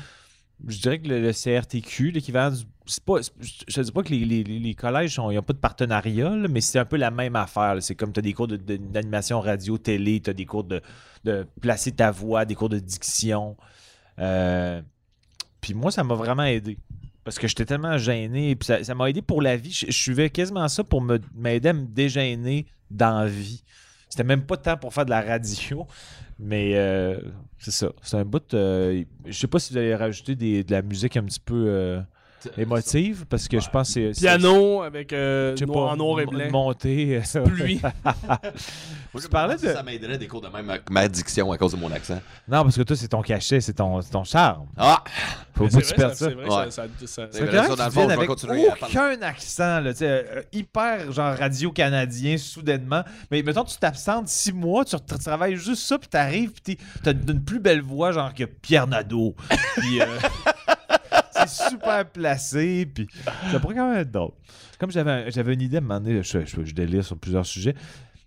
[SPEAKER 1] je dirais que le, le CRTQ, l'équivalent du. c'est Pas, c'est- je te dis pas que les, les- les- les collèges n'ont pas de partenariat, là, mais c'est un peu la même affaire. là. C'est comme tu as des cours de- de- d'animation radio, télé, tu as des cours de, de placer ta voix, des cours de diction. Euh, puis moi, ça m'a vraiment aidé. Parce que j'étais tellement gêné. Puis ça ça m'a aidé pour la vie. Je, je suivais quasiment ça pour me- m'aider à me dégêner dans la vie. C'était même pas temps pour faire de la radio. Mais euh, c'est ça. C'est un bout. euh, je sais pas si vous allez rajouter des- de la musique un petit peu euh, émotive. Parce que je pense que c'est. c'est-
[SPEAKER 2] Piano avec euh,
[SPEAKER 1] je sais
[SPEAKER 2] noir- en noir et
[SPEAKER 1] une-
[SPEAKER 2] blanc.
[SPEAKER 1] Une montée. euh, ça.
[SPEAKER 2] Pluie.
[SPEAKER 3] Moi, je
[SPEAKER 1] Tu parlais
[SPEAKER 3] me demande
[SPEAKER 1] de-
[SPEAKER 3] si Ça m'aiderait des cours de même avec ma diction à cause de mon accent.
[SPEAKER 1] Non, parce que toi, c'est ton cachet, c'est ton, c'est ton charme.
[SPEAKER 3] Ah!
[SPEAKER 1] Faut
[SPEAKER 2] Mais
[SPEAKER 1] pas
[SPEAKER 2] c'est
[SPEAKER 1] que tu
[SPEAKER 2] vrai,
[SPEAKER 1] perdes
[SPEAKER 2] ça-
[SPEAKER 1] ça.
[SPEAKER 2] c'est vrai que ça-
[SPEAKER 3] Ouais.
[SPEAKER 2] ça- ça-
[SPEAKER 1] C'est
[SPEAKER 3] Mais
[SPEAKER 1] correct
[SPEAKER 3] ça, dans le
[SPEAKER 1] qu'ils
[SPEAKER 3] fond, je vais
[SPEAKER 1] viennent
[SPEAKER 3] continuer à
[SPEAKER 1] avec aucun accent, là, tu sais, euh, hyper genre radio-canadien soudainement. Mais mettons, tu t'absentes six mois, tu tra- travailles juste ça, puis t'arrives, puis t'es- t'as une plus belle voix genre que Pierre Nadeau. Puis, euh, c'est super placé, puis ça pourrait quand même être drôle. Comme j'avais un- j'avais une idée à un moment donné, je, je- je délire sur plusieurs sujets,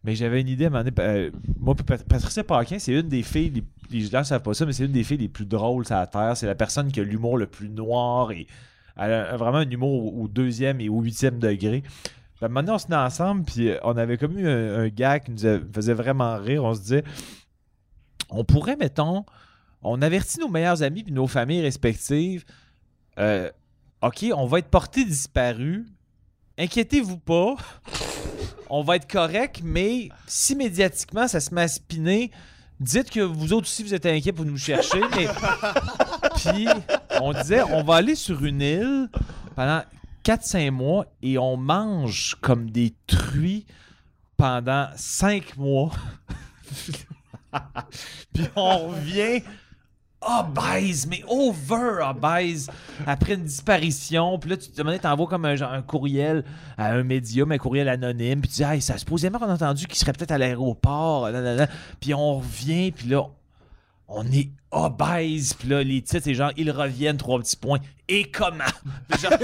[SPEAKER 1] mais j'avais une idée à un moment donné, euh, moi, puis Pat- Patricia Paquin, c'est une des filles, les, les gens ne savent pas ça, mais c'est une des filles les plus drôles sur la Terre. C'est la personne qui a l'humour le plus noir et elle a euh, vraiment un humour au- au deuxième et au huitième degré. Puis à un moment donné, on se tenait ensemble, puis euh, on avait comme eu un, un gars qui nous a- faisait vraiment rire. On se disait, on pourrait, mettons, on avertit nos meilleurs amis puis nos familles respectives. euh, OK, on va être porté disparu. Inquiétez-vous pas. On va être correct, mais si médiatiquement ça se met à spinner, dites que vous autres aussi vous êtes inquiets pour nous chercher. Mais... Puis on disait, on va aller sur une île pendant 4-5 mois et on mange comme des truies pendant 5 mois. Puis on revient obèse, mais over obèse, après une disparition. Puis là, tu te demandes, t'envoies comme un, genre- un courriel à un médium, un courriel anonyme. Puis tu dis, hey, ça supposément qu'on a entendu qu'il serait peut-être à l'aéroport. nanana. Puis on revient, puis là, on est obèse. Puis là, les titres, c'est genre, ils reviennent, trois petits points. Et comment? Puis genre-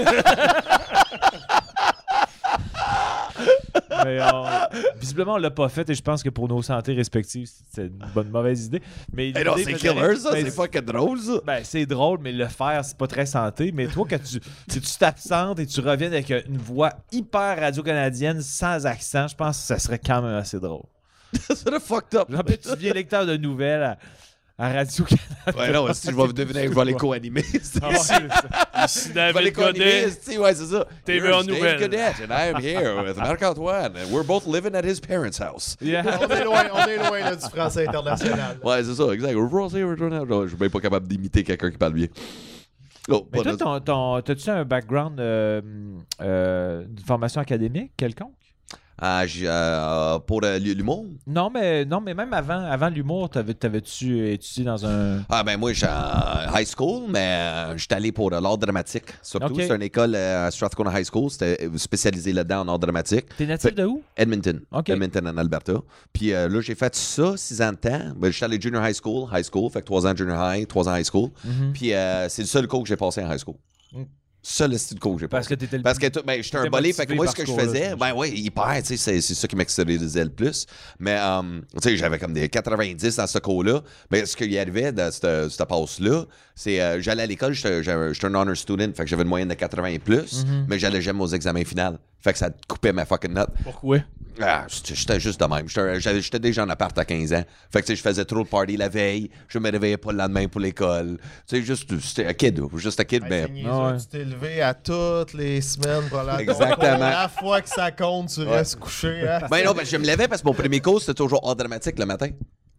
[SPEAKER 1] Mais on- visiblement, on l'a pas fait et je pense que pour nos santé respectives, c'est une bonne mauvaise idée. Mais
[SPEAKER 3] Eh non,
[SPEAKER 1] l'idée
[SPEAKER 3] c'est
[SPEAKER 1] faisait-
[SPEAKER 3] killer, ça.
[SPEAKER 1] ben,
[SPEAKER 3] C'est fucking drôle, ça.
[SPEAKER 1] ben, c'est drôle, mais le faire, c'est pas très santé. Mais toi, quand tu si tu t'absentes et tu reviens avec une voix hyper radio-canadienne sans accent, je pense que ça serait quand même assez drôle.
[SPEAKER 3] Ça serait fucked up.
[SPEAKER 1] Genre, puis tu deviens lecteur de nouvelles à, à Radio-Canada.
[SPEAKER 3] Ouais, non, si je vais vous deviner, je vais aller co-animer.
[SPEAKER 1] Ah ouais, c'est ça.
[SPEAKER 2] Si
[SPEAKER 3] Je vais aller
[SPEAKER 2] David
[SPEAKER 3] co-animer,
[SPEAKER 2] Godet,
[SPEAKER 3] c'est- ouais, c'est ça.
[SPEAKER 2] TV
[SPEAKER 3] Here's
[SPEAKER 2] en nouvelles.
[SPEAKER 3] Dave Godet, and I am here with Marc-Antoine. and We're both living at his parents' house.
[SPEAKER 1] Yeah.
[SPEAKER 4] On est loin, on est loin là, du français international.
[SPEAKER 3] Ouais, c'est ça, exact. We're both here, we're doing that. Je suis même pas capable d'imiter quelqu'un qui parle bien. Non,
[SPEAKER 1] Mais
[SPEAKER 3] pas
[SPEAKER 1] toi,
[SPEAKER 3] de-
[SPEAKER 1] ton, ton- t'as-tu un background euh, euh, d'une formation académique quelconque?
[SPEAKER 3] Ah, j'ai, euh, pour euh, l'humour?
[SPEAKER 1] Non, mais, non, mais même avant, avant l'humour, t'avais- t'avais-tu étudié dans un.
[SPEAKER 3] Ah ben moi j'étais en high school, mais euh, j'étais allé pour euh, l'art dramatique. Surtout,
[SPEAKER 1] Ok.
[SPEAKER 3] c'est une école euh, à Strathcona High School, c'était euh, spécialisé là-dedans en art dramatique.
[SPEAKER 1] T'es natif
[SPEAKER 3] Fait-
[SPEAKER 1] de où?
[SPEAKER 3] Edmonton.
[SPEAKER 1] Ok.
[SPEAKER 3] Edmonton en Alberta. Puis euh, là, j'ai fait ça six ans de temps. Ben, j'étais allé junior high school, high school, fait que trois ans junior high, trois ans high school.
[SPEAKER 1] Mhm.
[SPEAKER 3] Puis euh, c'est le seul cours que j'ai passé en high school.
[SPEAKER 1] Mm.
[SPEAKER 3] Seul style cours que j'ai
[SPEAKER 1] Parce
[SPEAKER 3] passé.
[SPEAKER 1] que t'étais le.
[SPEAKER 3] Parce que tout- ben, j'étais un
[SPEAKER 1] T'étais
[SPEAKER 3] bolé, fait que
[SPEAKER 1] motivé
[SPEAKER 3] moi,
[SPEAKER 1] par
[SPEAKER 3] ce que
[SPEAKER 1] ce
[SPEAKER 3] je
[SPEAKER 1] cours-là,
[SPEAKER 3] faisais, ben oui, hyper, tu sais, c'est c'est ça qui m'extériorisait le plus. Mais, euh, tu sais, j'avais comme des 90 dans ce cours-là. Mais ce qui arrivait dans cette, cette passe-là, c'est euh, j'allais à l'école, j'étais j'avais- j'étais un honor student, fait que j'avais une moyenne de 80 et plus,
[SPEAKER 1] Mm-hmm.
[SPEAKER 3] mais j'allais jamais aux examens finaux. Fait que ça coupait ma fucking note.
[SPEAKER 2] pourquoi?
[SPEAKER 3] Ah, j'étais j'étais juste de même. J'étais j'avais- j'étais déjà en appart à 15 ans. Fait que, tu sais, je faisais trop de party la veille, je me réveillais pas le lendemain pour l'école. Tu sais, juste, c'était un kid, juste un kid, ben,
[SPEAKER 4] Hey,
[SPEAKER 3] mais.
[SPEAKER 4] c'est niaiseux,
[SPEAKER 1] Ah ouais.
[SPEAKER 4] Tu t'es levé à toutes les semaines pour aller à ton
[SPEAKER 3] Exactement.
[SPEAKER 4] cours. La fois que ça compte, tu restes couché. hein.
[SPEAKER 3] Ben non, ben je me levais parce que mon premier cours, c'était toujours hors dramatique le matin.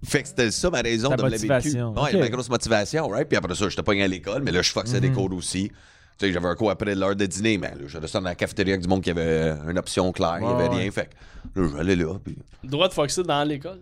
[SPEAKER 3] Fait que c'était ça ma raison
[SPEAKER 1] Ta
[SPEAKER 3] de me lever le cul.
[SPEAKER 1] motivation,
[SPEAKER 3] Ouais,
[SPEAKER 1] ok. Mhm.
[SPEAKER 3] ma grosse motivation, right? Puis après ça, j'étais pas à l'école, mais là, je faisais des cours aussi. Tu sais, j'avais un cours après l'heure de dîner, mais là, je restais dans la cafétéria avec du monde qui avait une option claire, il y avait
[SPEAKER 1] Ouais,
[SPEAKER 3] rien. Fait que là, j'allais là, puis...
[SPEAKER 2] Droit de foxer dans l'école.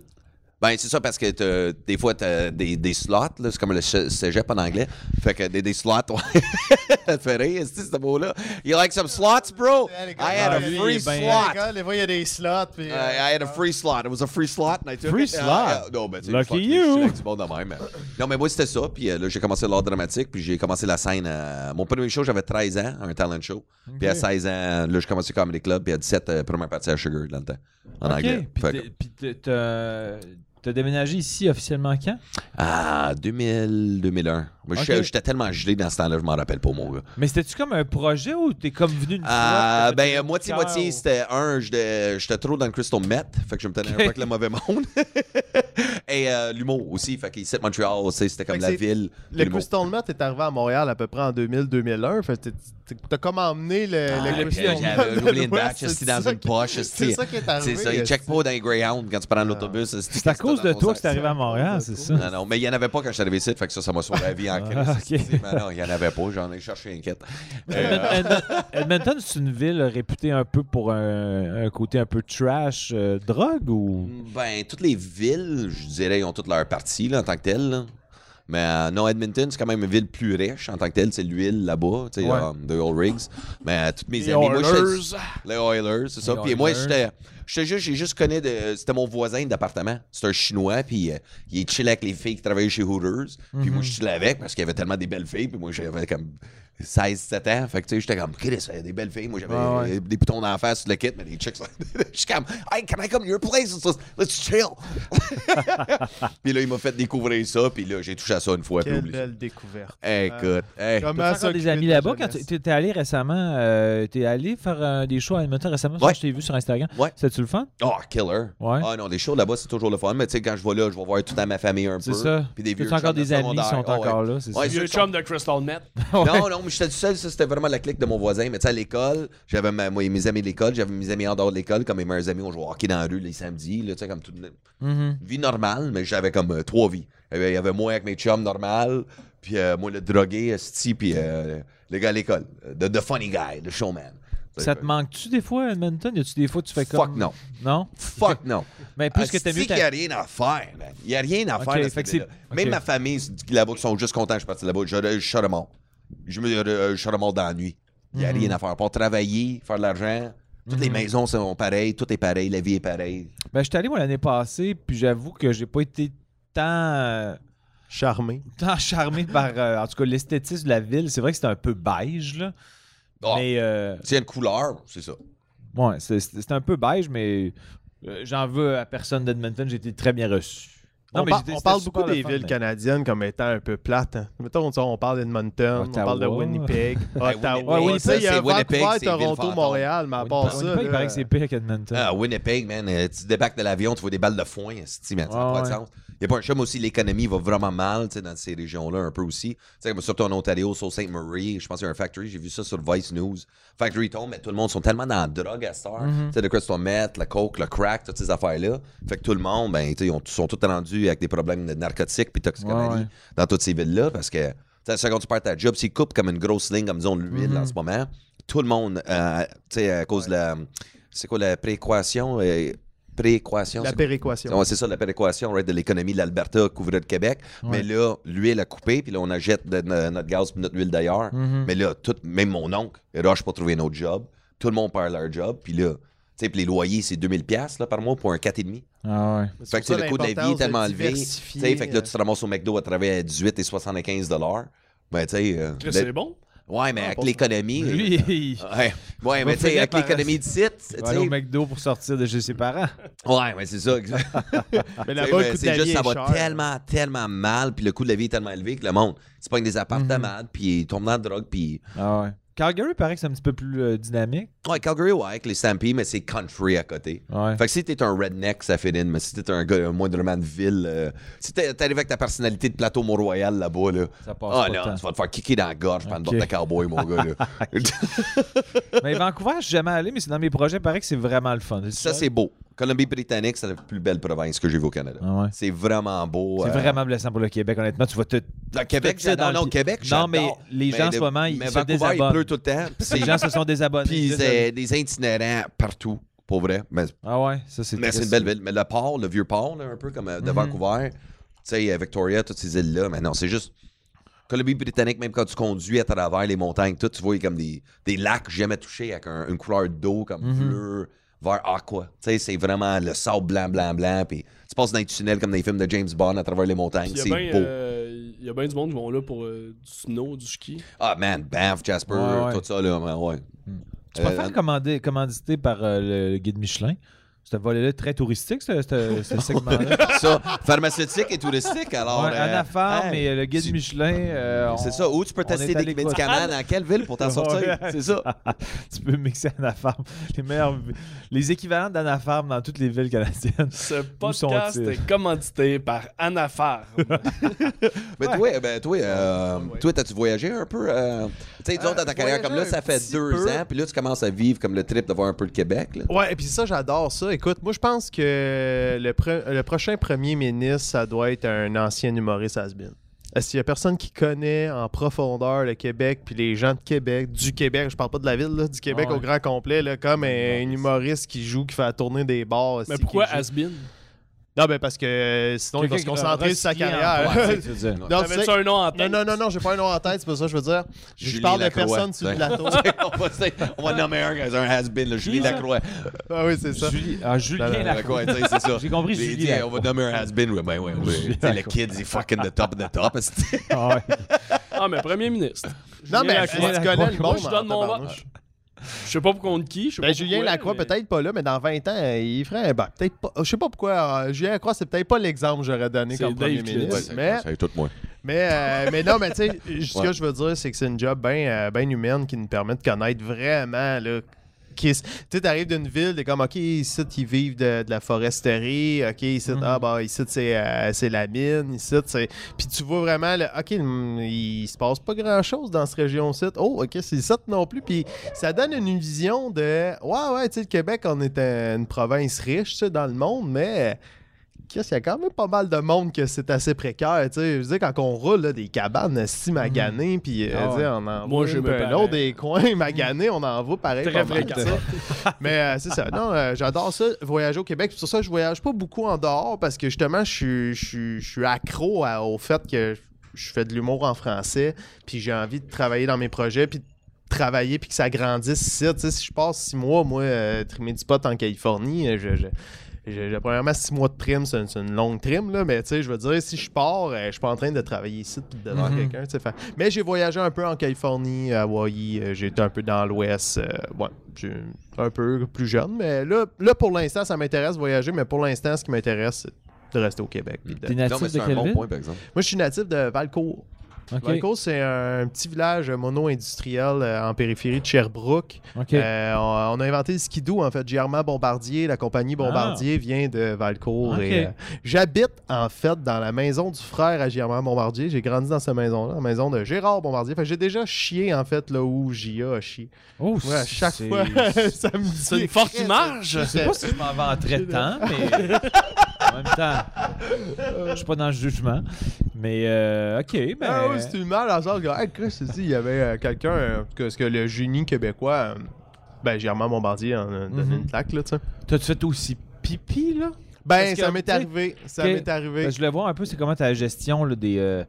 [SPEAKER 3] Ben, c'est ça, parce que t'as- des fois, t'as des, des slots, là, c'est comme le cé- cégep en anglais. Fait que des, des slots, ouais. Ça te fait rire, c'est ce mot-là. You like some slots, bro? I had a
[SPEAKER 1] Ah, lui,
[SPEAKER 3] free
[SPEAKER 1] il
[SPEAKER 4] ben,
[SPEAKER 1] est bien-
[SPEAKER 3] slot.
[SPEAKER 4] Quand les fois, il y a des slots. Puis, euh,
[SPEAKER 3] I, I had a free slot. It was a free slot, and I took
[SPEAKER 1] Free
[SPEAKER 3] it.
[SPEAKER 1] slot?
[SPEAKER 3] Ah, ah, non, ben, tu sais,
[SPEAKER 1] Lucky
[SPEAKER 3] fuck,
[SPEAKER 1] you.
[SPEAKER 3] je suis avec du monde de même, mais- Non, mais moi, c'était ça. Puis euh, là, j'ai commencé l'art dramatique, puis j'ai commencé la scène. euh, mon premier show, j'avais 13 ans, un talent show. Puis à 16 ans, là, j'ai commencé Comedy Club, puis à 17, euh, première partie à Sugar, dans le temps, en
[SPEAKER 1] Ok.
[SPEAKER 3] anglais.
[SPEAKER 1] Puis
[SPEAKER 3] Fait
[SPEAKER 1] t'es-
[SPEAKER 3] que-
[SPEAKER 1] Puis t'es- t'as t'as déménagé ici officiellement quand?
[SPEAKER 3] ah, 2000, 2001. Moi, j'étais-
[SPEAKER 1] Ok.
[SPEAKER 3] J'étais tellement gelé dans ce temps-là, je m'en rappelle pas, mon gars.
[SPEAKER 1] Mais c'était-tu comme un projet ou t'es comme venu une
[SPEAKER 3] Ah,
[SPEAKER 1] fois? t'as fait
[SPEAKER 3] ben,
[SPEAKER 1] un
[SPEAKER 3] moitié-moitié,
[SPEAKER 1] cœur ou-
[SPEAKER 3] c'était un, j'étais j'étais trop dans le crystal meth, fait que je me tenais un peu avec le mauvais monde. Et euh, l'humour aussi, fait qu'ici, Montréal, tu sais, c'était comme
[SPEAKER 4] Fait que
[SPEAKER 3] la
[SPEAKER 4] c'est-
[SPEAKER 3] ville.
[SPEAKER 4] Le
[SPEAKER 3] l'humour.
[SPEAKER 4] Crystal Meth est arrivé à Montréal à peu près en 2000-2001. Fait que t'es- t'es- t'as comme emmené le,
[SPEAKER 3] Ah,
[SPEAKER 4] le
[SPEAKER 3] le
[SPEAKER 4] Crystal
[SPEAKER 3] piège,
[SPEAKER 4] Meth
[SPEAKER 3] j'avais
[SPEAKER 4] de
[SPEAKER 3] oublié une
[SPEAKER 4] l'Ouest,
[SPEAKER 3] batch,
[SPEAKER 4] c'est
[SPEAKER 3] c'est dans
[SPEAKER 4] ça
[SPEAKER 3] une
[SPEAKER 4] qui-
[SPEAKER 3] poche,
[SPEAKER 4] C'est
[SPEAKER 3] c'est
[SPEAKER 4] ça qui est arrivé.
[SPEAKER 3] C'est ça, ils
[SPEAKER 4] euh,
[SPEAKER 3] checkent pas dans les Greyhound quand tu prends l'autobus.
[SPEAKER 1] C'est à cause de toi que t'es arrivé à Montréal, c'est ça?
[SPEAKER 3] Non, non, mais il n'y en avait pas quand je suis arrivé ici, fait que ça, ça m'a sauvé la vie en crise.
[SPEAKER 1] Ah, ok.
[SPEAKER 3] Mais non, il n'y en avait pas, j'en ai cherché une quête. Euh,
[SPEAKER 1] Edmonton, Edmonton, c'est une ville réputée un peu pour un, un côté un peu trash, euh, drogue ou.
[SPEAKER 3] Ben, toutes les villes, je dirais, ils ont toutes leur partie là, en tant que telle. là. Mais euh, non, Edmonton, c'est quand même une ville plus riche en tant que telle. C'est l'huile là-bas, tu sais,
[SPEAKER 1] Ouais.
[SPEAKER 3] euh, de Old Rigs. Mais euh, toutes mes
[SPEAKER 2] Les
[SPEAKER 3] amies, moi, j'étais-
[SPEAKER 2] Oilers.
[SPEAKER 3] Les Oilers, c'est ça.
[SPEAKER 1] Les
[SPEAKER 3] Puis moi,
[SPEAKER 1] Oilers.
[SPEAKER 3] j'étais. j'étais juste, j'ai juste connu de. C'était mon voisin d'appartement. C'est un Chinois, puis euh, il est chill avec les filles qui travaillaient chez Hooters. Puis moi, je chillais avec parce qu'il y avait tellement des belles filles. Puis moi, j'avais comme 16-17 ans. Fait que tu sais, j'étais comme, Chris, il y a des belles filles. Moi, j'avais
[SPEAKER 4] Ah
[SPEAKER 1] Ouais, ouais.
[SPEAKER 3] euh, des boutons d'en face sur le kit, mais des chicks. Je suis comme, hey, can I come to your place? Let's, let's chill. puis là, il m'a fait découvrir ça. Puis là, j'ai touché à ça une fois. puis
[SPEAKER 4] Quelle
[SPEAKER 3] oublié ça.
[SPEAKER 4] belle découverte.
[SPEAKER 3] Écoute,
[SPEAKER 1] T'as
[SPEAKER 3] hey.
[SPEAKER 4] Comment
[SPEAKER 1] encore des amis là-bas quand tu- t'es t'es allé récemment, euh, t'es allé faire euh, des shows à Edmonton récemment, ça,
[SPEAKER 3] Ouais.
[SPEAKER 1] je t'ai vu sur Instagram.
[SPEAKER 3] Ouais.
[SPEAKER 1] C'était-tu le fun?
[SPEAKER 3] Oh, killer.
[SPEAKER 1] Ouais.
[SPEAKER 3] Ah non, les shows là-bas, c'est toujours le fun. Mais tu sais, quand je vais là, je vais voir toute ma famille un peu.
[SPEAKER 1] C'est ça.
[SPEAKER 3] Puis des vieux
[SPEAKER 1] T'as-tu encore
[SPEAKER 3] chums de
[SPEAKER 1] des amis qui sont
[SPEAKER 3] secondaire. Ah ouais.
[SPEAKER 1] encore là, c'est
[SPEAKER 3] Ouais,
[SPEAKER 1] ça?
[SPEAKER 3] ceux
[SPEAKER 2] Vieux
[SPEAKER 3] qui sont-
[SPEAKER 2] chum de Crystal Meth.
[SPEAKER 3] Non, non, mais j'étais tout seul. Ça, c'était vraiment la clique de mon voisin. Mais tu sais, à l'école, j'avais ma- moi, mes amis de l'école, j'avais mes amis en dehors de l'école, comme mes meilleurs amis, on jouait au hockey dans la rue les samedis, là, tu sais, comme toute une
[SPEAKER 1] Mhm.
[SPEAKER 3] vie normale, mais j'avais comme euh, trois vies. Il y avait- il y avait moi avec mes chums normal, puis euh, moi le drogué, Sti, puis euh, le gars à l'école, Euh, the, the funny guy, le showman.
[SPEAKER 1] Ça te manque-tu des fois, Edmonton? Y a-tu des fois que tu fais comme.
[SPEAKER 3] Fuck non.
[SPEAKER 1] Non?
[SPEAKER 3] Fuck Ah, non.
[SPEAKER 1] Mais plus que t'aimes mieux.
[SPEAKER 3] Il n'y a rien à faire, man. Il n'y a rien à
[SPEAKER 1] Ok,
[SPEAKER 3] faire. dans
[SPEAKER 1] fait
[SPEAKER 3] cette
[SPEAKER 1] que c'est-
[SPEAKER 3] ville-là. Même
[SPEAKER 1] ok.
[SPEAKER 3] ma famille c'est- là-bas qui sont juste contents que je suis parti là-bas. Je, je suis de mort. Je me euh, je suis de mort dans la nuit. Il
[SPEAKER 1] Mhm.
[SPEAKER 3] n'y a rien à faire. Pour travailler, faire de l'argent. Toutes les maisons sont pareilles, tout est pareil, la vie est pareille.
[SPEAKER 1] Ben, j'étais allé moi l'année passée, puis j'avoue que j'ai pas été tant. euh,
[SPEAKER 4] Charmé.
[SPEAKER 1] tant charmé par, euh, en tout cas, l'esthétisme de la ville. C'est vrai que c'était un peu beige, là.
[SPEAKER 3] Ah,
[SPEAKER 1] Mais, euh,
[SPEAKER 3] C'est une couleur, c'est ça.
[SPEAKER 1] Ouais, c'est- c'est c'est un peu beige, mais euh, j'en veux à personne d'Edmonton. J'ai été très bien reçu.
[SPEAKER 4] on,
[SPEAKER 1] mais
[SPEAKER 4] par-
[SPEAKER 1] j'étais-
[SPEAKER 4] on
[SPEAKER 1] c'était
[SPEAKER 4] parle
[SPEAKER 1] super
[SPEAKER 4] beaucoup
[SPEAKER 1] le
[SPEAKER 4] des
[SPEAKER 1] fun,
[SPEAKER 4] villes
[SPEAKER 1] mais-
[SPEAKER 4] canadiennes comme étant un peu plates. hein. Mettons, tu sais, on parle d'Edmonton, on
[SPEAKER 1] Ottawa.
[SPEAKER 4] parle de Winnipeg, Ottawa. Ouais,
[SPEAKER 1] Winnipeg,
[SPEAKER 3] ça,
[SPEAKER 4] Winnipeg, il y a
[SPEAKER 3] c'est Winnipeg,
[SPEAKER 4] Vancouver,
[SPEAKER 3] c'est ville
[SPEAKER 4] Toronto,
[SPEAKER 3] fantôme.
[SPEAKER 4] Montréal, mais à part
[SPEAKER 1] Winnipeg,
[SPEAKER 4] ça.
[SPEAKER 1] Winnipeg, il
[SPEAKER 4] là,
[SPEAKER 1] paraît que c'est pire qu'Edmonton.
[SPEAKER 3] Ah, Winnipeg, man, euh, tu débarques de l'avion, tu vois des balles de foin, esti, man, ça n'a
[SPEAKER 1] Ah,
[SPEAKER 3] pas de
[SPEAKER 1] ouais.
[SPEAKER 3] sens. Il n'y a pas un chum aussi, l'économie va vraiment mal tu sais, dans ces régions-là un peu aussi. Tu sais, comme surtout en Ontario, sur St. Marie, je pense qu'il y a un factory, j'ai vu ça sur Vice News. Factory tombe, mais tout le monde sont tellement dans la drogue à Star.
[SPEAKER 1] Mm-hmm.
[SPEAKER 3] Tu sais, de quoi tu vas mettre, la coke, le crack, toutes ces affaires-là. Fait que tout le monde, ben, tu sais, ils ont- sont tous rendus avec des problèmes de narcotiques puis toxicomanie
[SPEAKER 1] Ouais, ouais.
[SPEAKER 3] dans toutes ces villes-là parce que, tu sais, second tu perds ta job, s'ils coupent comme une grosse ligne, comme disons l'huile
[SPEAKER 1] Mm-hmm.
[SPEAKER 3] en ce moment, tout le monde, euh, tu sais, à cause de la. C'est quoi la prééquation? euh, prééquation?
[SPEAKER 4] La
[SPEAKER 3] c'est-
[SPEAKER 4] péréquation.
[SPEAKER 3] Ouais, c'est ça, la péréquation right, de l'économie de l'Alberta couvrait le Québec. Mais là, l'huile a coupé, puis là, on achète de- de- notre gaz puis notre huile d'ailleurs.
[SPEAKER 4] Mm-hmm.
[SPEAKER 3] Mais là, tout, même mon oncle, il rush pour trouver un autre job. Tout le monde perd leur job, puis là, tu sais, puis les loyers, c'est 2000$ piastres, là, par mois pour un 4,5.
[SPEAKER 1] Ah
[SPEAKER 4] C'est
[SPEAKER 1] ouais.
[SPEAKER 3] Fait
[SPEAKER 4] pour
[SPEAKER 3] que tu sais,
[SPEAKER 4] ça
[SPEAKER 3] le coût de la vie est
[SPEAKER 4] l'importance
[SPEAKER 3] tellement
[SPEAKER 4] de
[SPEAKER 3] élevé. tu
[SPEAKER 4] diversifier,
[SPEAKER 3] sais, Fait que là,
[SPEAKER 4] euh,
[SPEAKER 3] tu te ramasses au McDo à travers 18 et 75 dollars. Ben, tu sais. euh,
[SPEAKER 2] Chris,
[SPEAKER 3] le-
[SPEAKER 2] C'est bon.
[SPEAKER 3] Ouais, mais avec l'économie. euh,
[SPEAKER 1] Lui,
[SPEAKER 4] euh,
[SPEAKER 1] il
[SPEAKER 3] Ouais, ouais mais tu sais,
[SPEAKER 1] finir
[SPEAKER 3] avec
[SPEAKER 1] par-
[SPEAKER 3] l'économie de site. tu
[SPEAKER 1] va aller au
[SPEAKER 3] sais,
[SPEAKER 1] McDo pour sortir de chez ses parents.
[SPEAKER 3] Ouais, mais c'est ça, exact.
[SPEAKER 4] Mais
[SPEAKER 3] Tu sais,
[SPEAKER 4] là-bas, le
[SPEAKER 3] mais
[SPEAKER 4] coût de
[SPEAKER 3] c'est
[SPEAKER 4] la
[SPEAKER 3] juste,
[SPEAKER 4] vie
[SPEAKER 3] ça
[SPEAKER 4] est
[SPEAKER 3] va
[SPEAKER 4] cher.
[SPEAKER 3] tellement, tellement mal, puis le coût de la vie est tellement élevé que le monde, c'est pas des appartements,
[SPEAKER 1] Mhm.
[SPEAKER 3] puis ils tombent dans la drogue, puis...
[SPEAKER 1] Ah ouais. Calgary paraît que c'est un petit peu plus euh, dynamique.
[SPEAKER 3] Ouais, Calgary, ouais, avec les Stampede, mais c'est country à côté.
[SPEAKER 1] Ouais.
[SPEAKER 3] Fait que si t'es un redneck, ça fait in, mais si t'es un gars, un moindrement de ville, euh, si t'es- t'arrives avec ta personnalité de plateau Mont-Royal là-bas, là,
[SPEAKER 1] Ça passe
[SPEAKER 3] ah
[SPEAKER 1] pas
[SPEAKER 3] non,
[SPEAKER 1] tant.
[SPEAKER 3] tu vas te faire kicker dans la gorge par une
[SPEAKER 1] Ok.
[SPEAKER 3] botte de cowboy, mon gars, là.
[SPEAKER 1] Mais Vancouver, je suis jamais allé, mais c'est dans mes projets. paraît que c'est vraiment le fun.
[SPEAKER 3] ça,
[SPEAKER 1] seul?
[SPEAKER 3] c'est beau. Colombie-Britannique, c'est la plus belle province que j'ai vue au Canada.
[SPEAKER 1] Ah ouais.
[SPEAKER 3] C'est vraiment beau.
[SPEAKER 1] C'est
[SPEAKER 3] euh,
[SPEAKER 1] vraiment blessant pour le Québec, honnêtement. Tu vas te.
[SPEAKER 3] Le Québec,
[SPEAKER 1] Tout ça
[SPEAKER 3] j'adore.
[SPEAKER 1] dans
[SPEAKER 3] Non,
[SPEAKER 1] le-
[SPEAKER 3] Québec,
[SPEAKER 1] Non,
[SPEAKER 3] j'adore.
[SPEAKER 1] mais les gens, en ce
[SPEAKER 3] de-
[SPEAKER 1] moment, ils
[SPEAKER 3] mais
[SPEAKER 1] se
[SPEAKER 3] Vancouver, il
[SPEAKER 1] désabonnent.
[SPEAKER 3] pleut tout le temps. puis c'est-
[SPEAKER 1] Les gens se sont désabonnés.
[SPEAKER 3] Puis
[SPEAKER 1] Je-
[SPEAKER 3] c'est des itinérants partout, pour vrai. Mais,
[SPEAKER 1] Ah ouais, ça Mhm. c'est.
[SPEAKER 3] mais c'est
[SPEAKER 1] triste.
[SPEAKER 3] une belle ville. Mais le port, le vieux port, là, un peu comme euh, de Vancouver, tu sais, euh, Victoria, toutes ces îles-là. Mais non, c'est juste. Colombie-Britannique, même quand tu conduis à travers les montagnes, tout, tu vois, il y a comme des, des lacs jamais touchés avec un- une couleur d'eau comme
[SPEAKER 1] Mhm.
[SPEAKER 3] bleu, vert, aqua. Tu sais, c'est vraiment le sable blanc, blanc, blanc. Puis tu passes dans les tunnels comme dans les films de James Bond à travers les
[SPEAKER 2] Puis
[SPEAKER 3] montagnes.
[SPEAKER 2] Il y a
[SPEAKER 3] C'est
[SPEAKER 2] bien
[SPEAKER 3] beau.
[SPEAKER 2] euh, il y a bien du monde qui vont là pour euh, du snow, du ski.
[SPEAKER 3] Ah, man, Banff, Jasper,
[SPEAKER 1] Ouais, ouais.
[SPEAKER 3] tout ça, là, ouais, ouais.
[SPEAKER 1] Tu
[SPEAKER 3] Euh,
[SPEAKER 1] préfères commander, commandité par euh, le guide Michelin Ce volet-là est très touristique, ce, ce- ce segment-là.
[SPEAKER 3] ça, pharmaceutique et touristique, alors.
[SPEAKER 1] Ouais,
[SPEAKER 3] euh,
[SPEAKER 1] en affaires,
[SPEAKER 3] hey,
[SPEAKER 1] mais euh, le guide
[SPEAKER 3] tu-
[SPEAKER 1] Michelin. euh, on-
[SPEAKER 3] C'est ça, où tu peux
[SPEAKER 1] on
[SPEAKER 3] tester
[SPEAKER 1] est à
[SPEAKER 3] des
[SPEAKER 1] l'écoute.
[SPEAKER 3] médicaments dans quelle ville pour t'en sortir?
[SPEAKER 1] Ouais.
[SPEAKER 3] C'est ça.
[SPEAKER 1] tu peux mixer Anafarm. Les meilleurs, les équivalents d'Anafarm dans toutes les villes canadiennes.
[SPEAKER 2] Ce podcast
[SPEAKER 1] sont-ils?
[SPEAKER 2] est commandité par Anafarm.
[SPEAKER 3] Mais toi, ben, toi, euh, toi, t'as-tu voyagé un peu? euh, tu sais, disons, dans ta carrière comme là,
[SPEAKER 4] voyager
[SPEAKER 3] ça
[SPEAKER 4] un
[SPEAKER 3] fait
[SPEAKER 4] petit
[SPEAKER 3] deux
[SPEAKER 4] peu.
[SPEAKER 3] ans, puis là, tu commences à vivre comme le trip de voir un peu le Québec. Là.
[SPEAKER 4] Ouais, et puis ça, j'adore ça. Écoute, moi, je pense que le, pre- le prochain premier ministre, ça doit être un ancien humoriste has-been. Est-ce qu'il y a personne qui connaît en profondeur le Québec, puis les gens de Québec, du Québec, je parle pas de la ville, là, du Québec
[SPEAKER 1] Ouais.
[SPEAKER 4] au grand complet, là, comme un, un humoriste qui joue, qui fait la tournée des bars. est-ce
[SPEAKER 2] Mais
[SPEAKER 4] qu'il
[SPEAKER 2] pourquoi
[SPEAKER 4] joue?
[SPEAKER 2] Asbin
[SPEAKER 4] Non, ben parce que euh, sinon, il va se concentrer sur sa carrière.
[SPEAKER 1] carrière.
[SPEAKER 4] Non, tu
[SPEAKER 2] T'avais-tu
[SPEAKER 4] sais-
[SPEAKER 2] un nom en
[SPEAKER 4] non,
[SPEAKER 2] tête?
[SPEAKER 4] non, non, non, j'ai pas un nom en tête, c'est pas ça que je veux dire. Je,
[SPEAKER 3] Julien
[SPEAKER 4] parle de
[SPEAKER 3] Lacroix,
[SPEAKER 4] personne sur le
[SPEAKER 3] tu sais.
[SPEAKER 4] plateau.
[SPEAKER 3] on, va, se- on va nommer un, un has-been, là, Julie
[SPEAKER 1] Qui, ça?
[SPEAKER 3] Lacroix.
[SPEAKER 4] ah oui, c'est ça.
[SPEAKER 1] Julie, ah, Julien
[SPEAKER 4] Non, non,
[SPEAKER 1] Lacroix.
[SPEAKER 3] Lacroix, tu sais, c'est ça.
[SPEAKER 1] J'ai compris,
[SPEAKER 3] J'ai
[SPEAKER 1] Julie
[SPEAKER 3] dit, on
[SPEAKER 1] Lacroix.
[SPEAKER 3] va nommer un has-been. Ouais, ben, ouais, ouais.
[SPEAKER 1] Julie
[SPEAKER 3] Tu sais, le
[SPEAKER 1] Lacroix.
[SPEAKER 3] kid, il est fucking the top of the top. esti.
[SPEAKER 1] Ah ouais.
[SPEAKER 2] Ah, mais premier ministre.
[SPEAKER 4] Non,
[SPEAKER 2] Julien
[SPEAKER 4] mais
[SPEAKER 2] Lacroix.
[SPEAKER 1] Julien
[SPEAKER 4] tu
[SPEAKER 1] Lacroix.
[SPEAKER 4] connais le
[SPEAKER 2] Moi,
[SPEAKER 4] monde.
[SPEAKER 2] je donne
[SPEAKER 4] en
[SPEAKER 2] mon
[SPEAKER 4] tabarnouche.
[SPEAKER 2] Je sais pas pour contre qui. je sais
[SPEAKER 4] Ben,
[SPEAKER 2] pas
[SPEAKER 4] Julien
[SPEAKER 2] pourquoi,
[SPEAKER 4] Lacroix,
[SPEAKER 2] mais-
[SPEAKER 4] peut-être pas là, mais dans 20 ans, euh, il ferait. Ben, peut-être pas. Je sais pas pourquoi. euh, Julien Lacroix, c'est peut-être pas l'exemple que j'aurais donné
[SPEAKER 2] C'est
[SPEAKER 4] comme premier
[SPEAKER 2] Dave qui l'a
[SPEAKER 4] ministre.
[SPEAKER 3] Ouais,
[SPEAKER 4] mais,
[SPEAKER 3] c'est tout moi.
[SPEAKER 4] mais, euh, mais non, mais tu sais, ce
[SPEAKER 3] Ouais.
[SPEAKER 4] que je veux dire, c'est que c'est une job bien humaine qui nous permet de connaître vraiment. Là, qui est- tu sais, t'arrives d'une ville, t'es comme, OK, ici, ils vivent de, de la foresterie, OK, ici, ah, bah, ici, c'est euh, c'est la mine, ici, c'est. Puis tu vois vraiment, là, OK, le- il se passe pas grand-chose dans cette région-ci. Oh, OK, c'est ça non plus. Puis ça donne une vision de, ouais, ouais, tu sais, le Québec, on est un- une province riche, tu sais, dans le monde, mais. Qu'est-ce qu'il y a quand même pas mal de monde que c'est assez précaire, tu sais. Je veux dire, quand on roule, là, des cabanes si maganées, puis euh,
[SPEAKER 1] Ah
[SPEAKER 4] tu sais, on en
[SPEAKER 2] Moi,
[SPEAKER 4] voit
[SPEAKER 2] j'ai
[SPEAKER 4] un
[SPEAKER 2] mes
[SPEAKER 4] peu un
[SPEAKER 2] parents.
[SPEAKER 4] autre des coins maganés, on en voit pareil.
[SPEAKER 2] Euh, Très
[SPEAKER 4] pas mal,
[SPEAKER 2] fréquent.
[SPEAKER 4] tu sais. Mais euh, c'est ça. Non, euh, j'adore ça, voyager au Québec. C'est pour ça que je voyage pas beaucoup en dehors parce que justement, je suis- je suis- je suis accro à- au fait que je fais de l'humour en français, puis j'ai envie de travailler dans mes projets, puis de travailler, puis que ça grandisse ici. Tu sais, si je passe six mois, moi, euh, trimer du pot en Californie, euh, je. je- j'ai j'ai premièrement six mois de trim, c'est une, c'est une longue trim, là, mais tu sais, je veux dire, si je pars, euh, je suis pas en train de travailler ici puis devant
[SPEAKER 2] Mm-hmm.
[SPEAKER 1] Mhm.
[SPEAKER 4] quelqu'un. tu sais, fait- Mais j'ai voyagé un peu en Californie, à Hawaii, euh, j'ai été un peu dans l'Ouest. euh, ouais, j'ai- un peu plus jeune, mais là, là pour l'instant, ça m'intéresse de voyager, mais pour l'instant, ce qui m'intéresse, c'est de rester au Québec. puis de-
[SPEAKER 1] T'es
[SPEAKER 3] Non, mais
[SPEAKER 1] natif
[SPEAKER 3] c'est
[SPEAKER 1] de
[SPEAKER 3] un
[SPEAKER 1] quelle
[SPEAKER 3] bon
[SPEAKER 1] ville?
[SPEAKER 3] point, par exemple.
[SPEAKER 4] Moi, je suis natif de Valcourt.
[SPEAKER 1] Ok,
[SPEAKER 4] Valcourt, c'est un petit village mono-industriel euh, en périphérie de Sherbrooke.
[SPEAKER 1] ok.
[SPEAKER 4] Euh, on, on a inventé le skidoo, en fait. Germain Bombardier, la compagnie Bombardier vient de Valcourt.
[SPEAKER 1] Ah. Ok.
[SPEAKER 4] et, euh, J'habite, en fait, dans la maison du frère à Germain Bombardier. J'ai grandi dans cette maison-là, la maison de Gérard Bombardier. Fait que j'ai déjà chié, en fait, là où J.A. a chié.
[SPEAKER 1] oh,
[SPEAKER 4] Ouais, à chaque
[SPEAKER 1] c'est-
[SPEAKER 4] fois,
[SPEAKER 1] Je
[SPEAKER 4] ça me dit.
[SPEAKER 2] C'est une forte image.
[SPEAKER 1] sais pas si je m'en vanterais tant, mais en même temps, je suis pas dans le jugement. Mais euh, ok, ben.
[SPEAKER 4] Ah oui, c'est une mal dans le sens que, hey, Chris, tu sais, il y avait euh, quelqu'un, euh, que, ce que le génie québécois, euh, ben, Germain Bombardier en a donné
[SPEAKER 1] Mhm.
[SPEAKER 4] une claque, là, tu sais.
[SPEAKER 1] T'as-tu fait aussi pipi, là?
[SPEAKER 4] Ben,
[SPEAKER 1] Parce que,
[SPEAKER 4] ça m'est
[SPEAKER 1] tu sais,
[SPEAKER 4] arrivé, ça
[SPEAKER 1] que-
[SPEAKER 4] m'est arrivé.
[SPEAKER 1] Ben, je voulais voir un peu, c'est comment ta gestion là, des euh,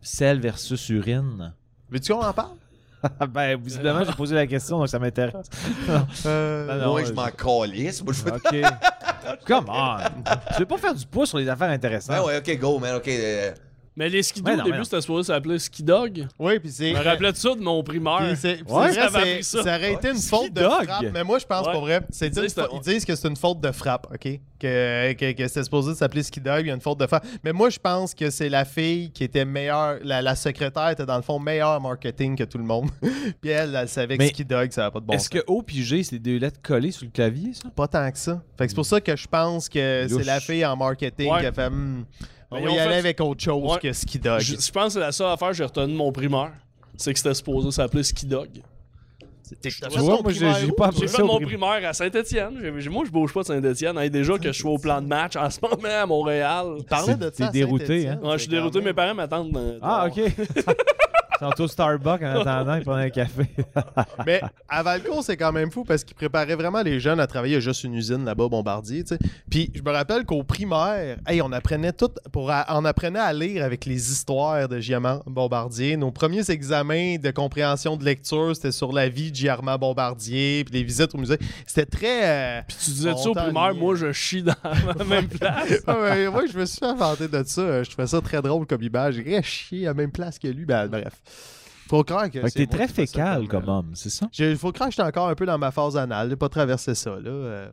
[SPEAKER 1] sel versus urine.
[SPEAKER 4] Veux-tu qu'on en parle?
[SPEAKER 1] ben, visiblement, j'ai posé la question, donc ça m'intéresse.
[SPEAKER 4] Euh,
[SPEAKER 2] Ah,
[SPEAKER 1] Ben, non,
[SPEAKER 3] Moi, je
[SPEAKER 1] euh,
[SPEAKER 3] m'en calisse. Moi, je fais.
[SPEAKER 1] OK. Come on. Tu veux pas faire du poids sur les affaires
[SPEAKER 3] Ah
[SPEAKER 1] intéressantes?
[SPEAKER 3] ouais, ok, go, man, ok. euh,
[SPEAKER 2] Mais les skidogs,
[SPEAKER 1] Ouais, non,
[SPEAKER 2] au début,
[SPEAKER 1] merde.
[SPEAKER 2] c'était supposé s'appeler ski dog.
[SPEAKER 4] Oui, puis c'est.
[SPEAKER 2] Je me rappelais de ça de mon primaire.
[SPEAKER 4] Puis c'est- puis c'est vrai,
[SPEAKER 1] Ouais,
[SPEAKER 2] ça m'a
[SPEAKER 4] c'est-
[SPEAKER 2] appris
[SPEAKER 4] ça.
[SPEAKER 2] ça.
[SPEAKER 4] aurait été une
[SPEAKER 1] Ski
[SPEAKER 4] faute de
[SPEAKER 1] dog.
[SPEAKER 4] frappe. Mais moi, je pense
[SPEAKER 2] Ouais.
[SPEAKER 4] pour vrai. c'est
[SPEAKER 2] Ils
[SPEAKER 4] une
[SPEAKER 2] disent
[SPEAKER 4] fa-
[SPEAKER 2] ça,
[SPEAKER 4] Ils
[SPEAKER 2] ouais.
[SPEAKER 4] disent que c'est une faute de frappe, OK? Que, que, que c'était supposé s'appeler Ski Dog, il y a une faute de frappe. Mais moi, je pense que c'est la fille qui était meilleure, la, la secrétaire était dans le fond meilleure marketing que tout le monde. Puis elle, elle savait que
[SPEAKER 1] Mais
[SPEAKER 4] Ski Dog, ça n'avait pas de bon
[SPEAKER 1] Est-ce
[SPEAKER 4] sens.
[SPEAKER 1] que O puis G, c'est des lettres collées sur le clavier, ça?
[SPEAKER 4] Pas tant que ça. Fait que c'est pour ça que je pense que c'est
[SPEAKER 1] Hmm. Louche.
[SPEAKER 4] la fille en marketing
[SPEAKER 2] Ouais.
[SPEAKER 4] qui a fait. Hmm, on
[SPEAKER 2] Mais
[SPEAKER 4] va
[SPEAKER 2] ils
[SPEAKER 4] y
[SPEAKER 2] ont
[SPEAKER 4] aller
[SPEAKER 2] fait-
[SPEAKER 4] avec autre chose
[SPEAKER 2] Ouais.
[SPEAKER 4] que Ski Dog.
[SPEAKER 2] Je, je pense que c'est la seule affaire que j'ai retenue de mon primaire. C'est que c'était supposé s'appeler ski dog.
[SPEAKER 1] Tu vois, moi, j'ai j'ai pas appris
[SPEAKER 2] J'ai
[SPEAKER 1] ça
[SPEAKER 2] fait
[SPEAKER 1] au
[SPEAKER 2] mon
[SPEAKER 1] primaire.
[SPEAKER 2] primaire à Saint-Etienne. J'ai- Moi, je bouge pas de Saint-Etienne. Hey, déjà que je suis au plan de match en ce moment à Montréal.
[SPEAKER 4] Parlais de
[SPEAKER 1] C'est-
[SPEAKER 4] ça à
[SPEAKER 1] t'es dérouté,
[SPEAKER 4] Saint-Étienne,
[SPEAKER 1] hein?
[SPEAKER 2] Ouais, je suis
[SPEAKER 4] c'est quand
[SPEAKER 2] dérouté,
[SPEAKER 4] même-
[SPEAKER 2] mes parents m'attendent. euh,
[SPEAKER 1] Ah, OK. C'est en tout Starbucks en attendant, ils prenaient un café.
[SPEAKER 4] Mais à Valcourt, c'est quand même fou parce qu'ils préparaient vraiment les jeunes à travailler. Il y a juste une usine là-bas, Bombardier. tu sais. Puis je me rappelle qu'au primaire, hey, on apprenait tout pour à- on apprenait à lire avec les histoires de Giamma Bombardier. Nos premiers examens de compréhension de lecture, c'était sur la vie de Giamma Bombardier, puis les visites au musée. C'était très. euh,
[SPEAKER 2] Puis tu disais
[SPEAKER 4] On
[SPEAKER 2] ça au
[SPEAKER 4] t'a
[SPEAKER 2] primaire,
[SPEAKER 4] nié.
[SPEAKER 2] moi je chie dans la même place.
[SPEAKER 4] Ah ouais, ouais, je me suis inventé de ça. Je trouvais ça très drôle comme image. J'ai chier à la même place que lui. Ben, bref. Faut croire que.
[SPEAKER 1] Fait que
[SPEAKER 4] c'est
[SPEAKER 1] t'es
[SPEAKER 4] moi
[SPEAKER 1] très
[SPEAKER 4] qui fais ça
[SPEAKER 1] fécal comme
[SPEAKER 4] euh,
[SPEAKER 1] homme, c'est ça?
[SPEAKER 4] J'ai- faut croire que j'étais encore un peu dans ma phase anale, j'ai pas traversé ça. Là. euh.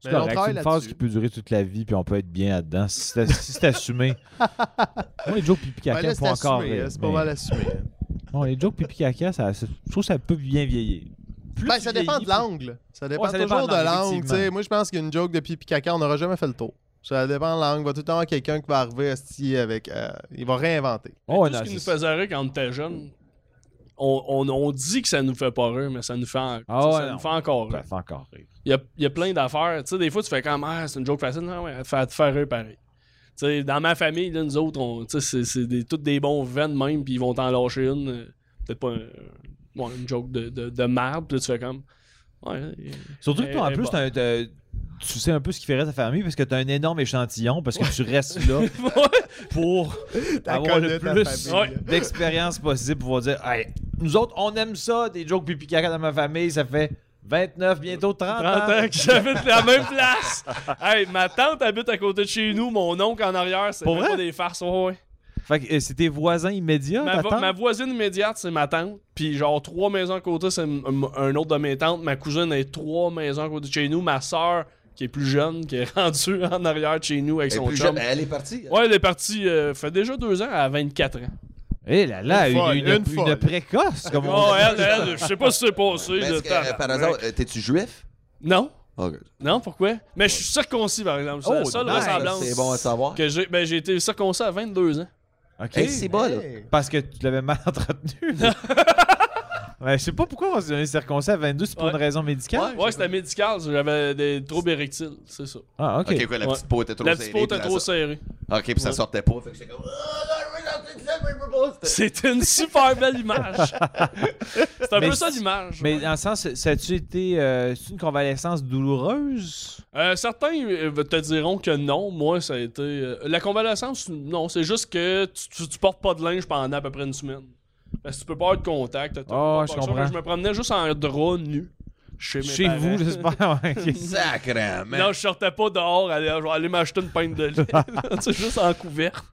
[SPEAKER 1] C'est
[SPEAKER 4] Mais on
[SPEAKER 1] correct, c'est
[SPEAKER 4] travaille
[SPEAKER 1] une phase
[SPEAKER 4] là-dessus.
[SPEAKER 1] qui peut durer toute la vie, puis on peut être bien là-dedans, si c'est si c'est assumé. Moi, les jokes pipi
[SPEAKER 4] Ben là,
[SPEAKER 1] caca,
[SPEAKER 4] c'est
[SPEAKER 1] pas encore.
[SPEAKER 4] assumé,
[SPEAKER 1] rire,
[SPEAKER 4] là, c'est pas
[SPEAKER 1] mais-
[SPEAKER 4] mal assumé. hein.
[SPEAKER 1] Non, les jokes pipi caca, ça, ça- je trouve que ça peut bien vieillir. Plus
[SPEAKER 4] Ben,
[SPEAKER 1] tu
[SPEAKER 4] ça dépend
[SPEAKER 1] vieillis,
[SPEAKER 4] de l'angle. Ça dépend
[SPEAKER 1] Ouais, ça dépend
[SPEAKER 4] toujours
[SPEAKER 1] de
[SPEAKER 4] de
[SPEAKER 1] l'angle,
[SPEAKER 4] l'angle. tu sais.
[SPEAKER 1] effectivement.
[SPEAKER 4] Moi, je pense qu'une joke de pipi caca, on n'aura jamais fait le tour. Ça dépend de l'angle. Il va tout le temps avoir quelqu'un qui va arriver esti, avec. euh, il va réinventer.
[SPEAKER 1] plus- Oh,
[SPEAKER 2] Tout
[SPEAKER 1] non,
[SPEAKER 2] ce qui nous
[SPEAKER 1] c'est-
[SPEAKER 2] faisait rire quand on était jeunes, on, on- on dit que ça nous fait pas rire, mais ça nous fait, en-
[SPEAKER 1] Ah
[SPEAKER 2] ça-
[SPEAKER 1] ouais,
[SPEAKER 2] ça
[SPEAKER 1] non.
[SPEAKER 2] nous fait encore
[SPEAKER 1] ça
[SPEAKER 2] rire.
[SPEAKER 1] fait encore rire.
[SPEAKER 2] Il y a, il y a plein d'affaires. Tu sais, des fois, tu fais comme ah, c'est une joke facile. Non, ouais, elle te fait, elle te fait rire pareil. Tu sais, dans ma famille, là, nous autres, on- tu sais, c'est, c'est des, tous des bons vents de même, puis ils vont t'en lâcher une. euh, Peut-être pas euh, ouais, une joke de, de, de merde, puis là, tu fais comme. Ouais, euh,
[SPEAKER 1] Surtout que toi, en
[SPEAKER 2] Eh,
[SPEAKER 1] plus,
[SPEAKER 2] bon.
[SPEAKER 1] t'as un- t'as- tu sais un peu ce qui ferait ta famille parce que tu as un énorme échantillon, parce que tu restes là pour avoir
[SPEAKER 4] connais
[SPEAKER 1] le
[SPEAKER 4] ta
[SPEAKER 1] plus
[SPEAKER 4] famille.
[SPEAKER 2] Ouais.
[SPEAKER 1] d'expérience possible pour pouvoir dire hey, nous autres, on aime ça, des jokes pipi caca dans ma famille, ça fait 29, bientôt 30,
[SPEAKER 2] 30
[SPEAKER 1] ans.
[SPEAKER 2] ans que j'habite la même place. Hey, ma tante habite à côté de chez nous, mon oncle en arrière, c'est
[SPEAKER 1] Pour
[SPEAKER 2] même
[SPEAKER 1] vrai?
[SPEAKER 2] pas des farces. ouais, ouais.
[SPEAKER 1] Fait que euh, c'est tes voisins immédiats,
[SPEAKER 2] Ma,
[SPEAKER 1] ta
[SPEAKER 2] vo-
[SPEAKER 1] tante?
[SPEAKER 2] ma voisine immédiate, c'est ma tante. Puis genre trois maisons à côté, c'est m- m- un autre de mes tantes. Ma cousine est trois maisons à côté de chez nous. Ma soeur, qui est plus jeune, qui est rendue en arrière de chez nous avec
[SPEAKER 3] elle est
[SPEAKER 2] son
[SPEAKER 3] plus
[SPEAKER 2] chum.
[SPEAKER 3] jeune, Elle est partie.
[SPEAKER 2] Ouais, elle est partie, euh, fait déjà deux ans, à 24 ans.
[SPEAKER 1] Eh là là,
[SPEAKER 4] Une
[SPEAKER 1] une,
[SPEAKER 4] folle,
[SPEAKER 1] une-
[SPEAKER 4] une
[SPEAKER 1] une
[SPEAKER 4] folle.
[SPEAKER 1] précoce, comme on
[SPEAKER 2] Oh,
[SPEAKER 1] dit.
[SPEAKER 2] elle, elle, je sais pas ce qui s'est passé.
[SPEAKER 3] Ah, Mais
[SPEAKER 2] de
[SPEAKER 3] est-ce que, euh,
[SPEAKER 2] temps.
[SPEAKER 3] par hasard, euh, t'es-tu juif? Oh,
[SPEAKER 2] Non,
[SPEAKER 3] Ok.
[SPEAKER 2] non, pourquoi? Mais je suis circoncis, par exemple. C'est
[SPEAKER 1] Oh,
[SPEAKER 2] la seule
[SPEAKER 1] nice.
[SPEAKER 2] ressemblance.
[SPEAKER 3] C'est bon à savoir.
[SPEAKER 2] Que j'ai, ben, j'ai été circoncis à 22 ans.
[SPEAKER 1] OK.
[SPEAKER 3] Hey, c'est bon, là.
[SPEAKER 4] Hey.
[SPEAKER 1] Parce que tu l'avais mal entretenu. ouais, je sais pas pourquoi on s'est circoncis à 22, c'est pour
[SPEAKER 2] Ouais.
[SPEAKER 1] une raison médicale.
[SPEAKER 2] Ouais, c'était médical, j'avais des troubles érectiles, c'est ça.
[SPEAKER 1] Ah, OK.
[SPEAKER 3] Ok, quoi, la
[SPEAKER 2] Ouais.
[SPEAKER 3] petite peau était trop
[SPEAKER 2] La
[SPEAKER 3] serrée,
[SPEAKER 2] petite peau était
[SPEAKER 3] puis
[SPEAKER 2] trop
[SPEAKER 3] la-
[SPEAKER 2] serrée.
[SPEAKER 3] Ok, puis ça
[SPEAKER 2] Ouais.
[SPEAKER 3] sortait pas. Fait que j'étais comme. Ah, non, je veux sortir de ça, mais je peux pas, c'était-
[SPEAKER 2] C'est une super belle image. c'est un
[SPEAKER 1] Mais
[SPEAKER 2] peu ça
[SPEAKER 1] si-
[SPEAKER 2] l'image.
[SPEAKER 1] Mais dans le sens, ça a-tu été euh, c'est une convalescence douloureuse?
[SPEAKER 2] Euh, certains euh, te diront que non, moi ça a été. euh, la convalescence, non, c'est juste que tu, tu- tu portes pas de linge pendant à peu près une semaine. Parce que tu peux pas avoir de contact. t'as- t'as
[SPEAKER 1] Oh, je
[SPEAKER 2] pas peur de ça.
[SPEAKER 1] comprends.
[SPEAKER 2] Fait que Je me promenais juste en drap nu. chez mes
[SPEAKER 1] Chez
[SPEAKER 2] parents.
[SPEAKER 1] vous, j'espère. ouais, ok.
[SPEAKER 3] Sacré, man.
[SPEAKER 2] Non, je sortais pas dehors, aller, je vais aller m'acheter une pinte de lait. là, tu sais, juste en couvert.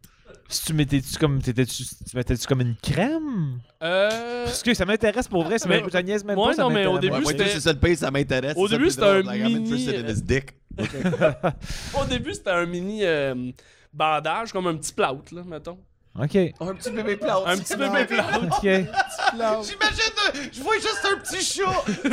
[SPEAKER 1] Si tu mettais-tu comme, t'étais-tu- tu mettais-tu comme une crème?
[SPEAKER 2] Euh,
[SPEAKER 1] Parce que ça m'intéresse pour vrai, ça
[SPEAKER 2] Mais-
[SPEAKER 1] m'intéresse- je niaise même
[SPEAKER 2] Ouais,
[SPEAKER 1] pas. ça
[SPEAKER 2] non, mais au
[SPEAKER 1] m'intéresse.
[SPEAKER 2] début,
[SPEAKER 3] Ouais, moi,
[SPEAKER 2] c'était-
[SPEAKER 3] c'est ça le pays, ça m'intéresse.
[SPEAKER 2] Au
[SPEAKER 3] c'est
[SPEAKER 2] début,
[SPEAKER 3] ça le plus
[SPEAKER 2] c'était un
[SPEAKER 3] drôle. Like, I'm
[SPEAKER 2] mini,
[SPEAKER 3] interested in
[SPEAKER 2] euh,
[SPEAKER 3] his dick.
[SPEAKER 2] au début, c'était un mini euh, bandage, comme un petit plaute, là, mettons.
[SPEAKER 1] Ok.
[SPEAKER 3] Un petit bébé plat.
[SPEAKER 2] Un petit bébé plaute.
[SPEAKER 1] Ok.
[SPEAKER 3] J'imagine, euh, je vois juste un petit chat.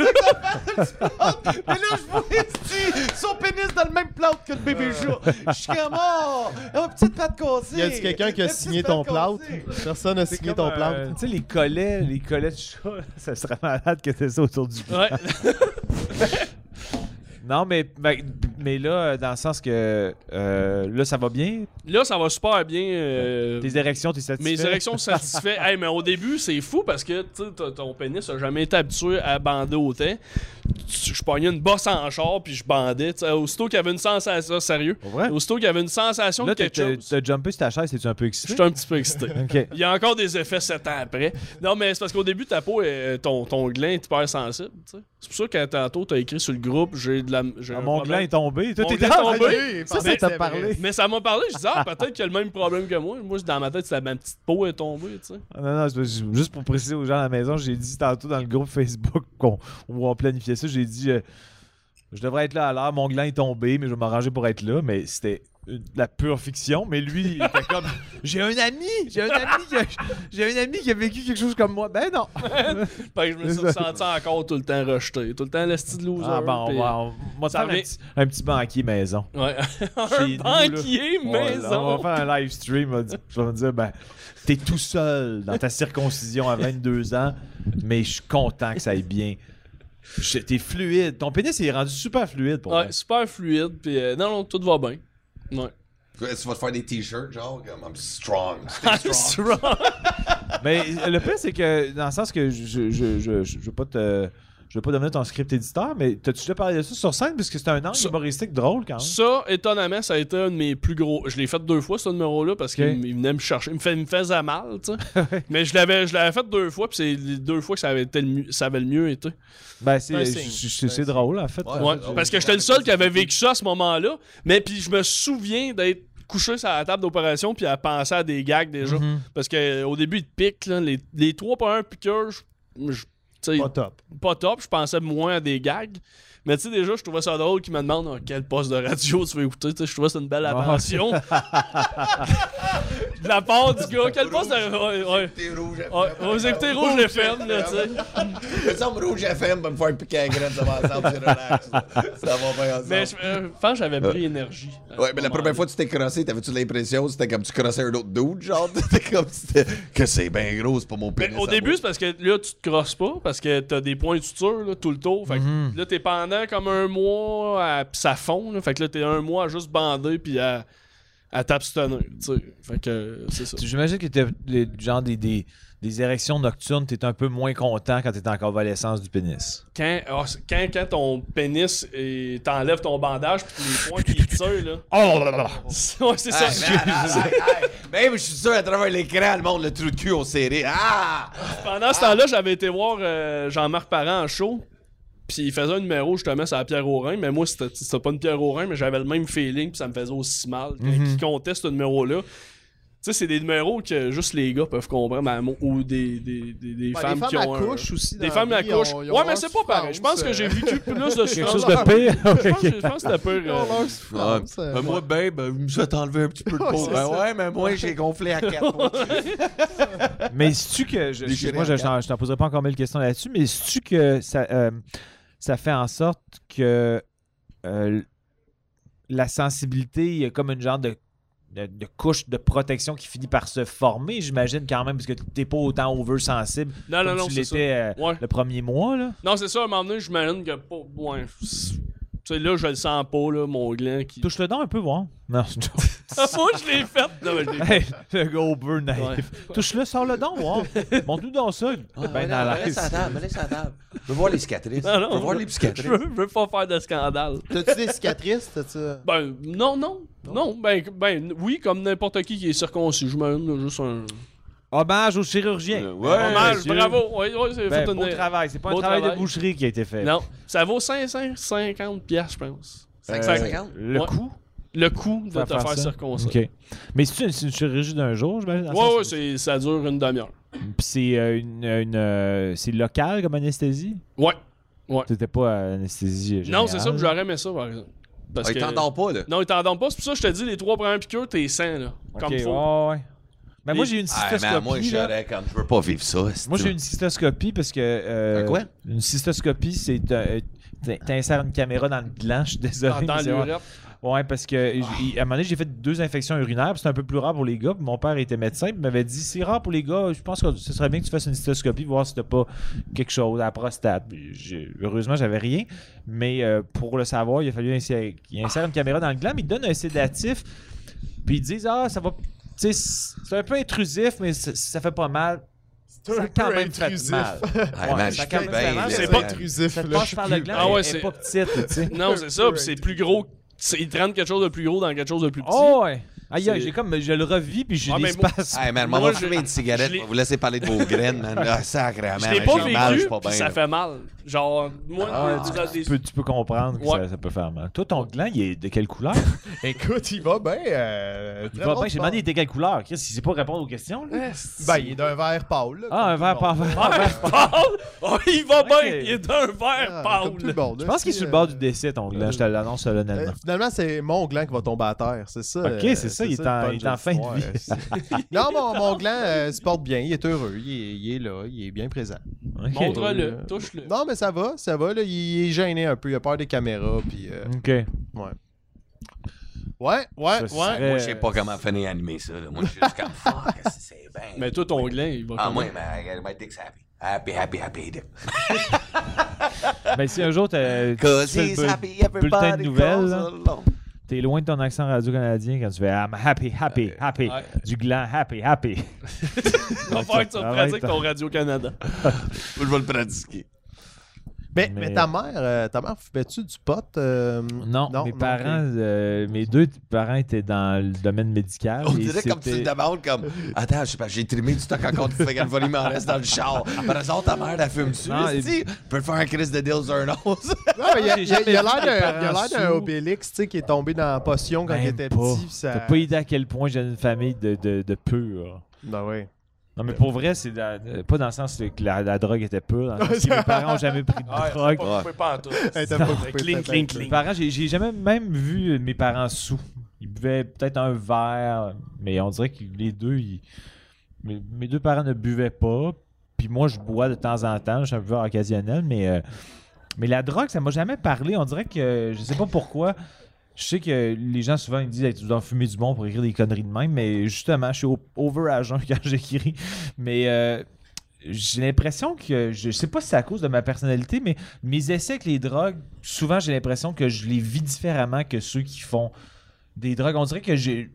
[SPEAKER 3] C'est comme un petit plâtre. Mais là, je vois esti, son pénis dans le même plâtre que le bébé chat. Je suis comme oh, mort. Une petite patte cassée.
[SPEAKER 4] Y a-tu quelqu'un qui a
[SPEAKER 3] Une petite
[SPEAKER 4] signé
[SPEAKER 3] patte
[SPEAKER 4] ton plâtre?
[SPEAKER 3] cassée.
[SPEAKER 4] Personne n'a signé ton plâtre.
[SPEAKER 1] Euh, tu sais, les collets, les collets de chat, ça serait malade que t'aies ça autour du cou.
[SPEAKER 2] Ouais.
[SPEAKER 1] Non, mais, mais, mais là, dans le sens que euh, là, ça va bien.
[SPEAKER 2] Là, ça va super bien. euh,
[SPEAKER 1] Tes érections, t'es satisfait.
[SPEAKER 2] Mes érections satisfaites. Hey, mais au début, c'est fou parce que tu sais, ton- ton pénis n'a jamais été habitué à bander autant. Tu- Je pognais une bosse en char puis je bandais. tu sais, Aussitôt qu'il y avait une sensation, sérieux.
[SPEAKER 1] Pour vrai?
[SPEAKER 2] Aussitôt qu'il y avait une sensation
[SPEAKER 1] Là,
[SPEAKER 2] de
[SPEAKER 1] t'as
[SPEAKER 2] quelque
[SPEAKER 1] t'as-
[SPEAKER 2] chose.
[SPEAKER 1] t'as jumpé sur ta chaise, t'es-tu un peu excité?
[SPEAKER 2] J'étais un petit peu excité.
[SPEAKER 1] Ok.
[SPEAKER 2] Il y a encore des effets 7 ans après. Non, mais c'est parce qu'au début, ta peau, est- ton, ton gland est hyper sensible. tu sais. C'est pour ça que tantôt, t'as écrit sur le groupe, j'ai de la. j'ai
[SPEAKER 1] Ah,
[SPEAKER 2] un
[SPEAKER 1] mon
[SPEAKER 2] problème.
[SPEAKER 1] gland est tombé. Toi,
[SPEAKER 2] Mon
[SPEAKER 1] t'es
[SPEAKER 2] gland est
[SPEAKER 1] tombé.
[SPEAKER 2] tombé.
[SPEAKER 1] Ça, ça
[SPEAKER 4] Mais
[SPEAKER 1] t'a
[SPEAKER 4] c'est
[SPEAKER 1] parlé.
[SPEAKER 2] Mais ça m'a parlé, je disais, ah, peut-être qu'il y a le même problème que moi. Moi, dans ma tête, c'est ma petite peau est tombée, tu sais.
[SPEAKER 1] Ah, Non, non, c'est parce que juste pour préciser aux gens à la maison, j'ai dit tantôt dans le groupe Facebook qu'on, où on planifiait ça, j'ai dit euh, je devrais être là à l'heure, mon gland est tombé, mais je vais m'arranger pour être là. Mais c'était une- de la pure fiction. Mais lui, il était comme j'ai un ami, j'ai un ami, qui a, j'ai un ami qui a vécu quelque chose comme moi. Ben non.
[SPEAKER 2] Fait que je me suis senti encore tout le temps rejeté. Tout le temps, le style loser.
[SPEAKER 1] Ah ben, on
[SPEAKER 2] puis-
[SPEAKER 1] va, on, on va te
[SPEAKER 2] Ça
[SPEAKER 1] faire un
[SPEAKER 2] revient-
[SPEAKER 1] petit, un petit banquier maison.
[SPEAKER 2] Ouais.
[SPEAKER 1] Chez
[SPEAKER 2] un
[SPEAKER 1] nous, là.
[SPEAKER 2] banquier
[SPEAKER 1] On va- Ben, On
[SPEAKER 2] maison.
[SPEAKER 1] va faire un live stream. on va dire- Je vais me dire, ben, t'es tout seul dans ta circoncision à 22 ans, mais je suis content que ça aille bien. Je- T'es fluide. Ton pénis, il est rendu super fluide pour
[SPEAKER 2] Ouais, super fluide. Puis euh, non, non, tout va bien. Ouais.
[SPEAKER 3] Ouais, Tu vas te faire des t-shirts, genre, comme I'm strong.
[SPEAKER 2] I'm strong.
[SPEAKER 1] moi. Mais le pire, c'est que, dans le sens que je, je, je, je, je veux pas te. Je veux pas devenir ton script éditeur, mais t'as-tu déjà parlé de ça sur scène? Parce que c'est un angle
[SPEAKER 2] Ça-
[SPEAKER 1] humoristique drôle quand même.
[SPEAKER 2] Ça, étonnamment, ça a été un de mes plus gros. Je l'ai fait deux fois, ce numéro-là, parce
[SPEAKER 1] Ok.
[SPEAKER 2] qu'il m- il venait me chercher. Il me, fait- il me faisait mal, tu sais. Mais je l'avais, je l'avais fait deux fois, puis c'est les deux fois que ça avait, été le mieux- ça avait le mieux été.
[SPEAKER 1] Ben,
[SPEAKER 2] un
[SPEAKER 1] c'est,
[SPEAKER 2] signe.
[SPEAKER 1] je- je- c'est drôle, en fait.
[SPEAKER 3] Ouais.
[SPEAKER 2] Ouais,
[SPEAKER 3] ouais,
[SPEAKER 2] parce que
[SPEAKER 3] ouais.
[SPEAKER 2] j'étais le seul qui avait vécu ça à ce moment-là. Mais puis je me souviens d'être couché sur la table d'opération puis à penser à des gags déjà.
[SPEAKER 1] Mhm.
[SPEAKER 2] Parce qu'au début, il te pique. là, les, les 3.1 piqueurs, je- je- tu sais,
[SPEAKER 4] Pas top.
[SPEAKER 2] pas top. Je pensais moins à des gags. Mais tu sais, déjà, je trouvais ça drôle qu'ils me demandent Ah, quel poste de radio tu veux écouter. Tu sais, je trouvais ça une belle
[SPEAKER 1] Ah.
[SPEAKER 2] attention. de la part du gars, quel poste de. Ouais, ouais.
[SPEAKER 3] T'es rouge FM.
[SPEAKER 2] Ouais, vous écoutez Rouge FM, là, tu sais.
[SPEAKER 3] Je me semble rouge FM pour me faire piquer un graine, ça va ensemble, c'est relax. Ça va bien ensemble.
[SPEAKER 2] Mais je euh, je pense que j'avais pris énergie. à ce
[SPEAKER 3] Ouais, mais la
[SPEAKER 2] moment-là.
[SPEAKER 3] première fois que tu t'es crossé, t'avais-tu l'impression que c'était comme tu crossais un autre dude, genre? T'étais comme c'était que c'est bien gros, c'est pas mon
[SPEAKER 2] Ben,
[SPEAKER 3] pénis.
[SPEAKER 2] au
[SPEAKER 3] à
[SPEAKER 2] début,
[SPEAKER 3] moi.
[SPEAKER 2] c'est parce que là, tu te crosses pas, parce que t'as des points de suture là, tout le tour. Fait que
[SPEAKER 1] Mhm.
[SPEAKER 2] là, t'es pendant comme un mois, à- pis ça fond. là. Fait que là, t'es un mois à juste bander puis à, à t'abstenir. tu sais. Fait que euh, c'est ça.
[SPEAKER 1] Tu- J'imagine que t'as les- genre des, des, des érections nocturnes, t'es un peu moins content quand t'es en convalescence du pénis.
[SPEAKER 2] Quand, ah, c'est- quand, quand ton pénis, et t'enlèves ton bandage puis les points qui tirent, là.
[SPEAKER 1] Oh là Ah, là là!
[SPEAKER 2] ouais, c'est ça.
[SPEAKER 3] Hey, hey, hey, hey. Même, je suis sûr, à travers l'écran, le monde, le trou de cul au serré. Ah!
[SPEAKER 2] Pendant ce temps-là, j'avais été voir euh, Jean-Marc Parent en show. Puis il faisait un numéro justement sur la pierre au rein, mais moi c'était c'était pas une pierre au rein, mais j'avais le même feeling, puis ça me faisait aussi mal. Quand
[SPEAKER 1] Mhm.
[SPEAKER 2] il comptait ce numéro-là. Tu sais, c'est des numéros que juste les gars peuvent comprendre, mais mo- ou des, des, des, des
[SPEAKER 4] Ouais,
[SPEAKER 2] femmes
[SPEAKER 4] les femmes
[SPEAKER 2] qui ont
[SPEAKER 4] à
[SPEAKER 2] un-
[SPEAKER 4] couche aussi. dans
[SPEAKER 2] Des femmes à
[SPEAKER 4] vie, ont-
[SPEAKER 2] couche.
[SPEAKER 4] ils ont
[SPEAKER 2] Ouais,
[SPEAKER 4] leur
[SPEAKER 2] mais c'est pas pareil. Je pense que
[SPEAKER 4] souffrance,
[SPEAKER 2] j'ai
[SPEAKER 4] euh,
[SPEAKER 2] vécu plus de souffrance.
[SPEAKER 1] Quelque chose de pire?
[SPEAKER 2] Je pense
[SPEAKER 1] Ok.
[SPEAKER 2] que- je pense que c'était pire.
[SPEAKER 4] ils ont
[SPEAKER 2] euh,
[SPEAKER 4] leur souffrance, euh,
[SPEAKER 3] moi, ben, ben, vous me souhaitez enlever un petit peu de
[SPEAKER 4] Ouais,
[SPEAKER 3] peau.
[SPEAKER 4] c'est
[SPEAKER 3] Ben
[SPEAKER 4] ça.
[SPEAKER 3] ouais, mais moi, j'ai gonflé à quatre points.
[SPEAKER 1] Mais sais-tu que. je-
[SPEAKER 3] Déchiré
[SPEAKER 1] moi,
[SPEAKER 3] en
[SPEAKER 1] je,
[SPEAKER 3] quatre.
[SPEAKER 1] t'en- je t'en poserai pas encore mille questions là-dessus, mais sais-tu que ça, euh, ça fait en sorte que euh, la sensibilité, il y a comme une genre de, de, de couche de protection qui finit par se former, j'imagine, quand même, parce que t'es pas autant oversensible
[SPEAKER 2] Ah, Non, non,
[SPEAKER 1] comme
[SPEAKER 2] non,
[SPEAKER 1] tu
[SPEAKER 2] c'est ça.
[SPEAKER 1] l'étais euh,
[SPEAKER 2] Ouais.
[SPEAKER 1] le premier mois, là.
[SPEAKER 2] Non, c'est ça, à un moment donné, je m'imagine que pas. Ouais. Tu sais, là, je le sens pas, là, mon gland qui.
[SPEAKER 1] Touche-le dent un peu, voir. Non, c'est une joke.
[SPEAKER 2] Moi, je l'ai fait. Non, mais je l'ai
[SPEAKER 1] Hey, le gars au beurre
[SPEAKER 2] Ouais.
[SPEAKER 1] naïf. Touche-le, sors-le donc, voir. Monte-nous dans ça. ben à
[SPEAKER 3] laisse
[SPEAKER 1] l'aise.
[SPEAKER 3] la table, laisse la table. Je veux voir les cicatrices.
[SPEAKER 2] Non, non,
[SPEAKER 3] je veux voir
[SPEAKER 2] je-
[SPEAKER 3] les
[SPEAKER 2] Je
[SPEAKER 3] cicatrices.
[SPEAKER 2] veux, je veux pas faire de scandale.
[SPEAKER 4] T'as-tu des cicatrices, t'as-tu...
[SPEAKER 2] Ben, non, non. Non, ben, ben, oui, comme n'importe qui qui est circoncis. Je m'en juste un.
[SPEAKER 1] Hommage aux chirurgiens.
[SPEAKER 3] Ouais,
[SPEAKER 1] Mesdames,
[SPEAKER 2] Hommage,
[SPEAKER 1] messieurs.
[SPEAKER 2] bravo. Oui, oui, c'est
[SPEAKER 1] Ben,
[SPEAKER 2] fait
[SPEAKER 1] beau
[SPEAKER 2] une-
[SPEAKER 1] travail. C'est pas un
[SPEAKER 2] beau
[SPEAKER 1] travail, de
[SPEAKER 2] travail.
[SPEAKER 1] boucherie qui a été fait.
[SPEAKER 2] Non, ça vaut 550 piastres, je pense.
[SPEAKER 1] Euh,
[SPEAKER 3] 550?
[SPEAKER 1] le
[SPEAKER 2] Ouais.
[SPEAKER 1] coût.
[SPEAKER 2] Le coût de
[SPEAKER 1] Faire
[SPEAKER 2] te
[SPEAKER 1] faire
[SPEAKER 2] faire
[SPEAKER 1] ça.
[SPEAKER 2] circoncire.
[SPEAKER 1] OK. Mais c'est une, c'est une chirurgie d'un jour, j'imagine. dans le
[SPEAKER 2] Ouais,
[SPEAKER 1] sens-
[SPEAKER 2] ouais, c'est- ça dure une demi-heure.
[SPEAKER 1] Puis c'est euh, une, une, euh, c'est local comme anesthésie?
[SPEAKER 2] Ouais.
[SPEAKER 1] T'étais pas à anesthésie générale?
[SPEAKER 2] Non, c'est ça que j'aurais aimé ça, par exemple. Parce
[SPEAKER 3] Ah,
[SPEAKER 2] que...
[SPEAKER 3] Ils t'entendent pas, là.
[SPEAKER 2] Non, ils t'entendent pas. C'est pour ça que je te dis, les trois premières piqûres, t'es sain, là.
[SPEAKER 1] OK,
[SPEAKER 2] Comme
[SPEAKER 1] ouais,
[SPEAKER 2] faut.
[SPEAKER 1] ouais. Mais moi,
[SPEAKER 2] Les-
[SPEAKER 1] j'ai une
[SPEAKER 3] Ah, mais
[SPEAKER 1] cystoscopie.
[SPEAKER 3] moi,
[SPEAKER 1] là.
[SPEAKER 3] j'aurais comme. Je veux pas vivre ça. c'est-
[SPEAKER 1] Moi, j'ai une cystoscopie parce que. euh,
[SPEAKER 3] Un quoi?
[SPEAKER 1] Une cystoscopie, c'est. euh, t'in- T'insères une caméra dans le gland, je suis désolé.
[SPEAKER 2] Ah, Dans
[SPEAKER 1] mais c'est-
[SPEAKER 2] l'urètre.
[SPEAKER 1] Ouais, parce que
[SPEAKER 5] Ah.
[SPEAKER 1] j'ai- à un moment donné, j'ai fait deux infections urinaires, puis c'est un peu plus rare pour les gars. puis Mon père était médecin, puis il m'avait dit c'est rare pour les gars, je pense que ce serait bien que tu fasses une cystoscopie, voir si t'as pas quelque chose à la prostate. Puis j'ai- Heureusement, j'avais rien, mais euh, pour le savoir, il a fallu insérer, qu'il insère une caméra dans le gland, mais il donne un sédatif, puis ils disent ah, ça va. Tu sais, c'est un peu intrusif, mais ça, ça fait pas mal.
[SPEAKER 5] C'est
[SPEAKER 1] Ça
[SPEAKER 5] un
[SPEAKER 1] a quand
[SPEAKER 5] peu
[SPEAKER 1] même fait
[SPEAKER 5] intrusif.
[SPEAKER 1] mal.
[SPEAKER 3] Ah, man, je
[SPEAKER 1] ça
[SPEAKER 3] suis
[SPEAKER 1] calme
[SPEAKER 3] bien,
[SPEAKER 1] vraiment,
[SPEAKER 3] là.
[SPEAKER 5] C'est pas
[SPEAKER 2] C'est pas-
[SPEAKER 5] intrusif.
[SPEAKER 1] Ça te
[SPEAKER 5] là, je
[SPEAKER 1] passe
[SPEAKER 5] suis
[SPEAKER 1] par le
[SPEAKER 5] plus-
[SPEAKER 1] gland,
[SPEAKER 2] Ah ouais,
[SPEAKER 1] elle- elle est
[SPEAKER 2] c'est-
[SPEAKER 1] pas petite, tu sais.
[SPEAKER 2] Non, c'est ça, puis c'est plus gros. C'est- Ils te rendent quelque chose de plus gros dans quelque chose de plus petit.
[SPEAKER 1] Oh ouais. Aïe, aïe,
[SPEAKER 2] C'est-
[SPEAKER 1] j'ai comme je le revis puis j'ai
[SPEAKER 2] Ah, mais moi-
[SPEAKER 1] l'espace.
[SPEAKER 3] Hey, man, m'en
[SPEAKER 2] Moi,
[SPEAKER 3] va
[SPEAKER 2] je-
[SPEAKER 3] fumer une cigarette.
[SPEAKER 2] je l'ai-
[SPEAKER 3] Je vous laisser parler de vos graines, man. Ah, sacrément.
[SPEAKER 2] je l'ai
[SPEAKER 3] man,
[SPEAKER 2] pas
[SPEAKER 3] j'ai
[SPEAKER 2] vécu,
[SPEAKER 3] mal, je suis pas
[SPEAKER 2] puis
[SPEAKER 3] bien,
[SPEAKER 2] ça
[SPEAKER 3] là.
[SPEAKER 2] fait mal. Genre, moi, tu vois, des-
[SPEAKER 1] tu, peux, tu peux comprendre que
[SPEAKER 2] Ouais.
[SPEAKER 1] ça, ça peut faire mal. Toi, ton gland, il est de quelle couleur?
[SPEAKER 5] Écoute, il va bien. euh,
[SPEAKER 1] Il
[SPEAKER 5] très
[SPEAKER 1] va
[SPEAKER 5] bon
[SPEAKER 1] bien, j'ai
[SPEAKER 5] sport.
[SPEAKER 1] demandé, il était quelle couleur? Chris, il sait pas répondre aux questions.
[SPEAKER 2] Eh,
[SPEAKER 1] là.
[SPEAKER 5] Ben, il est d'un vert pâle. là,
[SPEAKER 1] Ah, un
[SPEAKER 5] comme
[SPEAKER 1] verre
[SPEAKER 5] tout le
[SPEAKER 1] par
[SPEAKER 5] monde.
[SPEAKER 1] verre.
[SPEAKER 2] Pâle? Oh, il va
[SPEAKER 1] Ok.
[SPEAKER 2] bien, il est d'un verre
[SPEAKER 5] Ah, comme tout le
[SPEAKER 2] pâle.
[SPEAKER 5] monde,
[SPEAKER 1] Je
[SPEAKER 5] là,
[SPEAKER 1] pense qu'il est
[SPEAKER 5] si,
[SPEAKER 1] sur le
[SPEAKER 5] euh,
[SPEAKER 1] bord du décès, ton gland. Je te l'annonce solennellement.
[SPEAKER 4] Euh, finalement, c'est mon gland qui va tomber à terre, c'est ça.
[SPEAKER 1] Ok, c'est ça, il est en-
[SPEAKER 4] le punch
[SPEAKER 1] il est en fin de
[SPEAKER 4] Ouais,
[SPEAKER 1] vie.
[SPEAKER 4] c'est- non, mon, mon gland euh, se porte bien, il est heureux, il est, il est là, il est bien présent.
[SPEAKER 1] Ok.
[SPEAKER 2] Montre-le, touche-le.
[SPEAKER 4] Non, mais ça va, ça va, là, il est gêné un peu, il a peur des caméras, puis... euh,
[SPEAKER 1] Ok. Mm.
[SPEAKER 4] Ouais, ouais,
[SPEAKER 1] Ça
[SPEAKER 4] ouais.
[SPEAKER 1] serait-
[SPEAKER 3] Moi, je sais pas comment finir animer ça. Là. Moi, je suis juste comme fuck, c'est- c'est bien.
[SPEAKER 2] Mais toi, ton gland, il va
[SPEAKER 3] Ah, moi,
[SPEAKER 2] comment?
[SPEAKER 3] my, my dick's happy. Happy, happy, happy. dick.
[SPEAKER 1] Ben, si un jour, t'as- tu
[SPEAKER 3] Cause
[SPEAKER 1] fais
[SPEAKER 3] he's
[SPEAKER 1] le bu-
[SPEAKER 3] happy, everybody.
[SPEAKER 1] bulletin de nouvelles,
[SPEAKER 3] goes
[SPEAKER 1] là.
[SPEAKER 3] along.
[SPEAKER 1] t'es loin de ton accent radio-canadien quand tu fais I'm happy, happy, happy.
[SPEAKER 2] Ouais.
[SPEAKER 1] Du gland, happy, happy.
[SPEAKER 2] Va faire que tu
[SPEAKER 1] Arrête.
[SPEAKER 2] pratiques ton Radio-Canada.
[SPEAKER 3] Je vais le pratiquer.
[SPEAKER 4] Mais,
[SPEAKER 1] Mais-
[SPEAKER 4] mais ta mère, euh, ta mère fumait-tu du pot? euh,
[SPEAKER 1] Non, mes
[SPEAKER 4] ok.
[SPEAKER 1] parents, euh, mes deux parents étaient dans le domaine médical.
[SPEAKER 3] On
[SPEAKER 1] et
[SPEAKER 3] dirait comme tu
[SPEAKER 1] Ah, c'était-
[SPEAKER 3] le demandes, comme Attends, je sais pas, j'ai trimé du stock encore du cigarette volé, il m'en reste dans le char. Par exemple, ta mère, elle fume dessus.
[SPEAKER 1] Non,
[SPEAKER 3] Tu peux faire un crise de deals d'un os.
[SPEAKER 4] Ouais, Ah, mais il y a-
[SPEAKER 1] J'ai
[SPEAKER 4] il y a
[SPEAKER 1] jamais
[SPEAKER 4] il y a
[SPEAKER 1] vu
[SPEAKER 4] l'air
[SPEAKER 1] des
[SPEAKER 4] d'un-
[SPEAKER 1] parents
[SPEAKER 4] il y a l'air d'un
[SPEAKER 1] sous.
[SPEAKER 4] obélix tu sais, qui est tombé dans la potion quand il
[SPEAKER 1] Même
[SPEAKER 4] était
[SPEAKER 1] pas.
[SPEAKER 4] petit. puis Ça...
[SPEAKER 1] T'as pas idée à quel point j'ai une famille de, de, de purs.
[SPEAKER 4] Ben ouais.
[SPEAKER 1] Non, mais pour vrai, c'est dans- euh, pas dans le sens que la, la drogue était pure. dans le sens que mes parents n'ont jamais pris de drogue.
[SPEAKER 3] pas
[SPEAKER 2] pas en tout.
[SPEAKER 4] Hey, t'as pas coupé
[SPEAKER 2] Cling,
[SPEAKER 4] cette
[SPEAKER 2] cling,
[SPEAKER 4] tête-là.
[SPEAKER 1] Mes
[SPEAKER 2] cling.
[SPEAKER 1] parents, j'ai j'ai jamais même vu mes parents sous. Ils buvaient peut-être un verre, mais on dirait que les deux, ils- mes, mes deux parents ne buvaient pas. Puis moi, je bois de temps en temps. Je suis un buveur occasionnel, mais, euh, mais la drogue, ça m'a jamais parlé. On dirait que je sais pas pourquoi. Je sais que les gens souvent ils me disent Hey, tu dois en fumer du bon pour écrire des conneries de même, mais justement, je suis au- over à jeun quand j'écris. Mais euh, j'ai l'impression que je sais pas si c'est à cause de ma personnalité, mais mes essais avec les drogues, souvent j'ai l'impression que je les vis différemment que ceux qui font des drogues. On dirait que j'ai.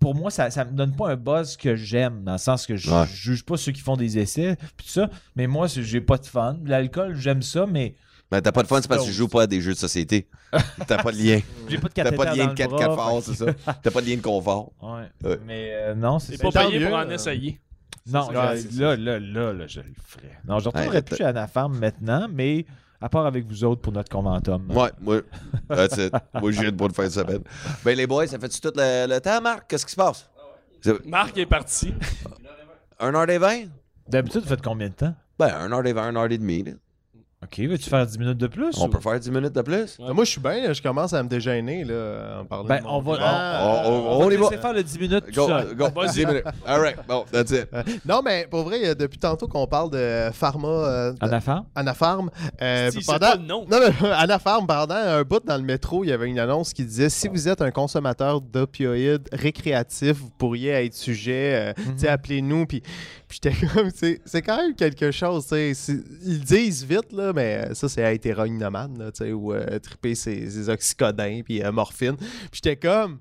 [SPEAKER 1] Pour moi, ça, ça me donne pas un buzz que j'aime, dans le sens que je
[SPEAKER 3] Ouais.
[SPEAKER 1] je juge pas ceux qui font des essais, puis tout ça. Mais moi, c'est- j'ai pas de fun. L'alcool, j'aime ça, mais
[SPEAKER 3] Mais t'as pas de fun, c'est parce que tu joues pas à des jeux de société. T'as pas de lien.
[SPEAKER 1] j'ai pas de
[SPEAKER 3] T'as
[SPEAKER 1] cathéter
[SPEAKER 3] pas de lien
[SPEAKER 1] dans
[SPEAKER 3] de
[SPEAKER 1] le
[SPEAKER 3] 4
[SPEAKER 1] bras,
[SPEAKER 3] 4 forts, c'est ça. T'as pas de lien de confort.
[SPEAKER 1] Ouais.
[SPEAKER 3] Ouais.
[SPEAKER 1] Mais euh, non, c'est
[SPEAKER 2] T'es
[SPEAKER 1] ça.
[SPEAKER 2] pas
[SPEAKER 4] tant
[SPEAKER 2] payé
[SPEAKER 4] mieux,
[SPEAKER 2] pour en
[SPEAKER 4] euh.
[SPEAKER 2] essayer.
[SPEAKER 1] Non,
[SPEAKER 4] ça,
[SPEAKER 1] je-
[SPEAKER 4] c'est
[SPEAKER 1] là, là, là, là, je le ferais. Non, je ne retournerai
[SPEAKER 3] Ouais,
[SPEAKER 1] plus chez Anapharm maintenant, mais à part avec vous autres pour notre conventum.
[SPEAKER 3] Ouais, moi, that's it. moi, je viens de bonne fin de semaine. Ben, les boys, ça fait-tu tout le, le temps, Marc? Qu'est-ce qui se passe?
[SPEAKER 2] Marc est parti.
[SPEAKER 3] 1h20?
[SPEAKER 1] D'habitude, vous faites combien de temps?
[SPEAKER 3] Ben, 1h20, 1h30. là.
[SPEAKER 1] OK, veux-tu faire 10 minutes de plus?
[SPEAKER 3] On
[SPEAKER 1] ou-
[SPEAKER 3] peut faire 10 minutes de plus?
[SPEAKER 2] Ouais.
[SPEAKER 4] Moi, je suis bien, là, je commence à me dégêner là, en parlant.
[SPEAKER 1] Ben,
[SPEAKER 4] de
[SPEAKER 1] on
[SPEAKER 4] mon
[SPEAKER 1] va-
[SPEAKER 4] gland.
[SPEAKER 3] on- on- on-
[SPEAKER 1] va te
[SPEAKER 3] y va.
[SPEAKER 1] laisser faire le 10 minutes tout
[SPEAKER 3] Go,
[SPEAKER 1] seul.
[SPEAKER 3] go, 10 minutes. All right, bon, that's it.
[SPEAKER 4] Euh, non, mais pour vrai, euh, depuis tantôt qu'on parle de pharma, euh, de-
[SPEAKER 1] Anapharm?
[SPEAKER 4] Anafarm. euh,
[SPEAKER 2] Si, c'est
[SPEAKER 4] pendant...
[SPEAKER 2] pas le nom.
[SPEAKER 4] Non, mais Anafarm, pendant un bout dans le métro, il y avait une annonce qui disait si vous êtes un consommateur d'opioïdes récréatifs, vous pourriez être sujet, euh, tu sais, appelez-nous. Puis puis j'étais comme, tu sais, c'est quand même quelque chose, tu sais. c'est- Ils le disent vite, là, mais ça, c'est être héroïnomane, là, tu sais, ou euh, triper ses, ses oxycodins, puis euh, morphine. Puis j'étais comme.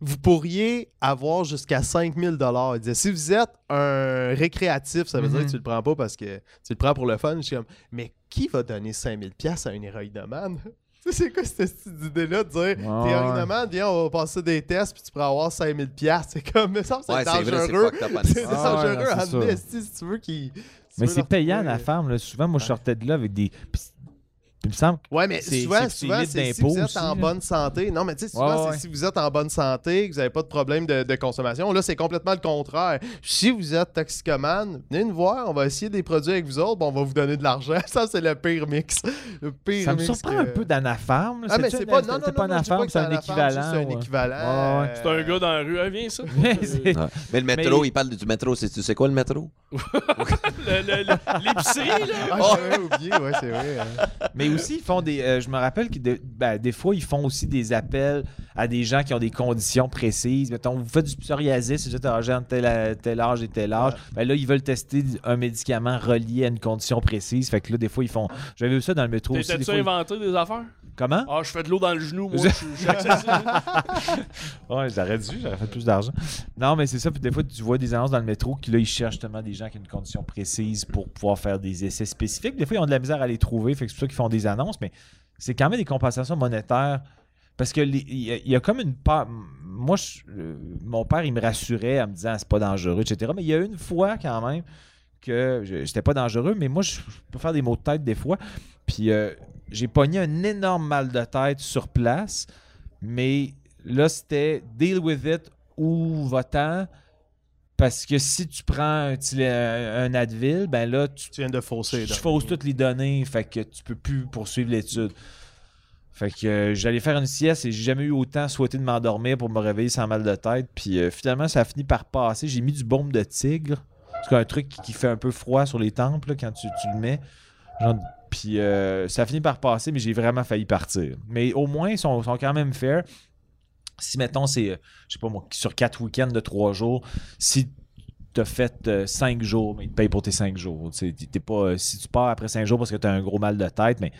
[SPEAKER 4] Vous pourriez avoir jusqu'à 5000 dollars. Si vous êtes un récréatif, ça veut dire
[SPEAKER 1] Mhm.
[SPEAKER 4] que tu le prends pas parce que tu le prends pour le fun. Je suis comme, mais qui va donner 5000 pièces à un héroïnomane? Tu sais, c'est quoi cette petite idée-là de dire,
[SPEAKER 1] Ouais.
[SPEAKER 4] théoriquement, viens, on va passer des tests, puis tu pourras avoir 5000$. piastres. C'est comme, mais ça, me semble
[SPEAKER 3] Ouais,
[SPEAKER 4] que
[SPEAKER 3] c'est
[SPEAKER 4] c'est
[SPEAKER 3] vrai, c'est
[SPEAKER 4] dangereux.
[SPEAKER 3] fucked up. en
[SPEAKER 4] C'est
[SPEAKER 3] esti.
[SPEAKER 1] Ah, ouais,
[SPEAKER 4] dangereux
[SPEAKER 1] non, c'est
[SPEAKER 4] en
[SPEAKER 1] ça.
[SPEAKER 4] esti, si tu veux qu'il. si tu
[SPEAKER 1] Mais
[SPEAKER 4] veux
[SPEAKER 1] c'est
[SPEAKER 4] leur
[SPEAKER 1] payant
[SPEAKER 4] trouver,
[SPEAKER 1] la
[SPEAKER 4] euh,
[SPEAKER 1] femme. Là. Souvent, moi, je sortais de là avec des. Puis, il me semble.
[SPEAKER 4] Ouais, mais
[SPEAKER 1] C'est-
[SPEAKER 4] souvent,
[SPEAKER 1] c'est- c'est
[SPEAKER 4] souvent,
[SPEAKER 1] limite
[SPEAKER 4] c'est si
[SPEAKER 1] d'impôt
[SPEAKER 4] vous êtes
[SPEAKER 1] aussi,
[SPEAKER 4] en
[SPEAKER 1] là.
[SPEAKER 4] bonne santé. Non, mais tu sais, souvent,
[SPEAKER 1] Ouais, ouais,
[SPEAKER 4] c'est
[SPEAKER 1] ouais.
[SPEAKER 4] si vous êtes en bonne santé, que vous n'avez pas de problème de, de consommation. Là, c'est complètement le contraire. Si vous êtes toxicomane, venez nous voir, on va essayer des produits avec vous autres, puis on va vous donner de l'argent. Ça, c'est le pire mix. Le pire
[SPEAKER 1] Ça me
[SPEAKER 4] mix
[SPEAKER 1] surprend
[SPEAKER 4] que-
[SPEAKER 1] un peu d'anafarme.
[SPEAKER 4] Ah, mais c'est pas. Non, non,
[SPEAKER 1] c'est
[SPEAKER 4] non, non, je
[SPEAKER 1] pas
[SPEAKER 4] dis pas
[SPEAKER 1] anafarme,
[SPEAKER 4] que
[SPEAKER 1] c'est un
[SPEAKER 4] anapharme,
[SPEAKER 1] équivalent.
[SPEAKER 4] C'est un
[SPEAKER 1] ouais.
[SPEAKER 4] équivalent.
[SPEAKER 1] Ouais, ouais.
[SPEAKER 2] C'est un gars dans la rue. Hein, viens, ça.
[SPEAKER 1] Mais c'est-
[SPEAKER 3] Ouais. Mais le métro,
[SPEAKER 1] Mais-
[SPEAKER 3] il parle du métro. C'est- Tu sais quoi le métro?
[SPEAKER 2] Le- le- le- L'épicerie, là.
[SPEAKER 4] Ah, j'avais oublié, ouais, c'est vrai. hein.
[SPEAKER 1] Mais aussi, ils font des. euh, je me rappelle que de- ben, des fois, ils font aussi des appels à des gens qui ont des conditions précises. Mettons, vous faites du psoriasis, vous êtes âgé entre tel, euh, tel âge et tel âge. Ben là, ils veulent tester un médicament relié à une condition précise. Fait que là, des fois, ils font. J'avais vu ça dans le métro aussi. des
[SPEAKER 2] T'étais-tu
[SPEAKER 1] fois, ils-
[SPEAKER 2] inventé des affaires?
[SPEAKER 1] Comment
[SPEAKER 2] Ah, je fais de l'eau dans le genou, moi. je suis- je suis accessible.
[SPEAKER 1] Ouais, j'aurais dû, j'aurais fait plus d'argent. Non, mais c'est ça. Puis des fois, tu vois des annonces dans le métro qui, là, ils cherchent justement des gens qui ont une condition précise pour pouvoir faire des essais spécifiques. Des fois, ils ont de la misère à les trouver. Fait que c'est pour ça qu'ils font des annonces. Mais c'est quand même des compensations monétaires. Parce que les- il y, a- il y a comme une part. Moi, je- euh, mon père, il me rassurait en me disant c'est pas dangereux, etc. Mais il y a une fois quand même que je- j'étais pas dangereux, mais moi, je, je peux faire des maux de tête des fois. Puis euh, j'ai pogné un énorme mal de tête sur place. Mais là, c'était deal with it ou va-t'en. Parce que si tu prends un, Tylen- un Advil, ben là, tu
[SPEAKER 4] Tu viens de fausser.
[SPEAKER 1] je
[SPEAKER 4] là.
[SPEAKER 1] fausse toutes les données, fait que tu peux plus poursuivre l'étude. Fait que euh, j'allais faire une sieste et j'ai jamais eu autant souhaité de m'endormir pour me réveiller sans mal de tête. Puis euh, finalement, ça a fini par passer. J'ai mis du baume de tigre. C'est un truc qui- qui fait un peu froid sur les tempes là, quand tu, tu le mets. Genre- puis euh, ça a fini par passer, mais j'ai vraiment failli partir. Mais au moins, ils sont, sont quand même fair. Si, mettons, c'est, euh, je sais pas moi, sur quatre week-ends de trois jours, si t'as fait euh, cinq jours, mais ils te payent pour tes cinq jours. Tu sais, t'es- t'es pas, euh, si tu pars après cinq jours parce que t'as un gros mal de tête, mais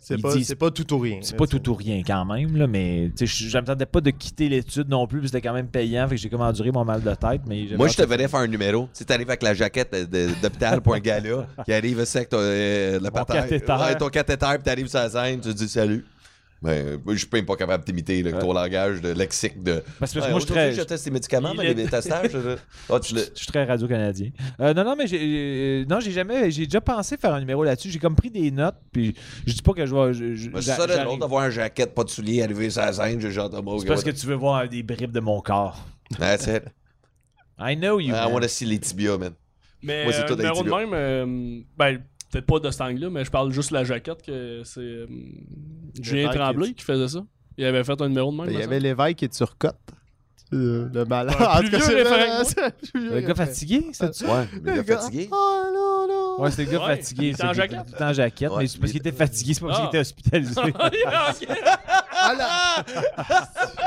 [SPEAKER 4] C'est
[SPEAKER 1] ils
[SPEAKER 4] pas,
[SPEAKER 1] disent-
[SPEAKER 4] c'est pas tout ou rien.
[SPEAKER 1] c'est
[SPEAKER 4] là,
[SPEAKER 1] pas
[SPEAKER 4] tu sais.
[SPEAKER 1] tout ou rien quand même. Là, mais tu sais, je je m'attendais pas de quitter l'étude non plus, puis c'était quand même payant, fait que j'ai comme enduré mon mal de tête. Mais j'avais-
[SPEAKER 3] Moi, je te verrais faire un numéro. Si t'arrives avec la jaquette de- de- d'hôpital pour un gars là, qui arrive sec, euh, le patère.
[SPEAKER 1] cathéter.
[SPEAKER 3] Ouais, ton cathéter, puis t'arrives sur la scène, tu dis salut. Mais euh, je suis même pas capable d'imiter là, ton langage de lexique de.
[SPEAKER 1] Parce que
[SPEAKER 3] Ouais,
[SPEAKER 1] moi, je suis très-
[SPEAKER 3] aujourd'hui, je teste les médicaments,
[SPEAKER 1] Il
[SPEAKER 3] mais
[SPEAKER 1] est-
[SPEAKER 3] les testages. je- Ah, tu le-
[SPEAKER 1] Je suis très radio-canadien. Euh, non, non, mais j'ai, euh, non, j'ai jamais. J'ai déjà pensé faire un numéro là-dessus. J'ai comme pris des notes, puis je dis pas que je vais. je- je-
[SPEAKER 3] Ben,
[SPEAKER 1] j'a-
[SPEAKER 3] C'est ça de
[SPEAKER 1] j'arrive.
[SPEAKER 3] l'autre d'avoir un jaquette, pas de souliers, arriver sur la scène, je genre Thomas.
[SPEAKER 1] C'est parce que tu veux voir des bribes de mon corps.
[SPEAKER 3] That's it.
[SPEAKER 1] I know you.
[SPEAKER 3] I
[SPEAKER 1] man.
[SPEAKER 3] want to see les tibias, man.
[SPEAKER 2] Mais
[SPEAKER 3] Moi, c'est
[SPEAKER 2] euh,
[SPEAKER 3] tout
[SPEAKER 2] numéro de
[SPEAKER 3] intégral.
[SPEAKER 2] même, euh, ben, peut-être pas de cet angle-là, mais je parle juste de la jaquette que c'est euh, Julien
[SPEAKER 4] Lévesque,
[SPEAKER 2] Tremblay
[SPEAKER 4] il-
[SPEAKER 2] qui faisait ça. Il avait fait un numéro de même.
[SPEAKER 3] Ben,
[SPEAKER 4] Il y
[SPEAKER 2] me
[SPEAKER 4] avait l'évêque et Turcotte. Euh, Le malade.
[SPEAKER 2] Un
[SPEAKER 4] En
[SPEAKER 2] plus
[SPEAKER 4] tout cas,
[SPEAKER 2] vieux
[SPEAKER 4] c'est-
[SPEAKER 2] référent que
[SPEAKER 4] c'est- plus vieux
[SPEAKER 1] Le gars
[SPEAKER 4] référent.
[SPEAKER 1] fatigué, c'est ça?
[SPEAKER 3] Ouais, mais le gars fatigué.
[SPEAKER 4] Ah non, non.
[SPEAKER 1] Ouais, c'est le gars
[SPEAKER 2] Ouais, il
[SPEAKER 1] fatigué.
[SPEAKER 2] était
[SPEAKER 1] c'est
[SPEAKER 2] en
[SPEAKER 1] qu'il-
[SPEAKER 2] jaquette.
[SPEAKER 1] il était en jaquette,
[SPEAKER 3] Ouais,
[SPEAKER 1] mais c'est parce
[SPEAKER 3] il-
[SPEAKER 1] qu'il était fatigué, c'est pas parce
[SPEAKER 2] Ah.
[SPEAKER 1] qu'il était hospitalisé.
[SPEAKER 2] Ah, ok.
[SPEAKER 4] Ah, là.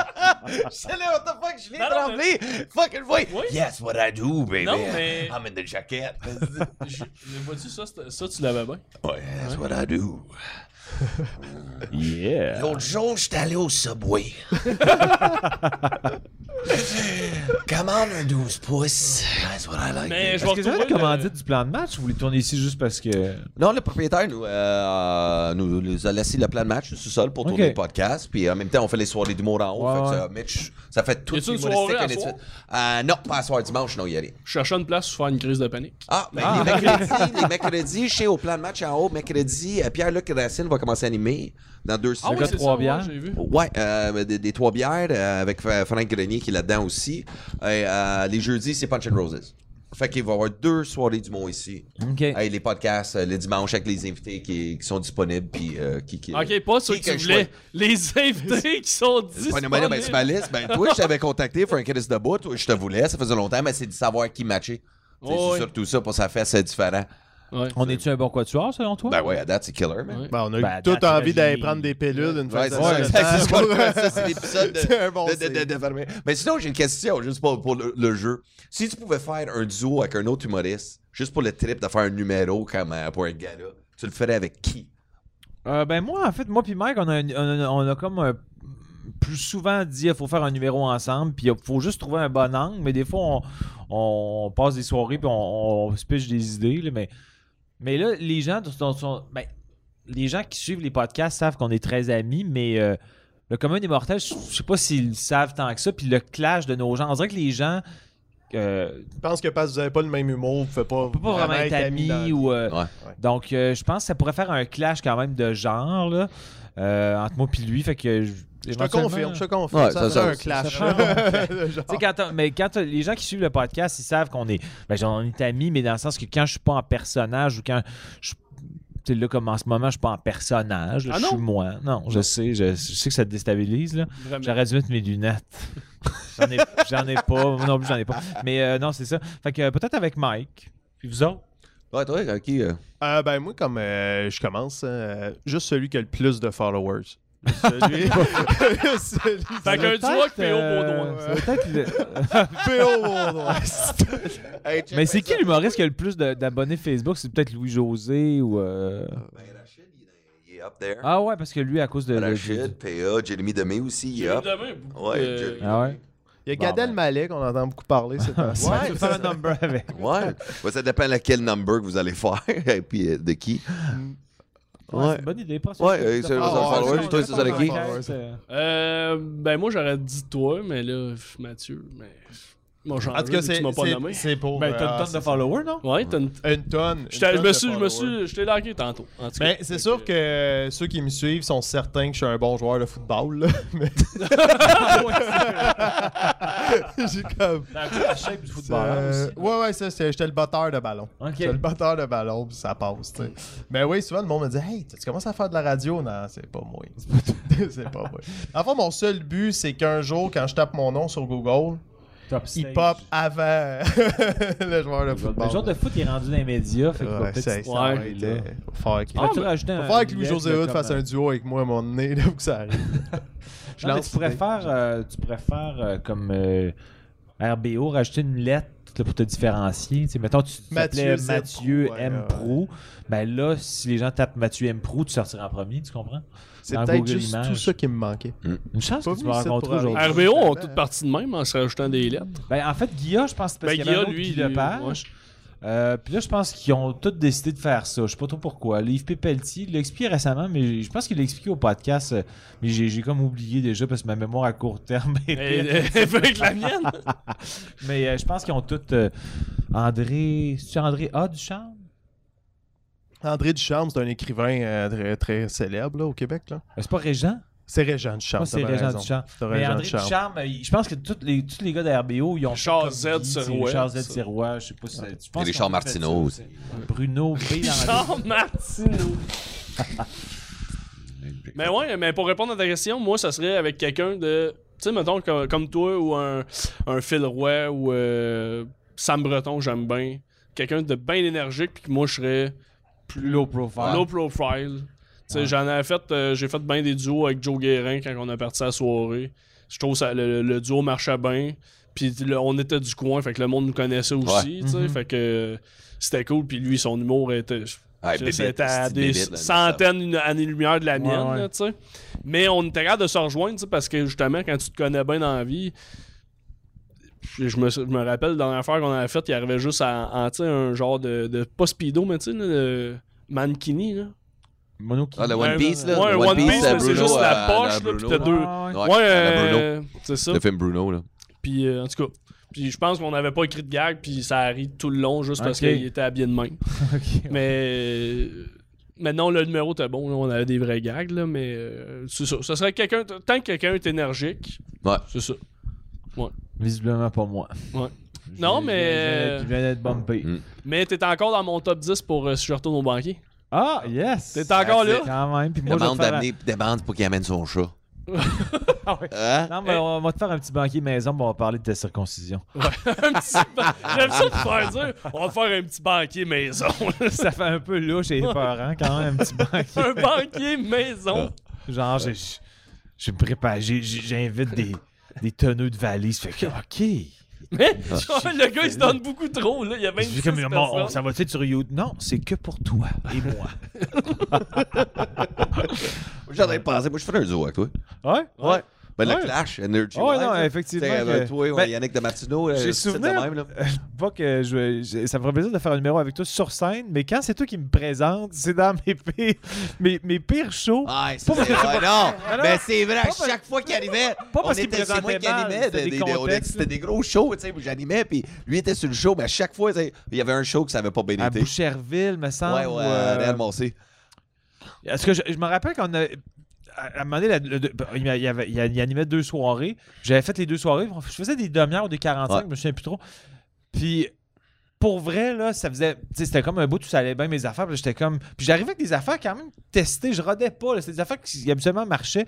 [SPEAKER 3] C'est là, what the fuck, je l'ai
[SPEAKER 2] Non, non,
[SPEAKER 3] tremblé. Fucking voy.
[SPEAKER 2] Oui.
[SPEAKER 3] Yes, what I do, baby.
[SPEAKER 2] Non, mais-
[SPEAKER 3] I'm in the jacket.
[SPEAKER 2] Je- je- Vois-tu ça, c'était- ça, tu l'avais bien.
[SPEAKER 3] Ouais, that's what I do.
[SPEAKER 1] yeah.
[SPEAKER 3] L'autre jour, j'étais allé au Subway. Commande un 12 pouces. That's what I like.
[SPEAKER 2] Mais je vais euh,
[SPEAKER 1] Est-ce que ça va
[SPEAKER 2] retrouver
[SPEAKER 1] être
[SPEAKER 2] le-
[SPEAKER 1] commandé du plan de match ou vous les tournez ici juste parce que.
[SPEAKER 3] Non, le propriétaire nous, euh, nous, nous a laissé le plan de match sous sol pour
[SPEAKER 1] Ok.
[SPEAKER 3] tourner le podcast. Puis en même temps, on fait les soirées d'humour en haut.
[SPEAKER 1] Ouais,
[SPEAKER 3] fait que
[SPEAKER 1] ouais.
[SPEAKER 3] ça, Mitch, ça fait tout
[SPEAKER 2] Y a-t-il une soirée
[SPEAKER 3] l'humoristique
[SPEAKER 2] à
[SPEAKER 3] en
[SPEAKER 2] soir?
[SPEAKER 3] étude. Euh, non, pas à soir dimanche, non, il y a rien.
[SPEAKER 2] Je cherchais une place pour faire une crise de panique.
[SPEAKER 3] Ah, ben, les mercredis, les mercredis, chez au plan de match en haut, mercredi, euh, Pierre-Luc Racine va commencer à animer dans
[SPEAKER 2] Ah
[SPEAKER 3] deux
[SPEAKER 1] Le
[SPEAKER 3] semaines.
[SPEAKER 2] oui,
[SPEAKER 1] gars de
[SPEAKER 2] c'est ça,
[SPEAKER 1] Trois-Bières.
[SPEAKER 2] ouais, j'ai vu.
[SPEAKER 3] Ouais, euh, des, des trois bières euh, avec Fra- Frank Grenier qui est là-dedans aussi. Et, euh, les jeudis, c'est Punch and Roses. Fait qu'il va y avoir deux soirées du mot ici.
[SPEAKER 1] Ok.
[SPEAKER 3] Hey, les podcasts, euh, les dimanches avec les invités qui, qui sont disponibles. Puis, euh, qui, qui-
[SPEAKER 2] Ok, pas ceux
[SPEAKER 3] qui
[SPEAKER 2] que tu
[SPEAKER 3] je
[SPEAKER 2] voulais. Les invités qui sont
[SPEAKER 3] choisis. Ouais, mais- mais c'est ma
[SPEAKER 2] disponibles.
[SPEAKER 3] liste. Ben, toi, je t'avais contacté, Frank Chris Debout. Toi, je te voulais. Ça faisait longtemps, mais c'est de savoir qui matcher. Tu sais,
[SPEAKER 2] Ouais, ouais.
[SPEAKER 3] C'est surtout ça pour ça fait c'est différent.
[SPEAKER 2] Ouais.
[SPEAKER 1] On est-tu un bon quatuor selon toi?
[SPEAKER 3] Ben ouais, à date, c'est killer, man.
[SPEAKER 2] Ouais.
[SPEAKER 4] Ben, on a eu
[SPEAKER 1] Ben,
[SPEAKER 4] toute
[SPEAKER 1] attends,
[SPEAKER 4] envie d'aller
[SPEAKER 1] j'ai-
[SPEAKER 4] prendre des pilules une fois
[SPEAKER 3] Ouais, c'est ça, c'est ce qu'on fait. Ça, c'est l'épisode de,
[SPEAKER 4] C'est un bon
[SPEAKER 3] de- de- de-
[SPEAKER 4] signe.
[SPEAKER 3] de fermer. Mais sinon, j'ai une question, juste pour, pour le, le jeu. Si tu pouvais faire un duo avec un autre humoriste, juste pour le trip de faire un numéro comme euh, pour un gala, tu le ferais avec qui?
[SPEAKER 1] Euh, ben moi, en fait, moi puis Mike, on a, un- on a- on a comme un- plus souvent dit il faut faire un numéro ensemble, puis il faut juste trouver un bon angle, mais des fois, on, on passe des soirées puis on, on se pitche des idées, là, mais, mais là, les gens dont- dont sont- ben, les gens qui suivent les podcasts savent qu'on est très amis, mais euh, le commun des mortels, je je sais pas s'ils le savent tant que ça. Puis le clash de nos gens, on dirait que les gens. euh,
[SPEAKER 4] Je pense que parce que vous n'avez pas le même humour, vous ne pas,
[SPEAKER 1] on peut pas vraiment être amis
[SPEAKER 4] dans-
[SPEAKER 1] ou. euh,
[SPEAKER 3] Ouais.
[SPEAKER 4] Ouais.
[SPEAKER 1] Donc, euh, je pense que ça pourrait faire un clash quand même de genre, là, euh, entre moi puis lui. Fait que. Je,
[SPEAKER 4] Je te confirme, je te confirme.
[SPEAKER 3] Ouais,
[SPEAKER 4] ça,
[SPEAKER 3] ça-
[SPEAKER 4] serait
[SPEAKER 3] ça-
[SPEAKER 4] un clash.
[SPEAKER 1] ça
[SPEAKER 4] Genre-
[SPEAKER 1] Tu sais, quand t'as- mais quand t'as- les gens qui suivent le podcast, ils savent qu'on est. Ben, genre, on est amis, mais dans le sens que quand je suis pas en personnage ou quand je. Tu sais, là, comme en ce moment, je suis pas en personnage. là,
[SPEAKER 2] Ah
[SPEAKER 1] je suis
[SPEAKER 2] non?
[SPEAKER 1] moi. Non, je sais. Je, je sais que ça te déstabilise, là.
[SPEAKER 2] Vraiment.
[SPEAKER 1] J'aurais dû mettre mes lunettes. j'en, ai, j'en ai pas. Moi non plus, j'en ai pas. Mais euh, non, c'est ça. Fait que euh, peut-être avec Mike. Puis vous autres.
[SPEAKER 3] Ouais, toi, avec qui. euh,
[SPEAKER 4] Euh, ben moi, comme euh, je commence, euh, juste celui qui a le plus de followers. Celui... celui...
[SPEAKER 2] Fait qu'un
[SPEAKER 1] Ça doit être,
[SPEAKER 2] duo avec P.O.
[SPEAKER 1] euh,
[SPEAKER 2] Baudouin.
[SPEAKER 1] ça doit être le-
[SPEAKER 4] P.O. Baudouin.
[SPEAKER 3] Hey, check
[SPEAKER 1] Mais c'est
[SPEAKER 3] bien
[SPEAKER 1] qui l'humoriste qui a le plus de- d'abonnés Facebook C'est peut-être Louis-José ou. euh,
[SPEAKER 3] ça. Ben, Rachid, il est- il est up there.
[SPEAKER 1] Ah ouais, parce que lui, à cause
[SPEAKER 4] Ben,
[SPEAKER 1] de.
[SPEAKER 3] Rachid, PA, Jeremy Demé aussi, il est up.
[SPEAKER 2] Demain, beaucoup,
[SPEAKER 3] Ouais,
[SPEAKER 2] euh,
[SPEAKER 3] Jeremy.
[SPEAKER 1] Ah ouais.
[SPEAKER 4] Il y a
[SPEAKER 1] Bon,
[SPEAKER 4] Gad
[SPEAKER 1] ben.
[SPEAKER 4] Elmaleh qu'on entend beaucoup parler ces temps-ci.
[SPEAKER 1] Ouais, tu faire un number avec.
[SPEAKER 3] Ouais. Ouais, ça dépend laquelle number que vous allez faire et puis euh, de qui.
[SPEAKER 1] Mm. Ouais, c'est
[SPEAKER 3] Ouais.
[SPEAKER 1] une bonne idée. Ah, pense.
[SPEAKER 3] Ouais, euh, c'est-
[SPEAKER 4] c'est un follower, toi, c'est ça,
[SPEAKER 1] avec
[SPEAKER 4] avec qui?
[SPEAKER 2] Euh, ben moi j'aurais dit toi, mais là, pff, Mathieu, mais. Moi j'en
[SPEAKER 4] En tout cas,
[SPEAKER 2] tu
[SPEAKER 4] c'est-
[SPEAKER 2] m'as pas nommé.
[SPEAKER 4] c'est c'est pour...
[SPEAKER 1] Ben, t'as
[SPEAKER 4] euh,
[SPEAKER 1] une tonne de followers, non?
[SPEAKER 2] Ouais, t'as une.
[SPEAKER 4] Une tonne.
[SPEAKER 2] Je
[SPEAKER 4] une
[SPEAKER 2] t'ai- je
[SPEAKER 4] tonne
[SPEAKER 2] me
[SPEAKER 4] de
[SPEAKER 2] suis, je me
[SPEAKER 4] followers.
[SPEAKER 2] suis, je t'ai largué tantôt. en tout cas.
[SPEAKER 4] Ben, c'est sûr
[SPEAKER 1] euh,
[SPEAKER 4] que ceux qui me suivent sont certains que je suis un bon joueur de football. là, Mais j'ai comme...
[SPEAKER 1] Ben, la shape du
[SPEAKER 4] Euh, ouais, ouais, ça, c'est- j'étais le batteur de ballon.
[SPEAKER 1] Ok.
[SPEAKER 4] J'étais le batteur de ballon, puis ça passe, tu sais. Mais oui, souvent, le monde me dit Hey, tu commences à faire de la radio Non, c'est pas moi. c'est pas moi. En fait, mon seul but, c'est qu'un jour, quand je tape mon nom sur Google, il pop avant le joueur de
[SPEAKER 1] Le
[SPEAKER 4] football.
[SPEAKER 1] genre de foot, il est rendu dans les médias. Fait qu'il va
[SPEAKER 4] Ouais,
[SPEAKER 1] peut-être.
[SPEAKER 4] c'est
[SPEAKER 1] se-
[SPEAKER 4] ça.
[SPEAKER 2] Ouais,
[SPEAKER 4] aurait été- Faut faire qu'il-
[SPEAKER 1] Faudrait que tu rajoutes un-
[SPEAKER 4] Ah, Faut faire que
[SPEAKER 1] un
[SPEAKER 4] Louis-José
[SPEAKER 1] gag,
[SPEAKER 4] Hood
[SPEAKER 1] là,
[SPEAKER 4] fasse
[SPEAKER 1] comme-
[SPEAKER 4] un duo avec moi à un moment donné, là, pour que ça arrive. Je
[SPEAKER 1] Non, mais
[SPEAKER 4] lance
[SPEAKER 1] tu pourrais
[SPEAKER 4] l'idée.
[SPEAKER 1] faire, euh, tu pourrais faire, euh, comme euh, RBO, rajouter une lettre là, pour te différencier. Tu sais, mettons, tu
[SPEAKER 4] Mathieu
[SPEAKER 1] t'appelais
[SPEAKER 4] Z.
[SPEAKER 1] Mathieu
[SPEAKER 4] Ouais,
[SPEAKER 1] M.
[SPEAKER 4] ouais.
[SPEAKER 1] Pro. Ben là, si les gens tapent Mathieu M. Pro, tu sortiras en premier, tu comprends?
[SPEAKER 4] C'est
[SPEAKER 1] dans
[SPEAKER 4] peut-être
[SPEAKER 1] Google
[SPEAKER 4] juste
[SPEAKER 1] Images.
[SPEAKER 4] tout ça qui me manquait.
[SPEAKER 1] Une chance
[SPEAKER 4] Pas
[SPEAKER 1] que tu
[SPEAKER 4] venu
[SPEAKER 1] vas
[SPEAKER 4] ici pour
[SPEAKER 1] rencontrer
[SPEAKER 4] rien.
[SPEAKER 1] aujourd'hui.
[SPEAKER 2] RBO ont
[SPEAKER 4] Exactement.
[SPEAKER 2] toutes parti de même en se rajoutant des lettres.
[SPEAKER 1] Ben, en fait, Guilla, je pense que c'est parce qu'il
[SPEAKER 2] Ben,
[SPEAKER 1] y avait
[SPEAKER 2] Guilla,
[SPEAKER 1] un autre
[SPEAKER 2] lui,
[SPEAKER 1] Guy
[SPEAKER 2] lui,
[SPEAKER 1] Lepage. Euh, puis là, je pense qu'ils ont tous décidé de faire ça. Je sais pas trop pourquoi. Le Yves P. Pelletier, il l'a expliqué récemment, mais je pense qu'il l'a expliqué au podcast. euh, Mais j'ai j'ai comme oublié déjà parce que ma mémoire à court terme est pire.
[SPEAKER 2] Et- Avec la mienne.
[SPEAKER 1] Mais euh, je pense qu'ils ont tous. euh, André. C'est André A. Duchamp
[SPEAKER 4] André Ducharme, c'est un écrivain euh, très, très célèbre là, au Québec. Là.
[SPEAKER 1] Euh, C'est pas Régent
[SPEAKER 4] C'est Régent Ducharme.
[SPEAKER 1] Moi, c'est
[SPEAKER 4] t'as bien
[SPEAKER 1] Régent
[SPEAKER 4] raison.
[SPEAKER 1] Duchamp.
[SPEAKER 4] T'as
[SPEAKER 1] Mais
[SPEAKER 4] raison,
[SPEAKER 1] André
[SPEAKER 4] Ducharme.
[SPEAKER 1] Duchamp, euh, il- je pense que tous les, tous les gars de RBO, ils ont.
[SPEAKER 2] Charles
[SPEAKER 1] fait comme
[SPEAKER 2] Z.
[SPEAKER 1] Guy, c'est
[SPEAKER 2] Sirouet.
[SPEAKER 1] Charles Z. Sirois, je sais pas si. c'est- je pense
[SPEAKER 3] Et les
[SPEAKER 1] qu'ils
[SPEAKER 3] Charles
[SPEAKER 1] ont tous fait
[SPEAKER 3] Martineau
[SPEAKER 1] ça,
[SPEAKER 3] aussi.
[SPEAKER 1] c'est- Bruno B. dans la
[SPEAKER 2] Jean Martineau. mais ouais, mais pour répondre à ta question, moi, ça serait avec quelqu'un de. Tu sais, mettons, comme, comme toi ou un, un Phil Roy ou euh, Sam Breton, j'aime bien. Quelqu'un de bien énergique, puis que moi, je serais
[SPEAKER 1] plus low profile.
[SPEAKER 2] low profile. Tu sais,
[SPEAKER 1] Ouais.
[SPEAKER 2] j'en ai fait, euh, j'ai fait bien des duos avec Joe Guérin quand on a parti à la soirée. Je trouve que le, le duo marchait bien. Puis le- on était du coin, fait que le monde nous connaissait aussi. tu sais,
[SPEAKER 1] Mhm.
[SPEAKER 2] Fait que c'était cool. Puis lui, son humour était. Tu sais,
[SPEAKER 3] Ouais, bébête,
[SPEAKER 2] C'était à
[SPEAKER 3] c'est une
[SPEAKER 2] des
[SPEAKER 3] bébête, là,
[SPEAKER 2] centaines une- années-lumière de la mienne,
[SPEAKER 1] ouais.
[SPEAKER 2] là, tu sais. Mais on était capable de se rejoindre, tu sais, parce que justement, quand tu te connais bien dans la vie, je je me, je me rappelle, dans l'affaire qu'on avait faite, il arrivait juste à- en, tu sais, un genre de, de- Pas speedo, mais tu sais, là, de mankini, là.
[SPEAKER 1] Mono qui-
[SPEAKER 3] Ah, le
[SPEAKER 2] Ouais,
[SPEAKER 3] One Piece, là.
[SPEAKER 2] ouais,
[SPEAKER 3] le
[SPEAKER 2] un One Piece,
[SPEAKER 3] à
[SPEAKER 2] mais c'est
[SPEAKER 3] Bruno,
[SPEAKER 2] juste la
[SPEAKER 3] à-
[SPEAKER 2] poche,
[SPEAKER 3] à
[SPEAKER 2] là,
[SPEAKER 3] Bruno,
[SPEAKER 2] puis t'as
[SPEAKER 3] là.
[SPEAKER 2] deux.
[SPEAKER 1] Ah, ouais.
[SPEAKER 2] Ouais, euh,
[SPEAKER 3] la
[SPEAKER 2] c'est ça.
[SPEAKER 3] Le film Bruno, là.
[SPEAKER 2] Puis, euh, en tout cas. Puis je pense qu'on n'avait pas écrit de gag, puis ça arrive tout le long juste parce
[SPEAKER 1] Ok.
[SPEAKER 2] qu'il était habillé de main.
[SPEAKER 1] Ok.
[SPEAKER 2] Mais maintenant le numéro était bon, là, on avait des vrais gags, là, mais euh, c'est ça. Ça serait quelqu'un. Tant que quelqu'un est énergique,
[SPEAKER 3] Ouais.
[SPEAKER 2] c'est ça.
[SPEAKER 1] Visiblement pas moi.
[SPEAKER 2] Ouais.
[SPEAKER 1] Je-
[SPEAKER 2] Non,
[SPEAKER 1] je-
[SPEAKER 2] mais- euh,
[SPEAKER 1] je- Je viens d'être bumpé.
[SPEAKER 3] Mm.
[SPEAKER 2] Mais t'es encore dans mon top 10 pour euh, si je retourne au banquier.
[SPEAKER 1] Ah, yes!
[SPEAKER 2] T'es encore là?
[SPEAKER 1] Quand même. Puis moi, je vais
[SPEAKER 3] Demande
[SPEAKER 1] te faire un-
[SPEAKER 3] d'amener, demande pour qu'il amène son chat.
[SPEAKER 1] Ah ouais.
[SPEAKER 3] Hein?
[SPEAKER 1] Non, mais on va te faire un petit banquier maison, puis on va parler de ta circoncision.
[SPEAKER 2] un petit ban- J'aime ça te faire dire. On va faire un petit banquier maison.
[SPEAKER 1] Ça fait un peu louche et peurant quand même, un petit banquier.
[SPEAKER 2] un banquier maison.
[SPEAKER 1] Genre, j'ai- je je me prépare, j'ai- j'ai- j'invite des, des tonneaux de valises. Fait que, OK.
[SPEAKER 2] Mais
[SPEAKER 1] Ah,
[SPEAKER 2] le gars, il se donne beaucoup trop. Là. Il y a
[SPEAKER 1] Je
[SPEAKER 2] 26
[SPEAKER 1] fais comme, bon, on- ça
[SPEAKER 2] personnes.
[SPEAKER 1] va-tu être sur YouTube? Non, c'est que pour toi et moi.
[SPEAKER 3] J'en ai pensé. Moi, je ferais un zoo avec toi.
[SPEAKER 1] Ouais?
[SPEAKER 3] Ouais. Ben,
[SPEAKER 1] Ouais.
[SPEAKER 3] le Clash, Energy.
[SPEAKER 1] Ouais,
[SPEAKER 3] Live,
[SPEAKER 1] non,
[SPEAKER 3] là.
[SPEAKER 1] effectivement
[SPEAKER 3] Tu sais,
[SPEAKER 1] que-
[SPEAKER 3] euh, toi, ouais,
[SPEAKER 1] ben,
[SPEAKER 3] Yannick de Martino, euh,
[SPEAKER 1] j'ai
[SPEAKER 3] c'est de
[SPEAKER 1] souvenir-
[SPEAKER 3] même, là.
[SPEAKER 1] Pas que je, je- ça me ferait plaisir de faire un numéro avec toi sur scène, mais quand c'est toi qui me présente, c'est dans mes pires, mes, mes pires shows.
[SPEAKER 3] Ouais, Ah, c'est
[SPEAKER 1] Pas parce
[SPEAKER 3] vrai.
[SPEAKER 1] que-
[SPEAKER 3] Ouais, non,
[SPEAKER 1] Non, non.
[SPEAKER 3] mais c'est vrai, à
[SPEAKER 1] parce-
[SPEAKER 3] chaque fois qu'il arrivait,
[SPEAKER 1] pas
[SPEAKER 3] on
[SPEAKER 1] parce qu'il
[SPEAKER 3] était, c'est moi qui
[SPEAKER 1] présentait mal,
[SPEAKER 3] animais,
[SPEAKER 1] c'était
[SPEAKER 3] des-
[SPEAKER 1] des
[SPEAKER 3] des- des- on était-
[SPEAKER 1] contextes,
[SPEAKER 3] c'était des gros shows, tu sais, où j'animais, puis lui était sur le show, mais à chaque fois, tu sais, il y avait un show que ça n'avait pas bien
[SPEAKER 1] À
[SPEAKER 3] été.
[SPEAKER 1] Boucherville, me semble.
[SPEAKER 3] Ouais, ouais,
[SPEAKER 1] ou,
[SPEAKER 3] à
[SPEAKER 1] euh,
[SPEAKER 3] Real Moncé.
[SPEAKER 1] Parce que je, je me rappelle qu'on a. À à un moment donné, la- le- le- il, y avait- il y a- il animait deux soirées. J'avais fait les deux soirées. Je faisais des demi-heures ou des 45,
[SPEAKER 3] Ouais.
[SPEAKER 1] je me souviens plus trop. Puis, pour vrai, là, ça faisait. tu sais, C'était comme un bout où ça allait bien mes affaires. Puis là, j'étais comme. Puis j'arrivais avec des affaires quand même testées. Je rodais pas. là. C'était des affaires qui habituellement marchaient.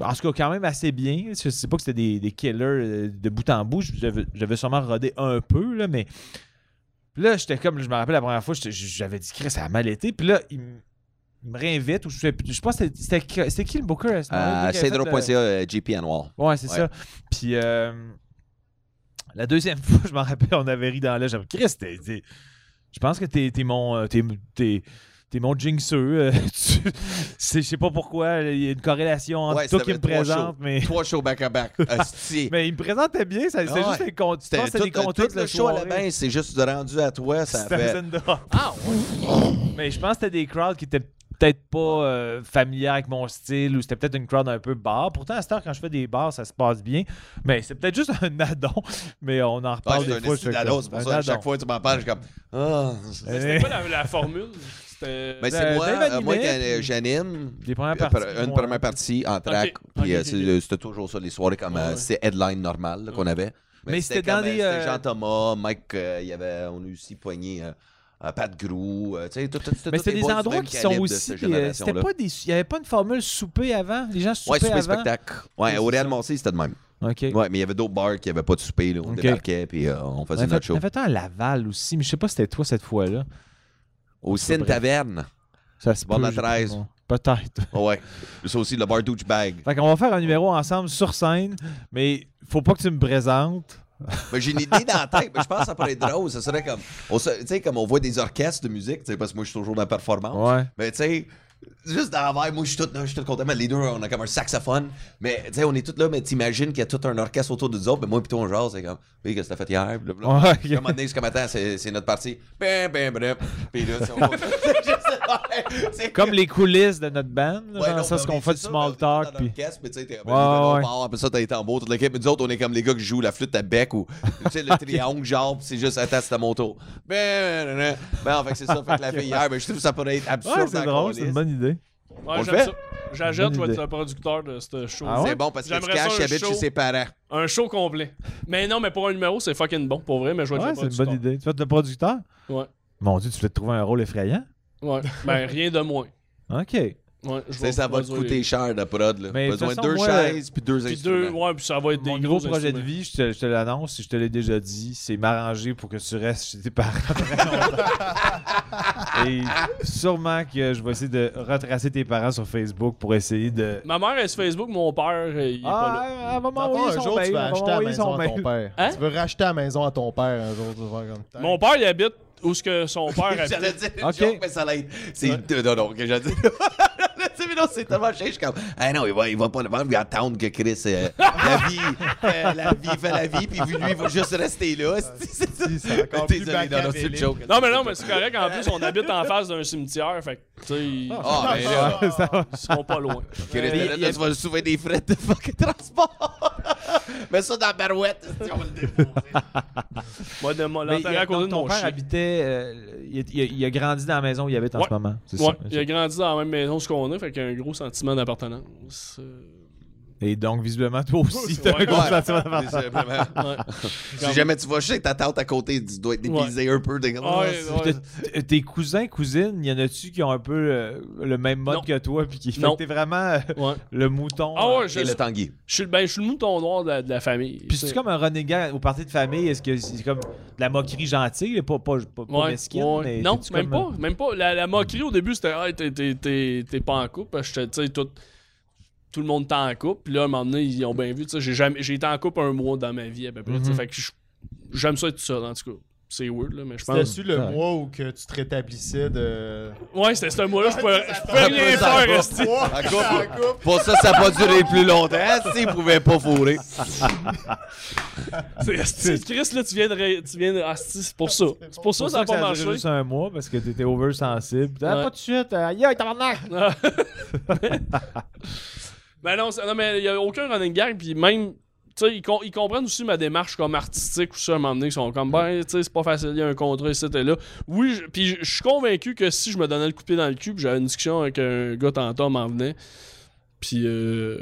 [SPEAKER 1] En tout cas, quand même assez bien. Je sais pas que c'était des, des killers euh, de bout en bout. Je- J'avais j'avais sûrement rodé un peu, là, mais. Puis là, j'étais comme. Je me rappelle la première fois, j'étais- j'avais dit, Chris, ça a mal été. Puis là, il me il me réinvite ou je sais plus. Je pense que c'était- c'était qui- c'était qui le booker euh, à ce moment-là?
[SPEAKER 3] À
[SPEAKER 1] Lui qui avait fait,
[SPEAKER 3] Cedro.ca, euh, JP Anwar.
[SPEAKER 1] euh, Ouais, c'est
[SPEAKER 3] Ouais.
[SPEAKER 1] ça. Puis euh, la deuxième fois, je m'en rappelle, on avait ri dans l'œil. J'avais dit, Chris, t'es- t'es- je pense que t'es t'es mon. euh, t'es- t'es- T'es mon jinxeux. euh, tu- c'est- Je sais pas pourquoi. Il y a une corrélation entre
[SPEAKER 3] Ouais,
[SPEAKER 1] toi
[SPEAKER 3] ça
[SPEAKER 1] qui
[SPEAKER 3] fait
[SPEAKER 1] me
[SPEAKER 3] trois
[SPEAKER 1] présente,
[SPEAKER 3] shows.
[SPEAKER 1] mais,
[SPEAKER 3] Trois shows back-à-back. Hostie.
[SPEAKER 1] mais il me présentait bien. ça- C'était
[SPEAKER 3] Ah
[SPEAKER 1] juste
[SPEAKER 3] ouais.
[SPEAKER 1] les con- je pense que
[SPEAKER 3] C'était
[SPEAKER 1] c'était des
[SPEAKER 3] tout, tout
[SPEAKER 1] contextes
[SPEAKER 3] le
[SPEAKER 1] de
[SPEAKER 3] show à la
[SPEAKER 1] soirée.
[SPEAKER 3] bain, c'est juste de rendu à toi, ça
[SPEAKER 1] C'était
[SPEAKER 3] fait... Ah,
[SPEAKER 1] un stand-up. Ah, Mais je pense que c'était des crowds qui étaient peut-être pas euh, familières avec mon style ou c'était peut-être une crowd un peu bar. Pourtant, à cette heure, quand je fais des bars, ça se passe bien. Mais c'est peut-être juste un addon. Mais on en
[SPEAKER 3] Ah,
[SPEAKER 1] reparle
[SPEAKER 3] c'est
[SPEAKER 1] des fois.
[SPEAKER 3] un esti
[SPEAKER 1] je fais
[SPEAKER 3] d'ado,
[SPEAKER 1] comme,
[SPEAKER 3] c'est pour
[SPEAKER 1] un
[SPEAKER 3] ça, à chaque
[SPEAKER 1] addon.
[SPEAKER 3] fois que tu m'en parles, je suis comme... Ah.
[SPEAKER 2] Mais
[SPEAKER 1] Euh,
[SPEAKER 2] C'était quoi la, la formule? C'était.
[SPEAKER 3] Mais
[SPEAKER 1] Euh,
[SPEAKER 3] c'est moi,
[SPEAKER 1] Dave
[SPEAKER 3] euh, moi
[SPEAKER 1] animait,
[SPEAKER 3] quand euh,
[SPEAKER 1] puis-
[SPEAKER 3] j'anime,
[SPEAKER 1] Des premières
[SPEAKER 3] Puis
[SPEAKER 1] parties.
[SPEAKER 3] après, Une
[SPEAKER 1] moi.
[SPEAKER 3] première partie en track.
[SPEAKER 2] Ok,
[SPEAKER 3] Puis euh,
[SPEAKER 2] ok,
[SPEAKER 3] c'est-
[SPEAKER 2] ok.
[SPEAKER 3] euh, c'était toujours ça, les soirées comme euh,
[SPEAKER 2] Ouais.
[SPEAKER 3] c'est headline normal là, qu'on avait.
[SPEAKER 1] Mais c'était
[SPEAKER 3] comme,
[SPEAKER 1] dans
[SPEAKER 3] euh,
[SPEAKER 1] des,
[SPEAKER 3] C'était
[SPEAKER 1] euh,
[SPEAKER 3] Jean-Thomas, Mike, euh, il y avait, on a eu aussi poigné euh, euh, Pat Grou. euh, tu sais, tout, tout, tout,
[SPEAKER 1] Mais
[SPEAKER 3] tous
[SPEAKER 1] c'est
[SPEAKER 3] les
[SPEAKER 1] des
[SPEAKER 3] boys du
[SPEAKER 1] endroits
[SPEAKER 3] même
[SPEAKER 1] qui
[SPEAKER 3] calibre
[SPEAKER 1] sont
[SPEAKER 3] de
[SPEAKER 1] aussi.
[SPEAKER 3] cette
[SPEAKER 1] des, euh, C'était
[SPEAKER 3] génération-là.
[SPEAKER 1] pas des. Il n'y avait pas une formule souper avant. Les gens soupaient
[SPEAKER 3] Ouais, souper
[SPEAKER 1] avant.
[SPEAKER 3] spectacle. Ouais, au Real Moncé, c'était de même.
[SPEAKER 1] Ok.
[SPEAKER 3] Ouais, mais il y avait d'autres bars qui n'avaient pas de souper. là, On
[SPEAKER 1] Ok.
[SPEAKER 3] débarquait, puis euh, on
[SPEAKER 1] On
[SPEAKER 3] faisait
[SPEAKER 1] avait
[SPEAKER 3] notre
[SPEAKER 1] fait, on
[SPEAKER 3] show.
[SPEAKER 1] avait fait un à Laval aussi, mais je sais pas si c'était toi cette fois-là.
[SPEAKER 3] Au Cine Taverne.
[SPEAKER 1] Ça se
[SPEAKER 3] Bord de la
[SPEAKER 1] peut, je-
[SPEAKER 3] 13.
[SPEAKER 1] Peut-être.
[SPEAKER 3] Ouais. Ça aussi, le bar Douchebag.
[SPEAKER 1] Fait qu'on va faire un numéro ensemble sur scène, mais faut pas que tu me présentes.
[SPEAKER 3] Mais Ben, j'ai une idée dans la tête, mais je pense que ça pourrait être drôle. Ça serait comme, on se- tu sais, comme on voit des orchestres de musique, tu sais, parce que moi, je suis toujours dans la performance.
[SPEAKER 1] Ouais.
[SPEAKER 3] Mais tu sais, juste dans la vibe, moi, je suis tout, je suis tout content. Mais les deux, on a comme un saxophone. Mais tu sais, on est tous là, mais t'imagines qu'il y a tout un orchestre autour de nous autres. Mais moi, plutôt, on jase, c'est comme, oui, qu'est-ce que t'as fait hier? Blablabla.
[SPEAKER 1] Ouais,
[SPEAKER 3] Puis à un moment donné, c'est comme, attends, c'est c'est notre partie. Ben, Bam, bam, bam. Puis là, c'est- on- je sais pas, c'est-
[SPEAKER 1] Comme les coulisses de notre band, là,
[SPEAKER 3] Ouais,
[SPEAKER 1] genre
[SPEAKER 3] non,
[SPEAKER 1] ça, ce
[SPEAKER 3] mais
[SPEAKER 1] qu'on
[SPEAKER 3] on
[SPEAKER 1] fait
[SPEAKER 3] est-
[SPEAKER 1] du
[SPEAKER 3] c'est ça,
[SPEAKER 1] small
[SPEAKER 3] on est
[SPEAKER 1] talk.
[SPEAKER 3] dans
[SPEAKER 1] Puis...
[SPEAKER 3] l'orchestre, mais tu sais, t'es-
[SPEAKER 1] Ouais,
[SPEAKER 3] on
[SPEAKER 1] ouais.
[SPEAKER 3] part, après ça, t'as les tambours, toute l'équipe. Puis Nous autres, on est comme les gars qui jouent la flûte à bec ou tu sais, le triangle, genre, puis c'est juste, attends, c'est à mon tour. Ben, ben, ben, ben, fait que c'est ça, fait que la fille hier, ben, je trouve que ça pourrait être absurde.
[SPEAKER 1] Ouais, c'est
[SPEAKER 3] en
[SPEAKER 1] drôle, c'est une
[SPEAKER 3] câlisse.
[SPEAKER 1] bonne idée.
[SPEAKER 2] Ouais,
[SPEAKER 3] le
[SPEAKER 2] j'aime
[SPEAKER 3] fait?
[SPEAKER 2] ça. J'ajoute,
[SPEAKER 1] Bonne
[SPEAKER 2] je vais être
[SPEAKER 1] idée.
[SPEAKER 2] le producteur de ce show.
[SPEAKER 1] Ah ouais?
[SPEAKER 3] C'est bon parce que tu
[SPEAKER 2] J'aimerais ça,
[SPEAKER 3] caches,
[SPEAKER 2] un
[SPEAKER 3] il habite chez
[SPEAKER 2] show.
[SPEAKER 3] ses parents.
[SPEAKER 2] Un show complet. Mais non, mais pour un numéro, c'est fucking bon, pour vrai, mais je vais être
[SPEAKER 1] Ouais,
[SPEAKER 2] le
[SPEAKER 1] c'est une
[SPEAKER 2] producteur.
[SPEAKER 1] bonne idée. Tu vas être le producteur?
[SPEAKER 2] Ouais.
[SPEAKER 1] Mon Dieu, tu voulais te trouver un rôle effrayant?
[SPEAKER 2] Ouais. Ben, rien de moins.
[SPEAKER 1] OK.
[SPEAKER 2] Ouais, je
[SPEAKER 3] Tu
[SPEAKER 2] vais
[SPEAKER 3] sais, ça va te
[SPEAKER 2] produire.
[SPEAKER 3] coûter cher de prod, là.
[SPEAKER 1] Mais de
[SPEAKER 3] Besoin de
[SPEAKER 1] toute
[SPEAKER 3] deux
[SPEAKER 1] façon, moi,
[SPEAKER 3] chaises puis deux
[SPEAKER 2] Puis deux,
[SPEAKER 3] instruments.
[SPEAKER 2] ouais, puis ça va être des
[SPEAKER 1] Mon
[SPEAKER 2] gros,
[SPEAKER 1] gros projet de
[SPEAKER 2] instruments.
[SPEAKER 1] vie, je te, je te l'annonce, je te l'ai déjà dit, c'est m'arranger pour que tu restes chez tes parents très longtemps. Et sûrement que je vais essayer de retracer tes parents sur Facebook pour essayer de...
[SPEAKER 2] Ma mère est sur Facebook, mon père, euh, il est pas là.
[SPEAKER 1] Ah, elle
[SPEAKER 5] Dans le
[SPEAKER 1] va
[SPEAKER 5] fond,
[SPEAKER 1] m'envoyer
[SPEAKER 5] un
[SPEAKER 1] son
[SPEAKER 5] jour,
[SPEAKER 1] mail,
[SPEAKER 5] tu vas
[SPEAKER 1] elle va
[SPEAKER 5] acheter la maison
[SPEAKER 1] m'envoyer son
[SPEAKER 5] à ton
[SPEAKER 1] mail.
[SPEAKER 5] père.
[SPEAKER 2] Hein?
[SPEAKER 5] Tu veux racheter la maison à ton père un jour, tu vas faire comme ça.
[SPEAKER 2] Mon père, il habite où ce que son père habite.
[SPEAKER 3] J'allais dire une
[SPEAKER 1] Ok.
[SPEAKER 3] joke, mais ça l'aide. C'est deux, non, non, que j'allais dire. J'allais dire, mais non, c'est tellement cher. Je suis comme, ah non, il va, il va pas le vendre, il va attendre que Chris, euh, la vie, euh, la vie fait la vie, puis lui, il va juste rester là. C'est- C'est ça.
[SPEAKER 5] c'est encore plus
[SPEAKER 3] Désolé, non, non, c'est une
[SPEAKER 5] machiavélique.
[SPEAKER 3] joke.
[SPEAKER 2] Non, mais non, mais c'est correct. En plus, on habite en face d'un cimetière. Fait que, tu sais, ils
[SPEAKER 3] Ah, mais là,
[SPEAKER 2] ils seront pas loin.
[SPEAKER 3] Chris, là, là, tu vas sauver des frais de fucking transport. Mets ça dans la barouette. On va le défoncer.
[SPEAKER 2] Moi, de moi,
[SPEAKER 1] Mais il
[SPEAKER 2] l'enterrer
[SPEAKER 1] a-
[SPEAKER 2] à côté
[SPEAKER 1] donc
[SPEAKER 2] de
[SPEAKER 1] ton
[SPEAKER 2] mon
[SPEAKER 1] père
[SPEAKER 2] chien.
[SPEAKER 1] habitait. euh, il, il a- il a grandi dans la maison où il habite en
[SPEAKER 2] Ouais.
[SPEAKER 1] ce moment. c'est
[SPEAKER 2] Ouais,
[SPEAKER 1] ça.
[SPEAKER 2] il a grandi dans la même maison que ce qu'on a, fait qu'il y a un gros sentiment d'appartenance. Euh,
[SPEAKER 1] Et donc, visiblement, toi aussi,
[SPEAKER 2] Ouais.
[SPEAKER 1] t'as un gros
[SPEAKER 3] Ouais.
[SPEAKER 1] sentiment d'appartenance.
[SPEAKER 3] C'est simplement-
[SPEAKER 2] ouais.
[SPEAKER 3] Si Ah. jamais tu vas chez ta tante à côté, tu dois être dépaysé un peu. oh, Des...
[SPEAKER 2] Ah, Ouais, ouais.
[SPEAKER 1] T- t- Tes cousins, cousines, y en a-tu qui ont un peu euh, le même mode
[SPEAKER 2] Non.
[SPEAKER 1] que toi? Puis qui fait
[SPEAKER 2] Non.
[SPEAKER 1] que t'es vraiment euh,
[SPEAKER 2] Ouais.
[SPEAKER 1] le mouton.
[SPEAKER 2] Ah ouais,
[SPEAKER 1] euh,
[SPEAKER 2] je,
[SPEAKER 3] C'est le tanguy.
[SPEAKER 2] je suis, le- ben, je suis le mouton noir de la, de la famille.
[SPEAKER 1] Puis c'est comme un renégat au parti de famille. Est-ce que c'est comme de la moquerie gentille? là, Pas, pas, pas, pas
[SPEAKER 2] Ouais,
[SPEAKER 1] mesquine,
[SPEAKER 2] ouais.
[SPEAKER 1] mais
[SPEAKER 2] non,
[SPEAKER 1] t'es-tu
[SPEAKER 2] même
[SPEAKER 1] comme, euh,
[SPEAKER 2] pas, même pas. La, la moquerie au début, c'était hey, t'es- t'es- t'es t'es pas en couple. Parce que, tu sais, tout, tout le monde était en couple. Puis là, à un moment donné, ils ont bien vu. tu sais, J'ai jamais- j'ai été en couple un mois dans ma vie à peu près. tu sais,
[SPEAKER 1] Mhm.
[SPEAKER 2] Fait que je- j'aime ça être tout seul, en tout cas. c'est weird, là, mais je pense.
[SPEAKER 5] C'était-tu le
[SPEAKER 1] Ouais.
[SPEAKER 5] mois où que tu te rétablissais de.
[SPEAKER 2] Ouais, c'était ce mois-là, je pouvais, je pouvais
[SPEAKER 3] Ça
[SPEAKER 2] rien
[SPEAKER 3] peut, ça
[SPEAKER 2] faire,
[SPEAKER 3] va.
[SPEAKER 2] esti.
[SPEAKER 3] Ça coupe. Pour ça, ça n'a pas duré plus longtemps. S'ils ne pouvaient pas fourrer.
[SPEAKER 2] C'est- esti, Chris, là, tu viens de. ré- Tu viens de ah, esti, c'est pour ça. C'est pour ça que ça n'a pas
[SPEAKER 1] a duré
[SPEAKER 2] marché.
[SPEAKER 1] juste un mois parce que t'étais oversensible. Ah,
[SPEAKER 2] Ouais.
[SPEAKER 1] pas de suite. euh, Aïe, aïe, tabarnak!
[SPEAKER 2] Ah. ben non, c'est- non, mais il n'y a aucun running gag, puis même. Tu sais, ils, com- ils comprennent aussi ma démarche comme artistique ou ça, à un moment donné, ils sont comme, ben, tu sais, c'est pas facile, il y a un contrat, ici, t'es là. Oui, je- puis je- je suis convaincu que si je me donnais le coup de pied dans le cul, puis j'avais une discussion avec un gars tantôt, on m'en venait, puis euh,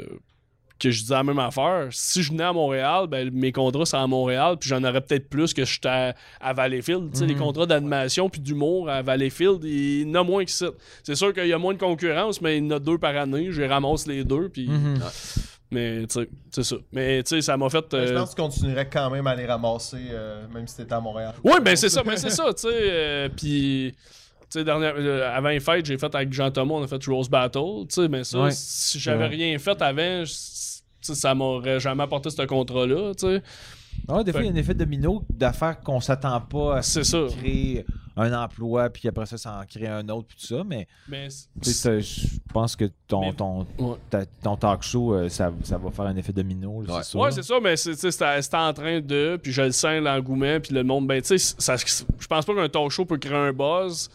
[SPEAKER 2] que je disais la même affaire, si je venais à Montréal, ben, mes contrats, c'est à Montréal, puis j'en aurais peut-être plus que j'étais à, à Valleyfield. Tu sais, les contrats d'animation puis d'humour à Valleyfield, il y en a moins que ça. C'est sûr qu'il y a moins de concurrence, mais il y en a deux par année. Je les ramasse les deux. Puis...
[SPEAKER 1] Mm-hmm. Mhm.
[SPEAKER 2] Mais tu sais, c'est ça. Mais tu sais, ça m'a fait. euh,
[SPEAKER 5] Ben, Je pense que tu continuerais quand même à les ramasser, euh, même si t'étais à Montréal.
[SPEAKER 2] Oui, ben c'est ça, ben c'est ça, tu sais. euh, puis, tu sais, dernière, euh, avant les fêtes, j'ai fait avec Jean Thomas, on a fait Rose Battle, tu sais, mais ça,
[SPEAKER 1] Ouais. Ben
[SPEAKER 2] si j'avais
[SPEAKER 1] Ouais.
[SPEAKER 2] rien fait avant, je- tu sais, ça m'aurait jamais apporté ce contrat-là, tu sais.
[SPEAKER 1] Ouais, des fois,
[SPEAKER 2] Fait-
[SPEAKER 1] il y a un effet domino d'affaires qu'on s'attend pas à
[SPEAKER 2] C'est ça.
[SPEAKER 1] créer un emploi, puis après ça, ça en crée un autre, puis tout ça. Mais
[SPEAKER 2] Mais
[SPEAKER 1] tu sais, t'as- je pense que ton,
[SPEAKER 2] Mais-
[SPEAKER 1] ton,
[SPEAKER 2] Ouais.
[SPEAKER 1] ta- ton talk show, euh, ça, ça va faire un effet domino. là,
[SPEAKER 3] Ouais.
[SPEAKER 1] C'est sûr.
[SPEAKER 2] Ouais, c'est ça, mais c'est- tu sais, c'était c'était en train de. Puis je le sens, l'engouement, puis le monde. Ben, tu sais, ça- je pense pas qu'un talk show peut créer un buzz.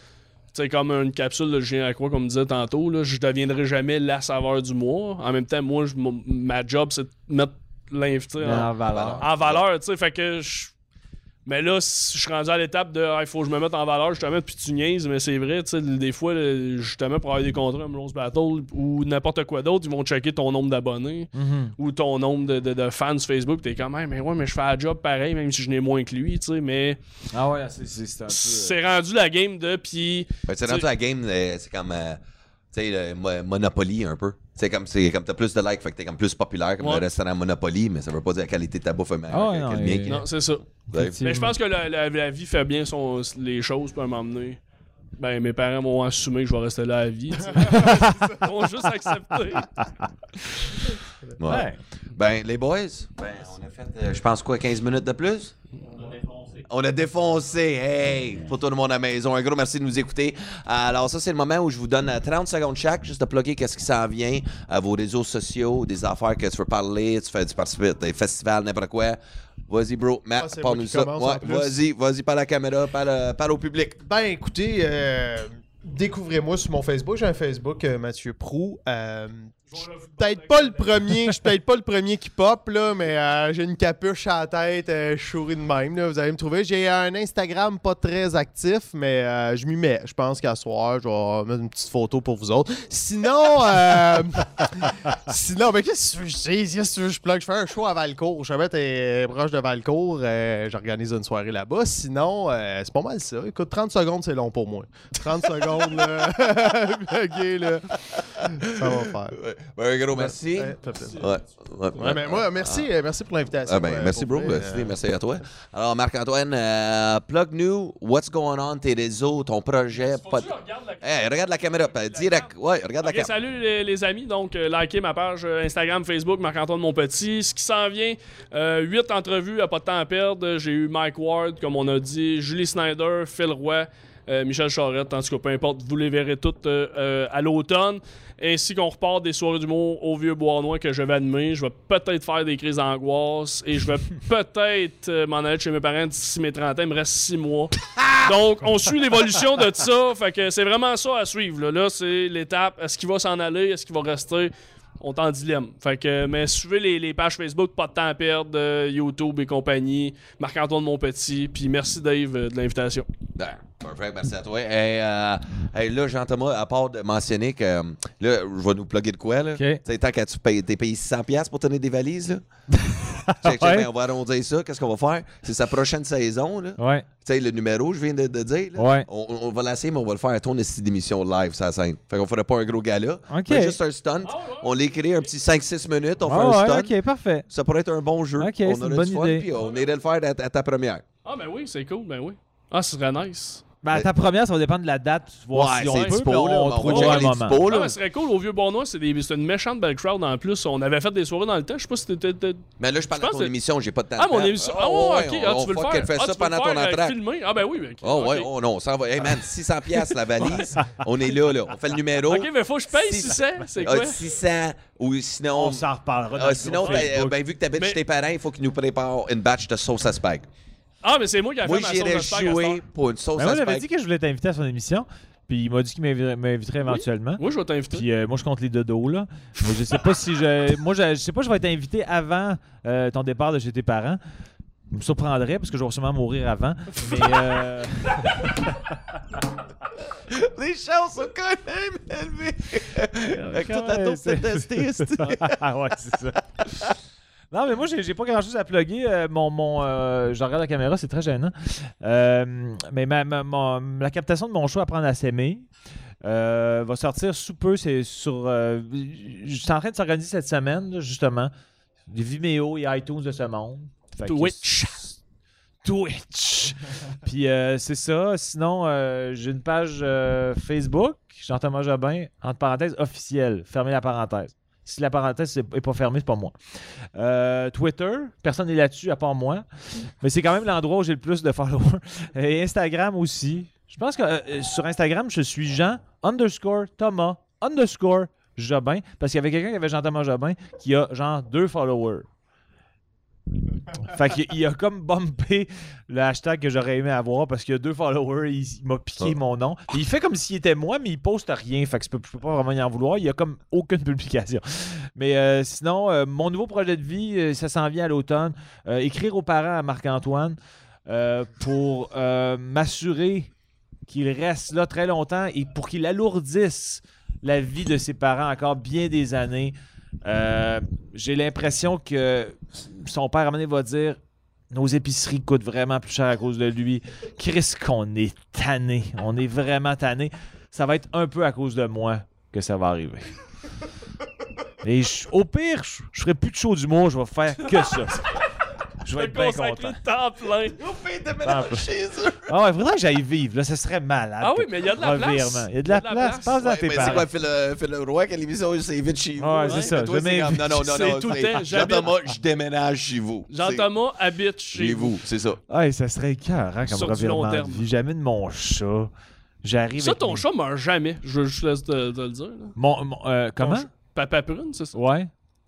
[SPEAKER 2] Tu sais, comme une capsule de Julien Lacroix, comme disait tantôt, là, je deviendrai jamais la saveur du mois. En même temps, moi, je- mon- ma job, c'est de mettre l'invité
[SPEAKER 1] Mais
[SPEAKER 2] en,
[SPEAKER 1] en valeur.
[SPEAKER 2] en valeur, tu sais. Fait que je. Mais là, si je suis rendu à l'étape de Ah, il faut que je me mette en valeur, justement, puis tu niaises, mais c'est vrai, tu sais, des fois, là, justement, pour avoir des contrats comme Rose Battle ou n'importe quoi d'autre, ils vont checker ton nombre d'abonnés
[SPEAKER 1] Mhm.
[SPEAKER 2] ou ton nombre de, de- de fans sur Facebook, t'es comme, Hey, mais ouais, mais je fais la job pareil, même si je n'ai moins que lui, tu sais, mais
[SPEAKER 1] Ah ouais, c'est- c'est c'est un peu. euh,
[SPEAKER 2] c'est rendu la game de, puis
[SPEAKER 3] Fait que c'est rendu à la game, euh, c'est comme. euh, tu sais, le mo- Monopoly un peu. C'est comme, c'est comme t'as plus de likes, fait que t'es comme plus populaire comme
[SPEAKER 2] Ouais.
[SPEAKER 3] le restaurant Monopoly, mais ça veut pas dire la qualité de ta bouffe est meilleure
[SPEAKER 1] Ah,
[SPEAKER 3] que- que
[SPEAKER 1] non,
[SPEAKER 3] le mien.
[SPEAKER 1] et-
[SPEAKER 3] qui-
[SPEAKER 2] non, c'est ça.
[SPEAKER 3] Ouais.
[SPEAKER 2] Mais je pense que la, la- la vie fait bien son, les choses pour m'emmener. Ben, mes parents m'ont assumé que je vais rester là à vie. tu sais. Ils ont juste accepté.
[SPEAKER 3] Ouais.
[SPEAKER 1] Ouais.
[SPEAKER 3] Ben, les boys, ben, on a fait, euh, je pense quoi, 15 minutes de plus? On a défoncé. Hey! Pour tout le monde à la maison, un gros merci de nous écouter. Alors, ça, c'est le moment où je vous donne euh, 30 secondes chaque, juste de plugger qu'est-ce qui s'en vient à vos réseaux sociaux, des affaires que tu veux parler, tu fais du participer à des festivals, n'importe quoi. Vas-y, bro,
[SPEAKER 4] Ah,
[SPEAKER 3] Matt,
[SPEAKER 4] c'est
[SPEAKER 3] parle-nous
[SPEAKER 4] moi qui
[SPEAKER 3] ça.
[SPEAKER 4] commence en
[SPEAKER 3] Ouais,
[SPEAKER 4] plus.
[SPEAKER 3] vas-y, vas-y, par la caméra, par, euh, par au public.
[SPEAKER 4] Ben écoutez, euh, découvrez-moi sur mon Facebook. J'ai un Facebook, euh, Mathieu Prou. Euh, je suis peut-être pas le premier, je suis peut-être pas le premier qui pop là, mais euh, j'ai une capuche à la tête, euh, je suis souri de même. là, vous allez me trouver. J'ai un Instagram pas très actif, mais euh, je m'y mets. Je pense qu'à soir, je vais mettre une petite photo pour vous autres. Sinon, euh, sinon, ben qu'est-ce que tu veux que je dise? Qu'est-ce que tu veux que je plug? Je fais un show à Valcourt. Je t'es proche de Valcourt. euh, J'organise une soirée là-bas. Sinon, euh, c'est pas mal ça. Écoute, 30 secondes, c'est long pour moi. 30 secondes, là. Plugué, là. Ça va faire.
[SPEAKER 3] Ouais, Ben, un gros merci.
[SPEAKER 4] Ouais, fait plaisir.
[SPEAKER 3] Ouais, ouais,
[SPEAKER 4] Ouais, mais moi, merci, euh, merci pour l'invitation.
[SPEAKER 3] Ah ben,
[SPEAKER 4] euh,
[SPEAKER 3] merci,
[SPEAKER 4] pour
[SPEAKER 3] bro.
[SPEAKER 4] vrai,
[SPEAKER 3] Merci,
[SPEAKER 4] euh,
[SPEAKER 3] merci à toi. Alors, Marc-Antoine, euh, plug-nous. What's going on? Tes réseaux, ton projet.
[SPEAKER 2] Faut
[SPEAKER 3] pas-
[SPEAKER 2] que tu regardes la-
[SPEAKER 3] Hey, regarde la caméra. pa- direct. Ouais, regarde la
[SPEAKER 2] Ok,
[SPEAKER 3] caméra.
[SPEAKER 2] salut les, les amis. Donc, euh, likez ma page euh, Instagram, Facebook, Marc-Antoine Monpetit. Ce qui s'en vient, euh, huit entrevues à pas de temps à perdre. J'ai eu Mike Ward, comme on a dit, Julie Snyder, Phil Roy, euh, Michel Charette. En tout cas, peu importe, vous les verrez toutes euh, euh, à l'automne. Ainsi qu'on repart des soirées d'humour au vieux Bois-Noir que je vais animer. Je vais peut-être faire des crises d'angoisse et je vais peut-être euh, m'en aller chez mes parents d'ici mes 30 ans. Il me reste six mois. Donc, on suit l'évolution de ça. Fait que c'est vraiment ça à suivre. Là, Là, c'est l'étape. Est-ce qu'il va s'en aller? Est-ce qu'il va rester? On t'en dilemme. Fait que, mais suivez les, les pages Facebook, pas de temps à perdre, euh, YouTube et compagnie. Marc-Antoine Monpetit. Puis merci, Dave, euh, de l'invitation.
[SPEAKER 3] Ben, Parfait, merci à toi. Hey, euh, hey, là, Jean-Thomas, à part de mentionner que euh, là, je vais nous plugger de quoi, là.
[SPEAKER 1] Ok.
[SPEAKER 3] Tu sais, tant que tu payes, t'es payé 600$ piastres pour tenir des valises, là. Check, check,
[SPEAKER 1] Ouais.
[SPEAKER 3] ben, on va arrondir ça. Qu'est-ce qu'on va faire? C'est sa prochaine saison, là.
[SPEAKER 1] Ouais.
[SPEAKER 3] Tu sais, le numéro, je viens de, de dire. là,
[SPEAKER 1] Ouais.
[SPEAKER 3] on, on- on va l'essayer, mais on va le faire à ton esti d'émission live, ça scène. Fait qu'on ferait pas un gros gala.
[SPEAKER 1] Ok.
[SPEAKER 3] mais juste un stunt.
[SPEAKER 2] Ah,
[SPEAKER 3] On l'écrit un petit 5-6 minutes, on fait
[SPEAKER 1] Ah
[SPEAKER 3] un
[SPEAKER 1] ouais,
[SPEAKER 3] stunt.
[SPEAKER 1] ok, parfait.
[SPEAKER 3] Ça pourrait être un bon jeu.
[SPEAKER 1] Ok, c'est
[SPEAKER 3] on
[SPEAKER 1] une bonne idée.
[SPEAKER 3] puis on irait le faire à, à ta première.
[SPEAKER 2] Ah, ben oui, c'est cool, ben oui. Ah, ce serait nice.
[SPEAKER 1] Ben, ta première, ça va dépendre de la date, voir si on
[SPEAKER 3] c'est
[SPEAKER 1] peut,
[SPEAKER 3] dispo,
[SPEAKER 1] mais
[SPEAKER 3] là.
[SPEAKER 1] on,
[SPEAKER 3] On va
[SPEAKER 1] trouvera
[SPEAKER 3] checker
[SPEAKER 1] un
[SPEAKER 3] les
[SPEAKER 1] moment.
[SPEAKER 3] dispo,
[SPEAKER 2] Ah,
[SPEAKER 3] Oh, là.
[SPEAKER 2] mais ce serait cool au vieux Bournois, c'est des- c'est une méchante belle crowd en plus. On avait fait des soirées dans le temps. Je sais pas si t'étais. t'étais-
[SPEAKER 3] Mais là, je
[SPEAKER 2] Je
[SPEAKER 3] parle de
[SPEAKER 2] pense
[SPEAKER 3] ton
[SPEAKER 2] que-
[SPEAKER 3] émission, j'ai pas de temps
[SPEAKER 2] Ah,
[SPEAKER 3] de
[SPEAKER 2] mon
[SPEAKER 3] perdre.
[SPEAKER 2] émission.
[SPEAKER 3] Oh,
[SPEAKER 2] Ah, ouais,
[SPEAKER 3] ouais,
[SPEAKER 2] ok.
[SPEAKER 3] on-
[SPEAKER 2] Ah,
[SPEAKER 3] on
[SPEAKER 2] tu veux le
[SPEAKER 3] fuck,
[SPEAKER 2] faire.
[SPEAKER 3] elle fait
[SPEAKER 2] Ah,
[SPEAKER 3] ça
[SPEAKER 2] tu veux le
[SPEAKER 3] pendant ton
[SPEAKER 2] faire, euh,
[SPEAKER 3] entraque.
[SPEAKER 2] filmer. Ah, ben oui. ok,
[SPEAKER 3] Oh, ouais,
[SPEAKER 2] ok.
[SPEAKER 3] oh, non, on s'en va. Hey, man, 600 piastres la valise. on est là, là. On fait le numéro.
[SPEAKER 2] Ok, mais faut que je paye
[SPEAKER 3] Six-
[SPEAKER 2] 600. C'est
[SPEAKER 3] Ah,
[SPEAKER 2] quoi?
[SPEAKER 3] 600 ou sinon...
[SPEAKER 1] On s'en reparlera. dans
[SPEAKER 3] Ah,
[SPEAKER 1] le
[SPEAKER 3] sinon,
[SPEAKER 1] groupe
[SPEAKER 3] ben,
[SPEAKER 1] Facebook.
[SPEAKER 3] ben, vu que t'habites
[SPEAKER 2] Mais-
[SPEAKER 3] chez tes parents, il faut qu'ils nous préparent une batch de sauce à spag.
[SPEAKER 2] Ah, mais c'est moi qui ai fait
[SPEAKER 3] Moi,
[SPEAKER 2] ma
[SPEAKER 3] j'irais
[SPEAKER 2] sauce de spag à cette
[SPEAKER 3] jouer
[SPEAKER 2] heure.
[SPEAKER 3] pour une sauce
[SPEAKER 1] Ben, moi,
[SPEAKER 3] à
[SPEAKER 1] j'avais dit
[SPEAKER 3] spag.
[SPEAKER 1] que je voulais t'inviter à son émission, puis il m'a dit qu'il m'invi- m'inviterait éventuellement.
[SPEAKER 2] Moi, je vais t'inviter.
[SPEAKER 1] Puis euh, moi, je compte les dodos, là. Mais je sais pas si je. Moi, je, je sais pas, je vais être invité avant euh, ton départ de chez tes parents. Je me surprendrais parce que je vais sûrement mourir avant. Mais euh,
[SPEAKER 3] Les chances sont quand même élevées. Avec toute la
[SPEAKER 1] Ah, Ouais,
[SPEAKER 3] dose de
[SPEAKER 1] c'est-
[SPEAKER 3] testé,
[SPEAKER 1] ah ouais, c'est ça. Non, mais moi, j'ai j'ai pas grand chose à plugger. Euh, mon, mon, euh, je regarde la caméra, c'est très gênant. Euh, mais ma, ma- mon- la captation de mon show Apprendre à s'aimer euh, va sortir sous peu. C'est sur. euh, je suis en train de s'organiser cette semaine, là, justement. Les Vimeo et iTunes de ce monde. Fait que-
[SPEAKER 2] Twitch.
[SPEAKER 1] Twitch. Puis euh, c'est ça. Sinon, euh, j'ai une page euh, Facebook, Jean-Thomas Jobin, entre parenthèses, officielle. Fermez la parenthèse. Si la parenthèse n'est pas fermée, c'est pas moi. Euh, Twitter, personne n'est là-dessus à part moi. Mais c'est quand même l'endroit où j'ai le plus de followers. Et Instagram aussi. Je pense que euh, euh, sur Instagram, je suis Jean underscore Thomas underscore Jobin. Parce qu'il y avait quelqu'un qui avait Jean-Thomas Jobin qui a genre deux followers. fait qu'il il a comme bumpé le hashtag que j'aurais aimé avoir parce qu'il a deux followers, il, il m'a piqué mon nom. Puis il fait comme s'il était moi, mais il poste rien. Fait que je peux, je peux pas vraiment y en vouloir. Il y a comme aucune publication. Mais euh, sinon, euh, mon nouveau projet de vie, euh, ça s'en vient à l'automne. Euh, écrire aux parents à Marc-Antoine euh, pour euh, m'assurer qu'il reste là très longtemps et pour qu'il alourdisse la vie de ses parents encore bien des années. Euh, J'ai l'impression que son père, à un moment donné, va dire nos épiceries coûtent vraiment plus cher à cause de lui. Chris, qu'on est tanné. On est vraiment tanné. Ça va être un peu à cause de moi que ça va arriver. Et je- au pire, je, je ferai plus de show d'humour, je vais faire que ça. Je vais être bien
[SPEAKER 2] consacrer
[SPEAKER 1] content.
[SPEAKER 2] le temps plein.
[SPEAKER 1] Ah ouais, faudrait que j'aille vivre, là, ce serait malade.
[SPEAKER 2] Ah oui, mais il y a de la place.
[SPEAKER 1] Revirement. Il y a de la place. Passe dans
[SPEAKER 3] Ouais,
[SPEAKER 1] tes
[SPEAKER 3] mais c'est quoi,
[SPEAKER 1] parents.
[SPEAKER 3] Phil, euh, Phil le Roy, que l'émission, c'est vite chez vous.
[SPEAKER 1] Ouais,
[SPEAKER 3] hein?
[SPEAKER 1] c'est ça,
[SPEAKER 3] Mais toi,
[SPEAKER 1] jamais
[SPEAKER 3] comme, Non, non, non,
[SPEAKER 2] C'est
[SPEAKER 3] non.
[SPEAKER 2] tout le
[SPEAKER 3] c'est-
[SPEAKER 2] temps, j'habite-
[SPEAKER 3] Jean-Thomas, je déménage chez vous.
[SPEAKER 2] Jean-Thomas habite
[SPEAKER 3] C'est-
[SPEAKER 2] chez vous.
[SPEAKER 3] c'est ça.
[SPEAKER 1] Ouais, ça serait écœurant hein, comme
[SPEAKER 2] Sur du long
[SPEAKER 1] revirement de
[SPEAKER 2] terme.
[SPEAKER 1] vie. J'amène mon chat. J'arrive
[SPEAKER 2] Ça,
[SPEAKER 1] avec
[SPEAKER 2] ton
[SPEAKER 1] mes-
[SPEAKER 2] chat meurt jamais. Je je te laisse te te le dire. là.
[SPEAKER 1] Mon, mon- euh, comment?
[SPEAKER 2] chat. Papa Prune, c'est ça?
[SPEAKER 1] Ouais.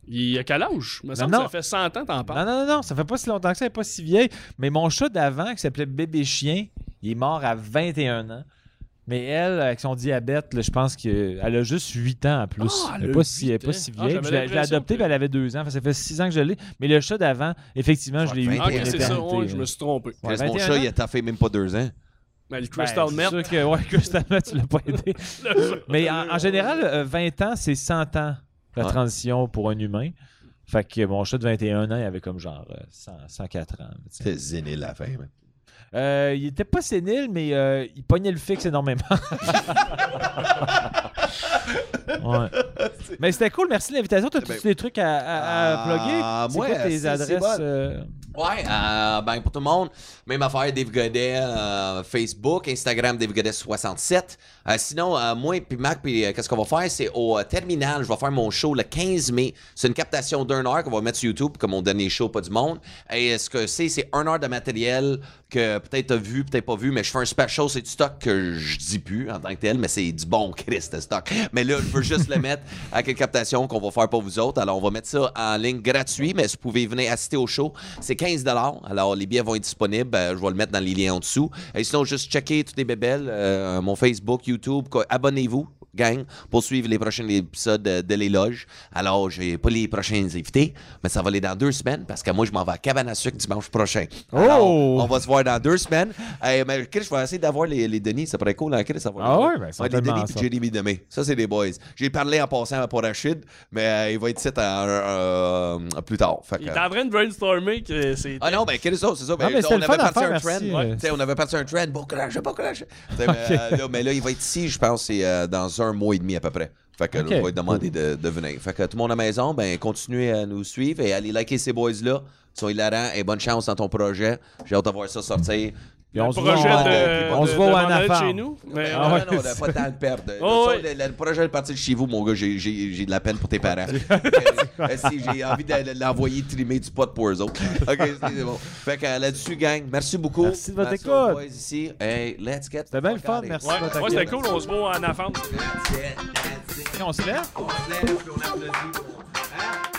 [SPEAKER 2] Il a quel âge? Il me semble
[SPEAKER 1] non.
[SPEAKER 2] que ça fait 100 ans que t'en
[SPEAKER 1] Non,
[SPEAKER 2] parles.
[SPEAKER 1] non, non, non, ça fait pas si longtemps que ça, elle est pas si vieille. Mais mon chat d'avant, qui s'appelait Bébé Chien, il est mort à 21 ans. Mais elle, avec son diabète, là, je pense qu'elle a juste 8 ans en plus.
[SPEAKER 2] Ah,
[SPEAKER 1] elle
[SPEAKER 2] elle
[SPEAKER 1] est
[SPEAKER 2] a
[SPEAKER 1] pas si, elle est
[SPEAKER 2] 8
[SPEAKER 1] pas si
[SPEAKER 2] ans. Ah,
[SPEAKER 1] vieille.
[SPEAKER 2] j'avais
[SPEAKER 1] je l'ai je l'ai
[SPEAKER 2] l'impression
[SPEAKER 1] adoptée,
[SPEAKER 2] que-
[SPEAKER 1] puis elle avait 2 ans. Fait que ça fait 6 ans que je l'ai. Mais le chat d'avant, effectivement, je l'ai eu pour
[SPEAKER 2] Ah, Ok, c'est ça.
[SPEAKER 1] l'éternité,
[SPEAKER 2] ouais,
[SPEAKER 1] là.
[SPEAKER 2] je me suis trompé.
[SPEAKER 1] Ouais,
[SPEAKER 3] Chris, mon
[SPEAKER 1] 21
[SPEAKER 3] chat,
[SPEAKER 1] ans.
[SPEAKER 3] il a taffé même pas deux ans.
[SPEAKER 2] Mais le
[SPEAKER 1] Ben,
[SPEAKER 2] Crystal
[SPEAKER 1] c'est
[SPEAKER 2] Meth,
[SPEAKER 1] sûr que, ouais, Crystal Meth, tu l'as pas aidé. Mais en, en général, euh, 20 ans, c'est 100 ans la
[SPEAKER 3] Ouais.
[SPEAKER 1] transition pour un humain. Fait que mon chat de 21 ans, il avait comme genre euh, 100, 104 ans. tu sais.
[SPEAKER 3] C'est zéné la fin, man.
[SPEAKER 1] Euh, il était pas sénile, mais euh, il pognait le fixe énormément. Ouais. Mais c'était cool, merci de l'invitation. T'as
[SPEAKER 3] Ben-
[SPEAKER 1] tous des trucs à, à, à plugger.
[SPEAKER 3] Ah,
[SPEAKER 1] c'est
[SPEAKER 3] moi,
[SPEAKER 1] quoi tes
[SPEAKER 3] c'est- c'est
[SPEAKER 1] adresses?
[SPEAKER 3] bon.
[SPEAKER 1] euh,
[SPEAKER 3] Ouais, euh, ben pour tout le monde, même affaire Dave Godet, euh, Facebook, Instagram Dave Godet 67. Euh, sinon, euh, moi puis Mac, puis euh, qu'est-ce qu'on va faire? C'est au euh, terminal, je vais faire mon show le 15 mai. C'est une captation d'un heure qu'on va mettre sur YouTube comme mon dernier show, pas du monde. Et euh, ce que c'est, c'est un heure de matériel que peut-être t'as vu, peut-être pas vu, mais je fais un special, c'est du stock que je dis plus en tant que tel, mais c'est du bon Christ de stock. Mais là, je veux juste le mettre à quelques captations qu'on va faire pour vous autres. Alors, on va mettre ça en ligne gratuit, mais si vous pouvez venir assister au show, c'est 15 Alors, les billets vont être disponibles. Euh, je vais le mettre dans les liens en dessous. Et sinon, juste checker toutes les bébelles, euh, mon Facebook, YouTube. quoi. Abonnez-vous, gang, pour suivre les prochains épisodes euh, de l'éloge. Alors, j'ai pas les prochains invités, mais ça va aller dans deux semaines parce que moi, je m'en vais à Cabane à sucre dimanche prochain. Alors,
[SPEAKER 1] Oh!
[SPEAKER 3] on va se voir dans deux semaines. Euh, mais Chris, je vais essayer d'avoir les, les Denis. Ça pourrait être cool, hein, Chris? d'avoir
[SPEAKER 1] Ah
[SPEAKER 3] les-
[SPEAKER 1] ouais, ben,
[SPEAKER 3] Les
[SPEAKER 1] certainement,
[SPEAKER 3] Denis
[SPEAKER 1] ça.
[SPEAKER 3] puis Jeremy demain. Ça, c'est des boys. J'ai parlé en passant à Rachid, mais euh, il va être ici en- euh, euh, plus tard. Fait que-
[SPEAKER 2] il est en train de brainstormer que c'est.
[SPEAKER 3] ah non, ben quelle sauce, c'est ça. Ben,
[SPEAKER 1] mais c'était
[SPEAKER 3] on
[SPEAKER 1] le
[SPEAKER 3] avait
[SPEAKER 1] fun à
[SPEAKER 3] parti
[SPEAKER 1] faire,
[SPEAKER 3] un
[SPEAKER 1] merci,
[SPEAKER 3] trend.
[SPEAKER 1] euh.
[SPEAKER 3] Tu sais, On avait parti un trend. Bon courage, bon courage. Tu sais, mais, euh, là, mais là, il va être ici, je pense, c'est euh, dans un mois et demi à peu près. Fait que là,
[SPEAKER 1] Ok.
[SPEAKER 3] je vais te demander de, de venir. Fait que tout le monde à la maison, ben continuez à nous suivre et allez liker ces boys-là. Ils sont hilarants et bonne chance dans ton projet. J'ai hâte de voir ça sortir.
[SPEAKER 1] Puis on
[SPEAKER 2] le
[SPEAKER 1] se
[SPEAKER 2] projet
[SPEAKER 1] voit,
[SPEAKER 2] de,
[SPEAKER 1] on
[SPEAKER 2] de-
[SPEAKER 1] se voit
[SPEAKER 2] de
[SPEAKER 1] au
[SPEAKER 2] Van Halen
[SPEAKER 1] Anafarm.
[SPEAKER 2] chez nous. Mais,
[SPEAKER 1] Ah
[SPEAKER 2] euh,
[SPEAKER 1] ouais,
[SPEAKER 3] Ben, non, non, on n'a pas le temps de le perdre. De toute
[SPEAKER 2] Oh,
[SPEAKER 3] façon, le, le projet de partir de chez vous, mon gars, j'ai- j'ai j'ai de la peine pour tes parents. Euh, euh, si j'ai envie de, de l'envoyer trimer du pot pour eux autres. OK, c'est c'est bon. Fait que euh, là-dessus, gang, merci beaucoup.
[SPEAKER 1] Merci de votre
[SPEAKER 3] aux
[SPEAKER 1] écoute.
[SPEAKER 3] boys ici. Hey, let's get
[SPEAKER 1] C'était bien le
[SPEAKER 3] fuck
[SPEAKER 1] fun,
[SPEAKER 3] out of
[SPEAKER 1] merci.
[SPEAKER 3] here.
[SPEAKER 2] ouais, ouais, c'était cool, on se voit en affaire.
[SPEAKER 3] That's it, that's it.
[SPEAKER 1] On se lève?
[SPEAKER 3] On se lève, puis on applaudit. Hein?